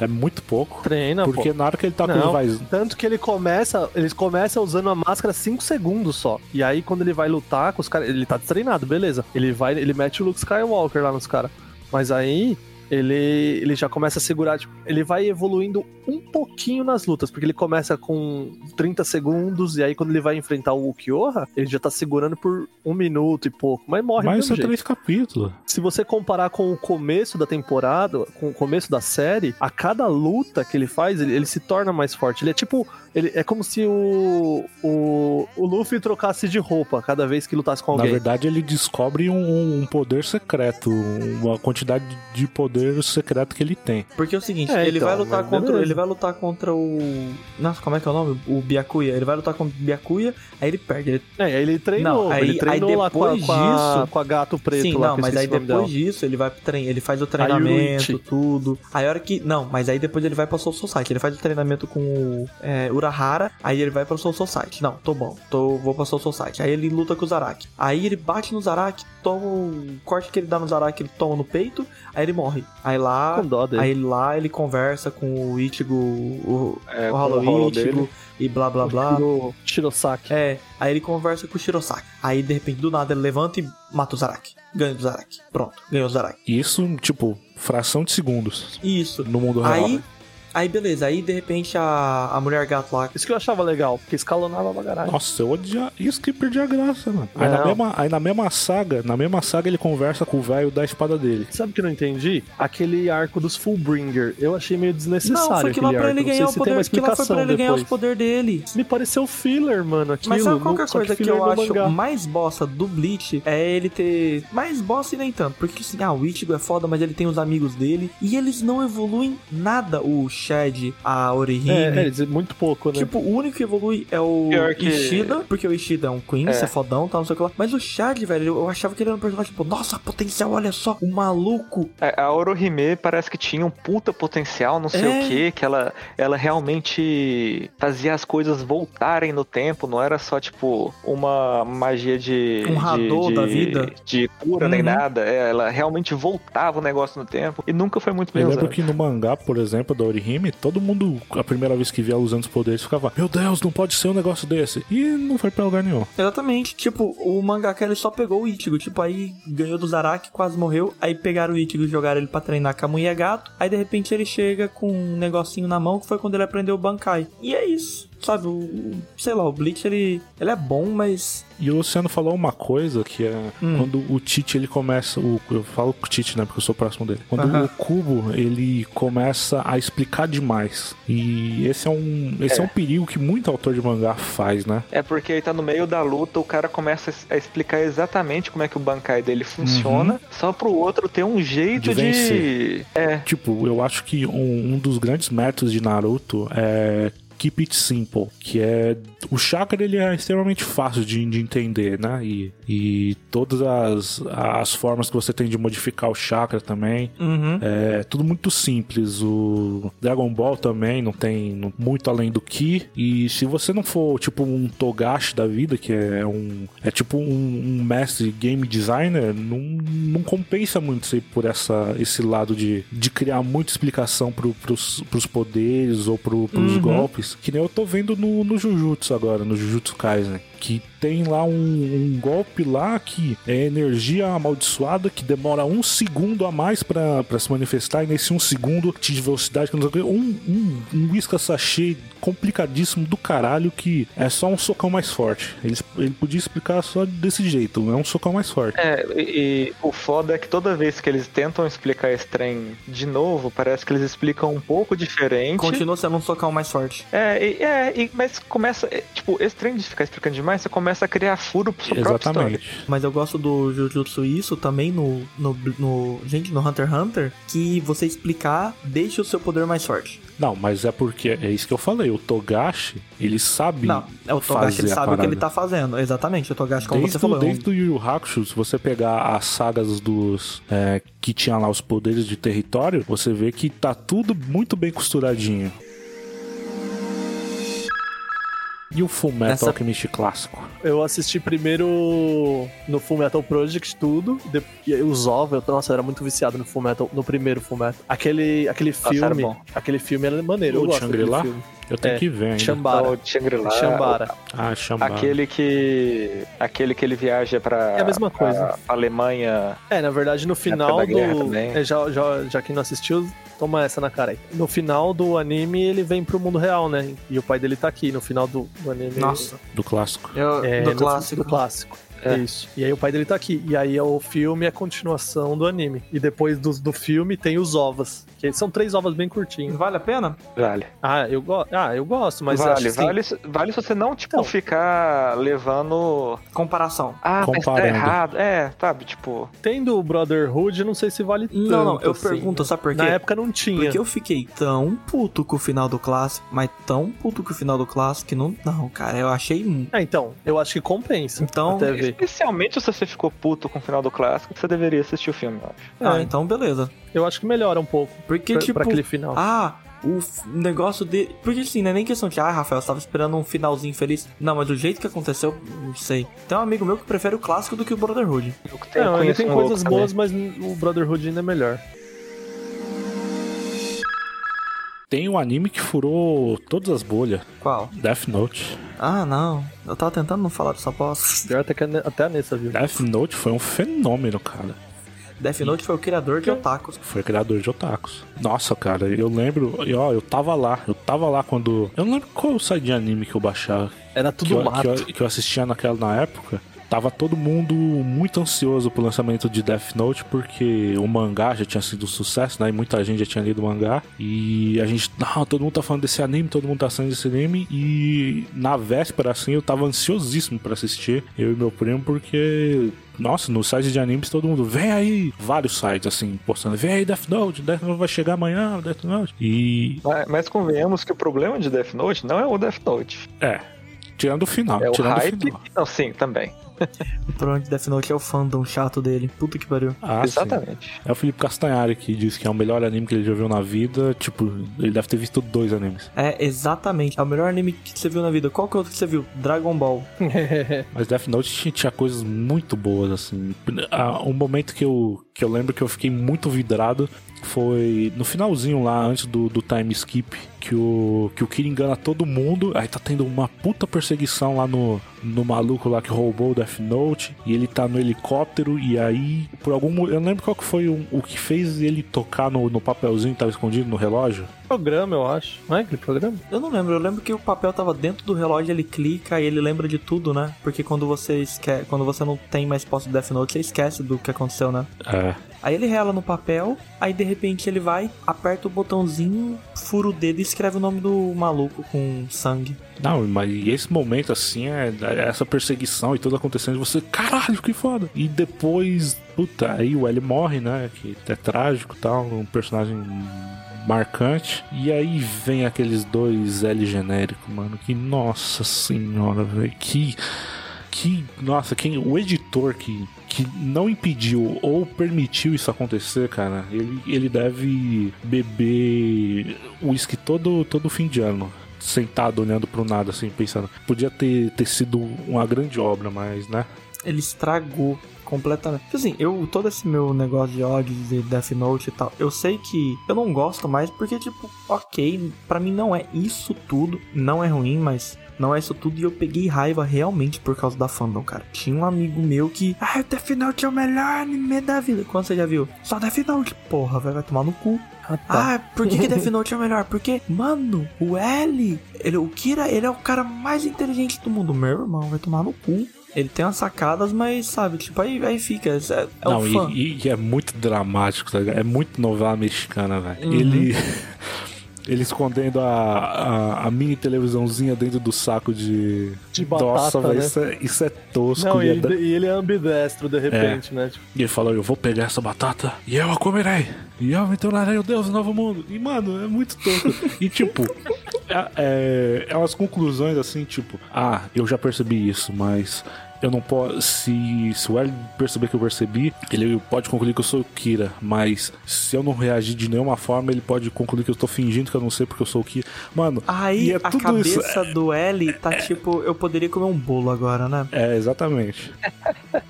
é, é muito pouco. Ah. Treina, pô. porque na hora que ele tá com Não. os Vizard. Tanto que ele começa, eles começam usando a máscara 5 segundos só. E aí quando ele vai lutar com os caras, ele tá treinado, beleza. Ele vai, ele mete o Luke Skywalker lá nos caras. Mas aí ele, ele já começa a segurar, tipo, ele vai evoluindo um pouquinho nas lutas, porque ele começa com 30 segundos e aí quando ele vai enfrentar o Ukiyoha, ele já tá segurando por um minuto e pouco, mas é morre do Mas mesmo são jeito. é três capítulos. Se você comparar com o começo da temporada, com o começo da série, a cada luta que ele faz, ele, ele se torna mais forte. Ele é tipo. Ele, é como se o, o, o Luffy trocasse de roupa cada vez que lutasse com Na alguém. verdade, ele descobre um, um poder secreto, uma quantidade de poder secreto que ele tem. Porque é o seguinte, É, ele então, vai lutar mas contra, beleza. ele vai lutar contra o, nossa, como é que é o nome? O Byakuya. Ele vai lutar contra o Byakuya, aí ele perde. Ele... É, aí ele treinou. Não, aí- ele treinou aí lá com a, depois com, a, disso- com a gato preto Sim, lá. não, que eu mas aí esqueci o nome depois disso ele vai pro trein... ele faz o Yurichi. treinamento, tudo. Aí a hora que, não, mas aí depois ele vai para Soul Society, ele faz o treinamento com o é, Urahara, aí ele vai para Soul Society. Não, tô bom. Tô vou para Soul Society. Aí ele luta com o Zaraki. Aí ele bate no Zaraki, toma o corte que ele dá no Zaraki, ele toma no peito, aí ele morre. Aí lá dela. Com dó dele. Aí lá ele conversa com o Ichigo, o, o tipo, É, com o Hollow Hollow Ichigo dele. e blá blá blá. Shiro- Shirosaki. É, aí ele conversa com o Shirosaki. Aí de repente do nada ele levanta e mata o Zaraki. Ganha do Zaraki. Pronto, ganhou o Zaraki. Isso, tipo, fração de segundos Isso. no mundo real. Aí, aí beleza, aí de repente a, a mulher gato lá. Isso que eu achava legal, porque escalonava pra caralho. Nossa, eu odia isso que perdi a graça, mano. Aí na, Não. mesma, aí na mesma saga, na mesma saga ele conversa com o velho da espada dele. Sabe o que eu não entendi? Aquele arco dos Fullbringer. Eu achei meio desnecessário Não, foi que aquele lá pra arco. ele não sei ganhar o se tem poder. uma Que lá foi explicação pra ele ganhar os depois. poderes dele. Me pareceu filler, mano, aquilo. Mas sabe qual no- que é a só coisa que filler eu no acho mangá. mais bosta do Bleach? É ele ter. Mais bosta e nem tanto. Porque assim, ah, o Ichigo é foda, mas ele tem os amigos dele. E eles não evoluem nada. O Shed, a Orihime. É, é, eles- muito pouco, né? Tipo, o único que evolui é o Pior que- Ishida, porque o Ishida é um Queen, É. é fodão, tal, não sei o que lá. Mas o Shad, velho, eu achava que ele era um personagem, tipo, nossa, potencial, olha só, o maluco. É, A a Orohime parece que tinha um puta potencial, não sei É. o que, que ela, ela realmente fazia as coisas voltarem no tempo, não era só, tipo, uma magia de. Um de- Hadou de, da vida. De cura nem Uhum. nada. É, Ela realmente voltava o negócio no tempo e nunca foi muito bem Eu lembro usada. que no mangá, por exemplo, da Orihime, todo mundo, a primeira vez que via ela usando os poderes, ficava: Meu Deus, não pode ser um negócio desse. E não foi pra lugar nenhum. Exatamente. Tipo, o mangaka ele só pegou o Ichigo. Tipo, aí ganhou do Zaraki, quase morreu. Aí pegaram o Ichigo e jogaram ele pra treinar com a mulher gato. Aí de repente ele chega com um negocinho na mão que foi quando ele aprendeu o Bankai. E é isso. Sabe, o. o- Sei lá, o Bleach ele, ele é bom, mas. E o Luciano falou uma coisa que é Hum. quando o Tite ele começa. O, eu falo com o Tite, né? Porque eu sou próximo dele. Quando Aham. o Cubo ele começa a explicar demais. E esse é um, esse é. um perigo que muito autor de mangá faz, né? É porque aí tá no meio da luta, o cara começa a s- a explicar exatamente como é que o Bankai dele funciona, só pro outro ter um jeito Uhum. De vencer. de. É, Tipo, eu acho que um, um dos grandes métodos de Naruto é. Keep it simple, que é. O chakra ele é extremamente fácil de, de entender, né? E, e todas as, as formas que você tem de modificar o chakra também. Uhum. É tudo muito simples. O Dragon Ball também não tem não- muito além do Ki. E se você não for tipo um Togashi da vida, que é um. É tipo um, um mestre game designer, não, não compensa muito você ir por essa, esse lado de, de criar muita explicação pro, pros, pros poderes ou pro, pros golpes. Que nem eu tô vendo no, no Jujutsu agora, no Jujutsu Kaisen. que tem lá um, um golpe lá que é energia amaldiçoada que demora um segundo a mais pra pra se manifestar e nesse um segundo atinge velocidade que não sei o quê. um um, um isca sachê complicadíssimo do caralho que é só um socão mais forte. Ele, ele podia explicar só desse jeito, é um socão mais forte. É, e, e o foda é que toda vez que eles tentam explicar esse trem de novo, parece que eles explicam um pouco diferente. Continua sendo um socão mais forte. É, e- é e- mas começa. é, tipo, esse trem de ficar explicando demais, você começa a criar furo É pro seu próprio Exatamente. story. Mas eu gosto do Jujutsu isso também no, no, no. Gente, no Hunter x Hunter. Que você explicar deixa o seu poder mais forte. Não, mas é porque é isso que eu falei. O Togashi, ele sabe. Não, é o Togashi, fazer ele a sabe o que parada. ele tá fazendo. Exatamente, o Togashi, como desde, você falou. o- é um- desde o Yu Yu Hakusho, se você pegar as sagas dos é, que tinha lá os poderes de território, você vê que tá tudo muito bem costuradinho. E o Fullmetal Essa- Alchemist clássico? Eu assisti primeiro no Full Metal Project tudo, de- e aí os OVA, eu, nossa, eu era muito viciado no Full Metal, no primeiro Full Metal. Aquele, aquele era filme, bom. aquele filme era maneiro, eu o gosto daquele Shangri-La? filme. Eu tenho É, que ver ainda. Shambara. O Shangri-La, é Shambara. Ah, Shambhala. Aquele que. Aquele que ele viaja pra. É a mesma pra coisa. Alemanha. É, na verdade, no final da guerra do. também. É, já, já, já quem não assistiu, toma essa na cara aí. No final do anime, ele vem pro mundo real, né? E o pai dele tá aqui. No final do, do anime. Nossa, Do clássico. eu, É, do no- clássico. Do clássico. É. Isso. E aí o pai dele tá aqui. E aí o filme é a continuação do anime. E depois do, do filme tem os ovas. Que são três ovas bem curtinhos. Vale a pena? Vale. Ah, eu, go ah, eu gosto, mas acho vale, que assim, sim. vale, se- vale se você não, tipo, Então. ficar levando. Comparação. Ah, mas tá Comparando. errado. É, sabe, tipo. Tendo o Brotherhood, não sei se vale tanto. Não, não, eu assim. pergunto, sabe por quê? Na época não tinha. Porque eu fiquei tão puto com o final do clássico, mas tão puto com o final do clássico que não. Não, cara, eu achei. um- Ah, então, eu acho que compensa. Então, até ver. Especialmente se você ficou puto com o final do clássico, você deveria assistir o filme, eu acho. Ah, É. então beleza. Eu acho que melhora um pouco Porque, pra, tipo. pra aquele final. Ah, o f- negócio de. Porque assim, não é nem questão de, ah, Rafael, você tava esperando um finalzinho feliz. Não, mas do jeito que aconteceu, não sei. Tem um amigo meu que prefere o clássico do que o Brotherhood. Eu que tenho- não, É, ele conheço tem um coisas outro né? também. boas, mas o Brotherhood ainda é melhor. Tem um anime que furou todas as bolhas. Qual? Death Note. Ah, não. Eu tava tentando não falar dessa bosta. Pior até, que a Ne- até a Nessa, viu? Death Note foi um fenômeno, cara. Death Note foi o criador de otakus. Foi criador de otakus. Nossa, cara, eu lembro. e, Ó, eu tava lá. Eu tava lá quando. Eu não lembro qual site de anime que eu baixava. Era que, tudo eu, que, mato. eu, que eu assistia naquela na época. Tava todo mundo muito ansioso pro lançamento de Death Note, porque o mangá já tinha sido um sucesso, né? E muita gente já tinha lido o mangá. E a gente, não, todo mundo tá falando desse anime, todo mundo tá falando desse anime. E na véspera, assim, eu tava ansiosíssimo pra assistir, eu e meu primo, porque nossa, no site de animes todo mundo vem aí, vários sites assim, postando, vem aí Death Note, Death Note vai chegar amanhã, Death Note. E Mas, mas convenhamos que o problema de Death Note não é o Death Note. é, tirando o final, É o tirando o hype. final. Não, sim, também. O problema de Death Note é o fandom chato dele. Puta que pariu. Ah, sim. Exatamente. É o Felipe Castanhari que diz que é o melhor anime que ele já viu na vida. Tipo, ele deve ter visto dois animes. É, exatamente. É o melhor anime que você viu na vida. Qual que é o outro que você viu? Dragon Ball. Mas Death Note tinha, tinha coisas muito boas, assim. Ah, Um momento que eu, que eu lembro que eu fiquei muito vidrado foi no finalzinho lá, antes do, do time skip, que o, que o Kira engana todo mundo. Aí tá tendo uma puta perseguição lá no, no maluco lá que roubou o Death Note. E ele tá no helicóptero. E aí, por algum. mo- Eu não lembro qual que foi o, o que fez ele tocar no, no papelzinho que tava escondido no relógio. programa, eu acho. Não é aquele programa? Eu não lembro, eu lembro que o papel tava dentro do relógio, ele clica e ele lembra de tudo, né? Porque quando você esque... quando você não tem mais posse do Death Note, você esquece do que aconteceu, né? É. Aí ele rela no papel, aí de repente ele vai, aperta o botãozinho, fura o dedo e escreve o nome do maluco com sangue. Não, mas e esse momento assim, é, é essa perseguição e tudo acontecendo, você, caralho, que foda. E depois, puta, aí o L morre, né? Que é trágico e tal, um personagem marcante. E aí vem aqueles dois L genérico, mano, que nossa senhora, velho, que que nossa, quem o editor que que não impediu ou permitiu isso acontecer, cara, ele, ele deve beber uísque todo, todo fim de ano sentado olhando pro nada, assim, pensando. Podia ter, ter sido uma grande obra, mas, né? Ele estragou completamente. Tipo Assim, eu todo esse meu negócio de ódio de Death Note e tal, eu sei que eu não gosto mais porque tipo, OK, pra mim não é isso tudo, não é ruim, mas Não é isso tudo. E eu peguei raiva realmente por causa da fandom, cara. Tinha um amigo meu que. Ah, o Death Note é o melhor anime da vida. Quando você já viu? Só Death Note. Porra, velho, vai tomar no cu. Ah, tá. Ah, por que, que Death Note é o melhor? Porque, mano, o L, ele, o Kira, ele é o cara mais inteligente do mundo. Meu irmão, vai tomar no cu. Ele tem umas sacadas, mas sabe, tipo, aí, aí fica. É, é Não, um fã. e, e é muito dramático, tá ligado? É muito novela mexicana, velho. Uhum. Ele. Ele escondendo a, a, a mini televisãozinha dentro do saco de. De batata, Nossa, velho, né? isso, é, isso é tosco. Não, e e é ele, da- e ele é ambidestro de repente, né? Tipo, E ele falou: Eu vou pegar essa batata e eu a comerei. E eu me tornarei o Deus do Novo Mundo. E, mano, é muito tosco. e, tipo, é, é, é umas conclusões assim, tipo: Ah, eu já percebi isso, mas. Eu não posso. Se, se o L perceber que eu percebi, ele pode concluir que eu sou o Kira. Mas se eu não reagir de nenhuma forma, ele pode concluir que eu tô fingindo que eu não sei porque eu sou o Kira. Mano, Aí e é a tudo isso. cabeça do L tá tipo, eu poderia comer um bolo agora, né? É, exatamente.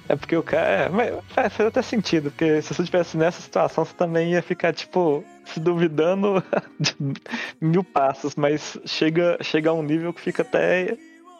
É porque o cara. É, mas faz, faz até sentido, porque se você estivesse nessa situação, você também ia ficar, tipo, se duvidando de mil passos, mas chega, chega a um nível que fica até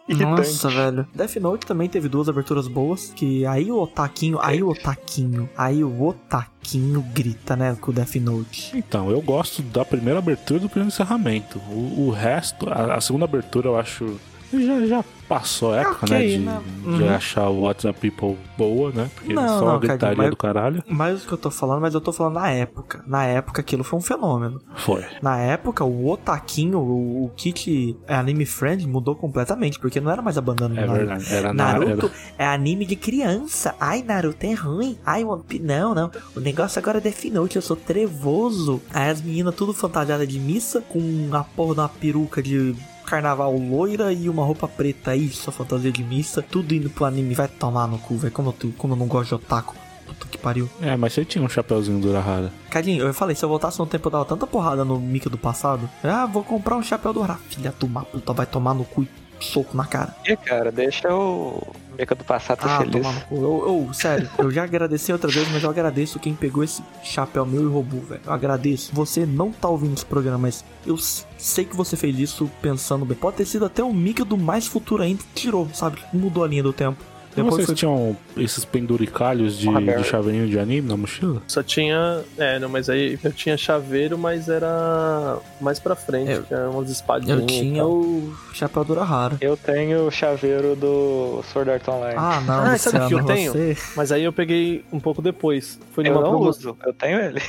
irritante. Nossa, velho. Death Note também teve duas aberturas boas, que aí o Otaquinho, aí o Otaquinho, aí o Otaquinho grita, né, com o Death Note. Então, eu gosto da primeira abertura e do primeiro encerramento. O, o resto, a, a segunda abertura eu acho. Já, já passou a época, ok, né? De, né? de Uhum. achar o WhatsApp People boa, né? Porque Não, só uma não, cara, gritaria mas- do caralho. Mas o que eu tô falando, mas eu tô falando na época. Na época aquilo foi um fenômeno. Foi. Na época, o Otaquinho, o, o Kit Anime Friend mudou completamente, porque não era mais a bandana É do Naruto. verdade. Era na- Naruto era- é anime de criança. Ai, Naruto é ruim. Ai, One Piece. Não, não. O negócio agora é Death Note. Eu sou trevoso. Aí as meninas tudo fantasiadas de missa, com a porra de uma peruca de carnaval loira e uma roupa preta. Isso, a fantasia de missa. Tudo indo pro anime. Vai tomar no cu, velho. Como, eu tô- como eu não gosto de otaku. Puta que pariu. É, mas você tinha um chapeuzinho do Urahara. Cadinho, eu falei, se eu voltasse no tempo, eu dava tanta porrada no Mika do passado. Ah, vou comprar um chapéu do Urahara. Filha de uma puta, vai tomar no cu e soco na cara. E, cara, deixa o Meca do passado Ah, feliz. tomar no cu. Eu, eu, sério, eu já agradeci outra vez, mas eu agradeço quem pegou esse chapéu meu e roubou, velho. Eu agradeço. Você não tá ouvindo esse programa, mas eu s- sei que você fez isso pensando bem. Pode ter sido até o Mika do mais futuro ainda que tirou, sabe? Mudou a linha do tempo. E Depois vocês foi... tinham esses penduricalhos de, de chaveirinho de anime na mochila? só tinha. É, não, mas aí eu tinha chaveiro, mas era mais pra frente, Eu- que era umas espadinhas. tipo, Eu e tinha tal. o chapéu do Urahara. Eu tenho o chaveiro do Sword Art Online. Ah, não, Ah, sabe Luciano, o que eu tenho? você... Mas aí eu peguei um pouco depois. Foi eu numa não promoção. uso, eu tenho ele.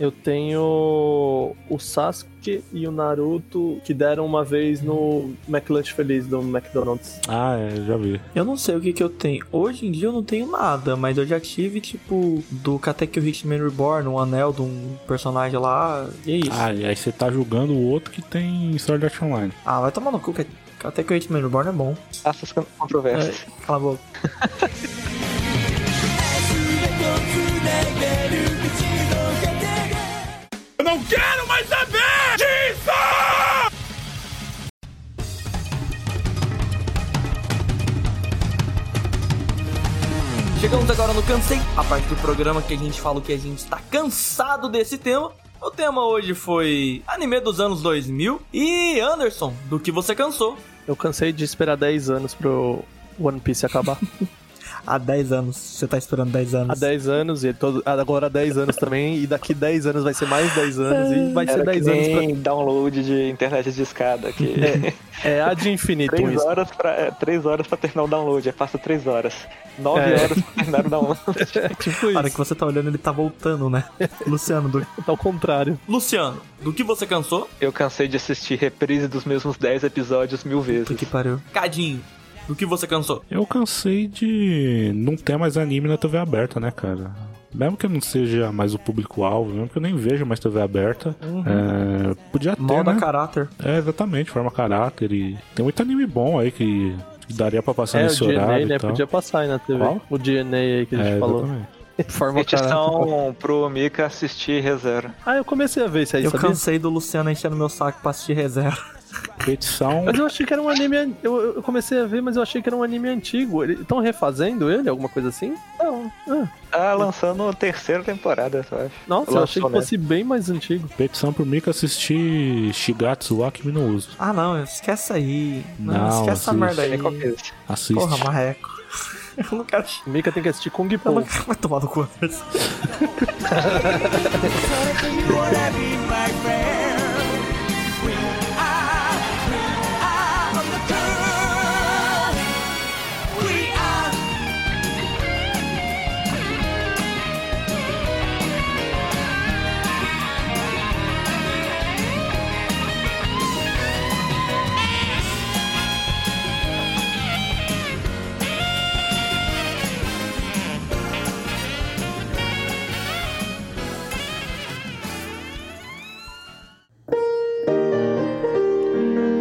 Eu tenho o Sasuke e o Naruto que deram uma vez no McLunch Feliz do McDonald's. Ah, é, já vi. Eu não sei o que que eu tenho. Hoje em dia eu não tenho nada, mas eu já tive, tipo, do Katekyo Hitman Reborn, um anel de um personagem lá. E é isso. Ah, Ah, e aí você tá julgando o outro que tem Sword Art Online. Ah, vai tomar no cu, Kat- Katekyo Hitman Reborn é bom. Faça as controvérsias. É, cala a boca. 1 Chegamos agora no Cansei, a parte do programa que a gente fala que a gente tá cansado desse tema. O tema hoje foi anime dos anos 2000 e Anderson, do que você cansou? Eu cansei de esperar 10 anos pro One Piece acabar. Há 10 anos, você tá esperando 10 anos. há 10 anos, e todo, agora há 10 anos também, e daqui 10 anos vai ser mais 10 anos, e vai ser Era que 10 anos pra. nem download de internet de escada, que É a de infinito três isso. horas pra, é, três horas pra terminar o download, é passa três horas. Nove É. horas pra terminar o download. É tipo Para que isso. você tá olhando, ele tá voltando, né? Luciano, do... Tá ao contrário. Luciano, do que você cansou? Eu cansei de assistir reprise dos mesmos 10 episódios mil vezes. que pariu. Cadinho, do que você cansou? Eu cansei de não ter mais anime na TV aberta, né, cara? Mesmo que eu não seja mais o público-alvo, mesmo que eu nem veja mais TV aberta, Uhum. é, podia ter, Mal da né? caráter. É, exatamente, forma caráter e... Tem muito anime bom aí que daria pra passar É, o nesse DNA, horário né? e tal. Podia passar aí na TV. Qual? O DNA aí que a gente é, falou. exatamente. Forma cara. Petição pro Mika assistir ReZero. Ah, eu comecei a ver isso aí, Eu sabia? cansei do Luciano enchendo meu saco pra assistir reserva. Petição. Mas eu achei que era um anime. an- Eu, eu comecei a ver, mas eu achei que era um anime antigo. Estão refazendo ele? Alguma coisa assim? Não. Ah, Tá lançando a terceira temporada, eu acho. nossa, eu Lançou, achei que né? fosse bem mais antigo. Petição por mim que assisti Shigatsu wa Kimi no Uso. Ah, não, esquece aí. Não, Não, esquece essa assiste. merda Sei aí. nem qual que é esse. Assiste. Porra, marreco. Eu não quero. xingar, Mika tem que assistir Kung Eu Po. não quero mais tomar no cu.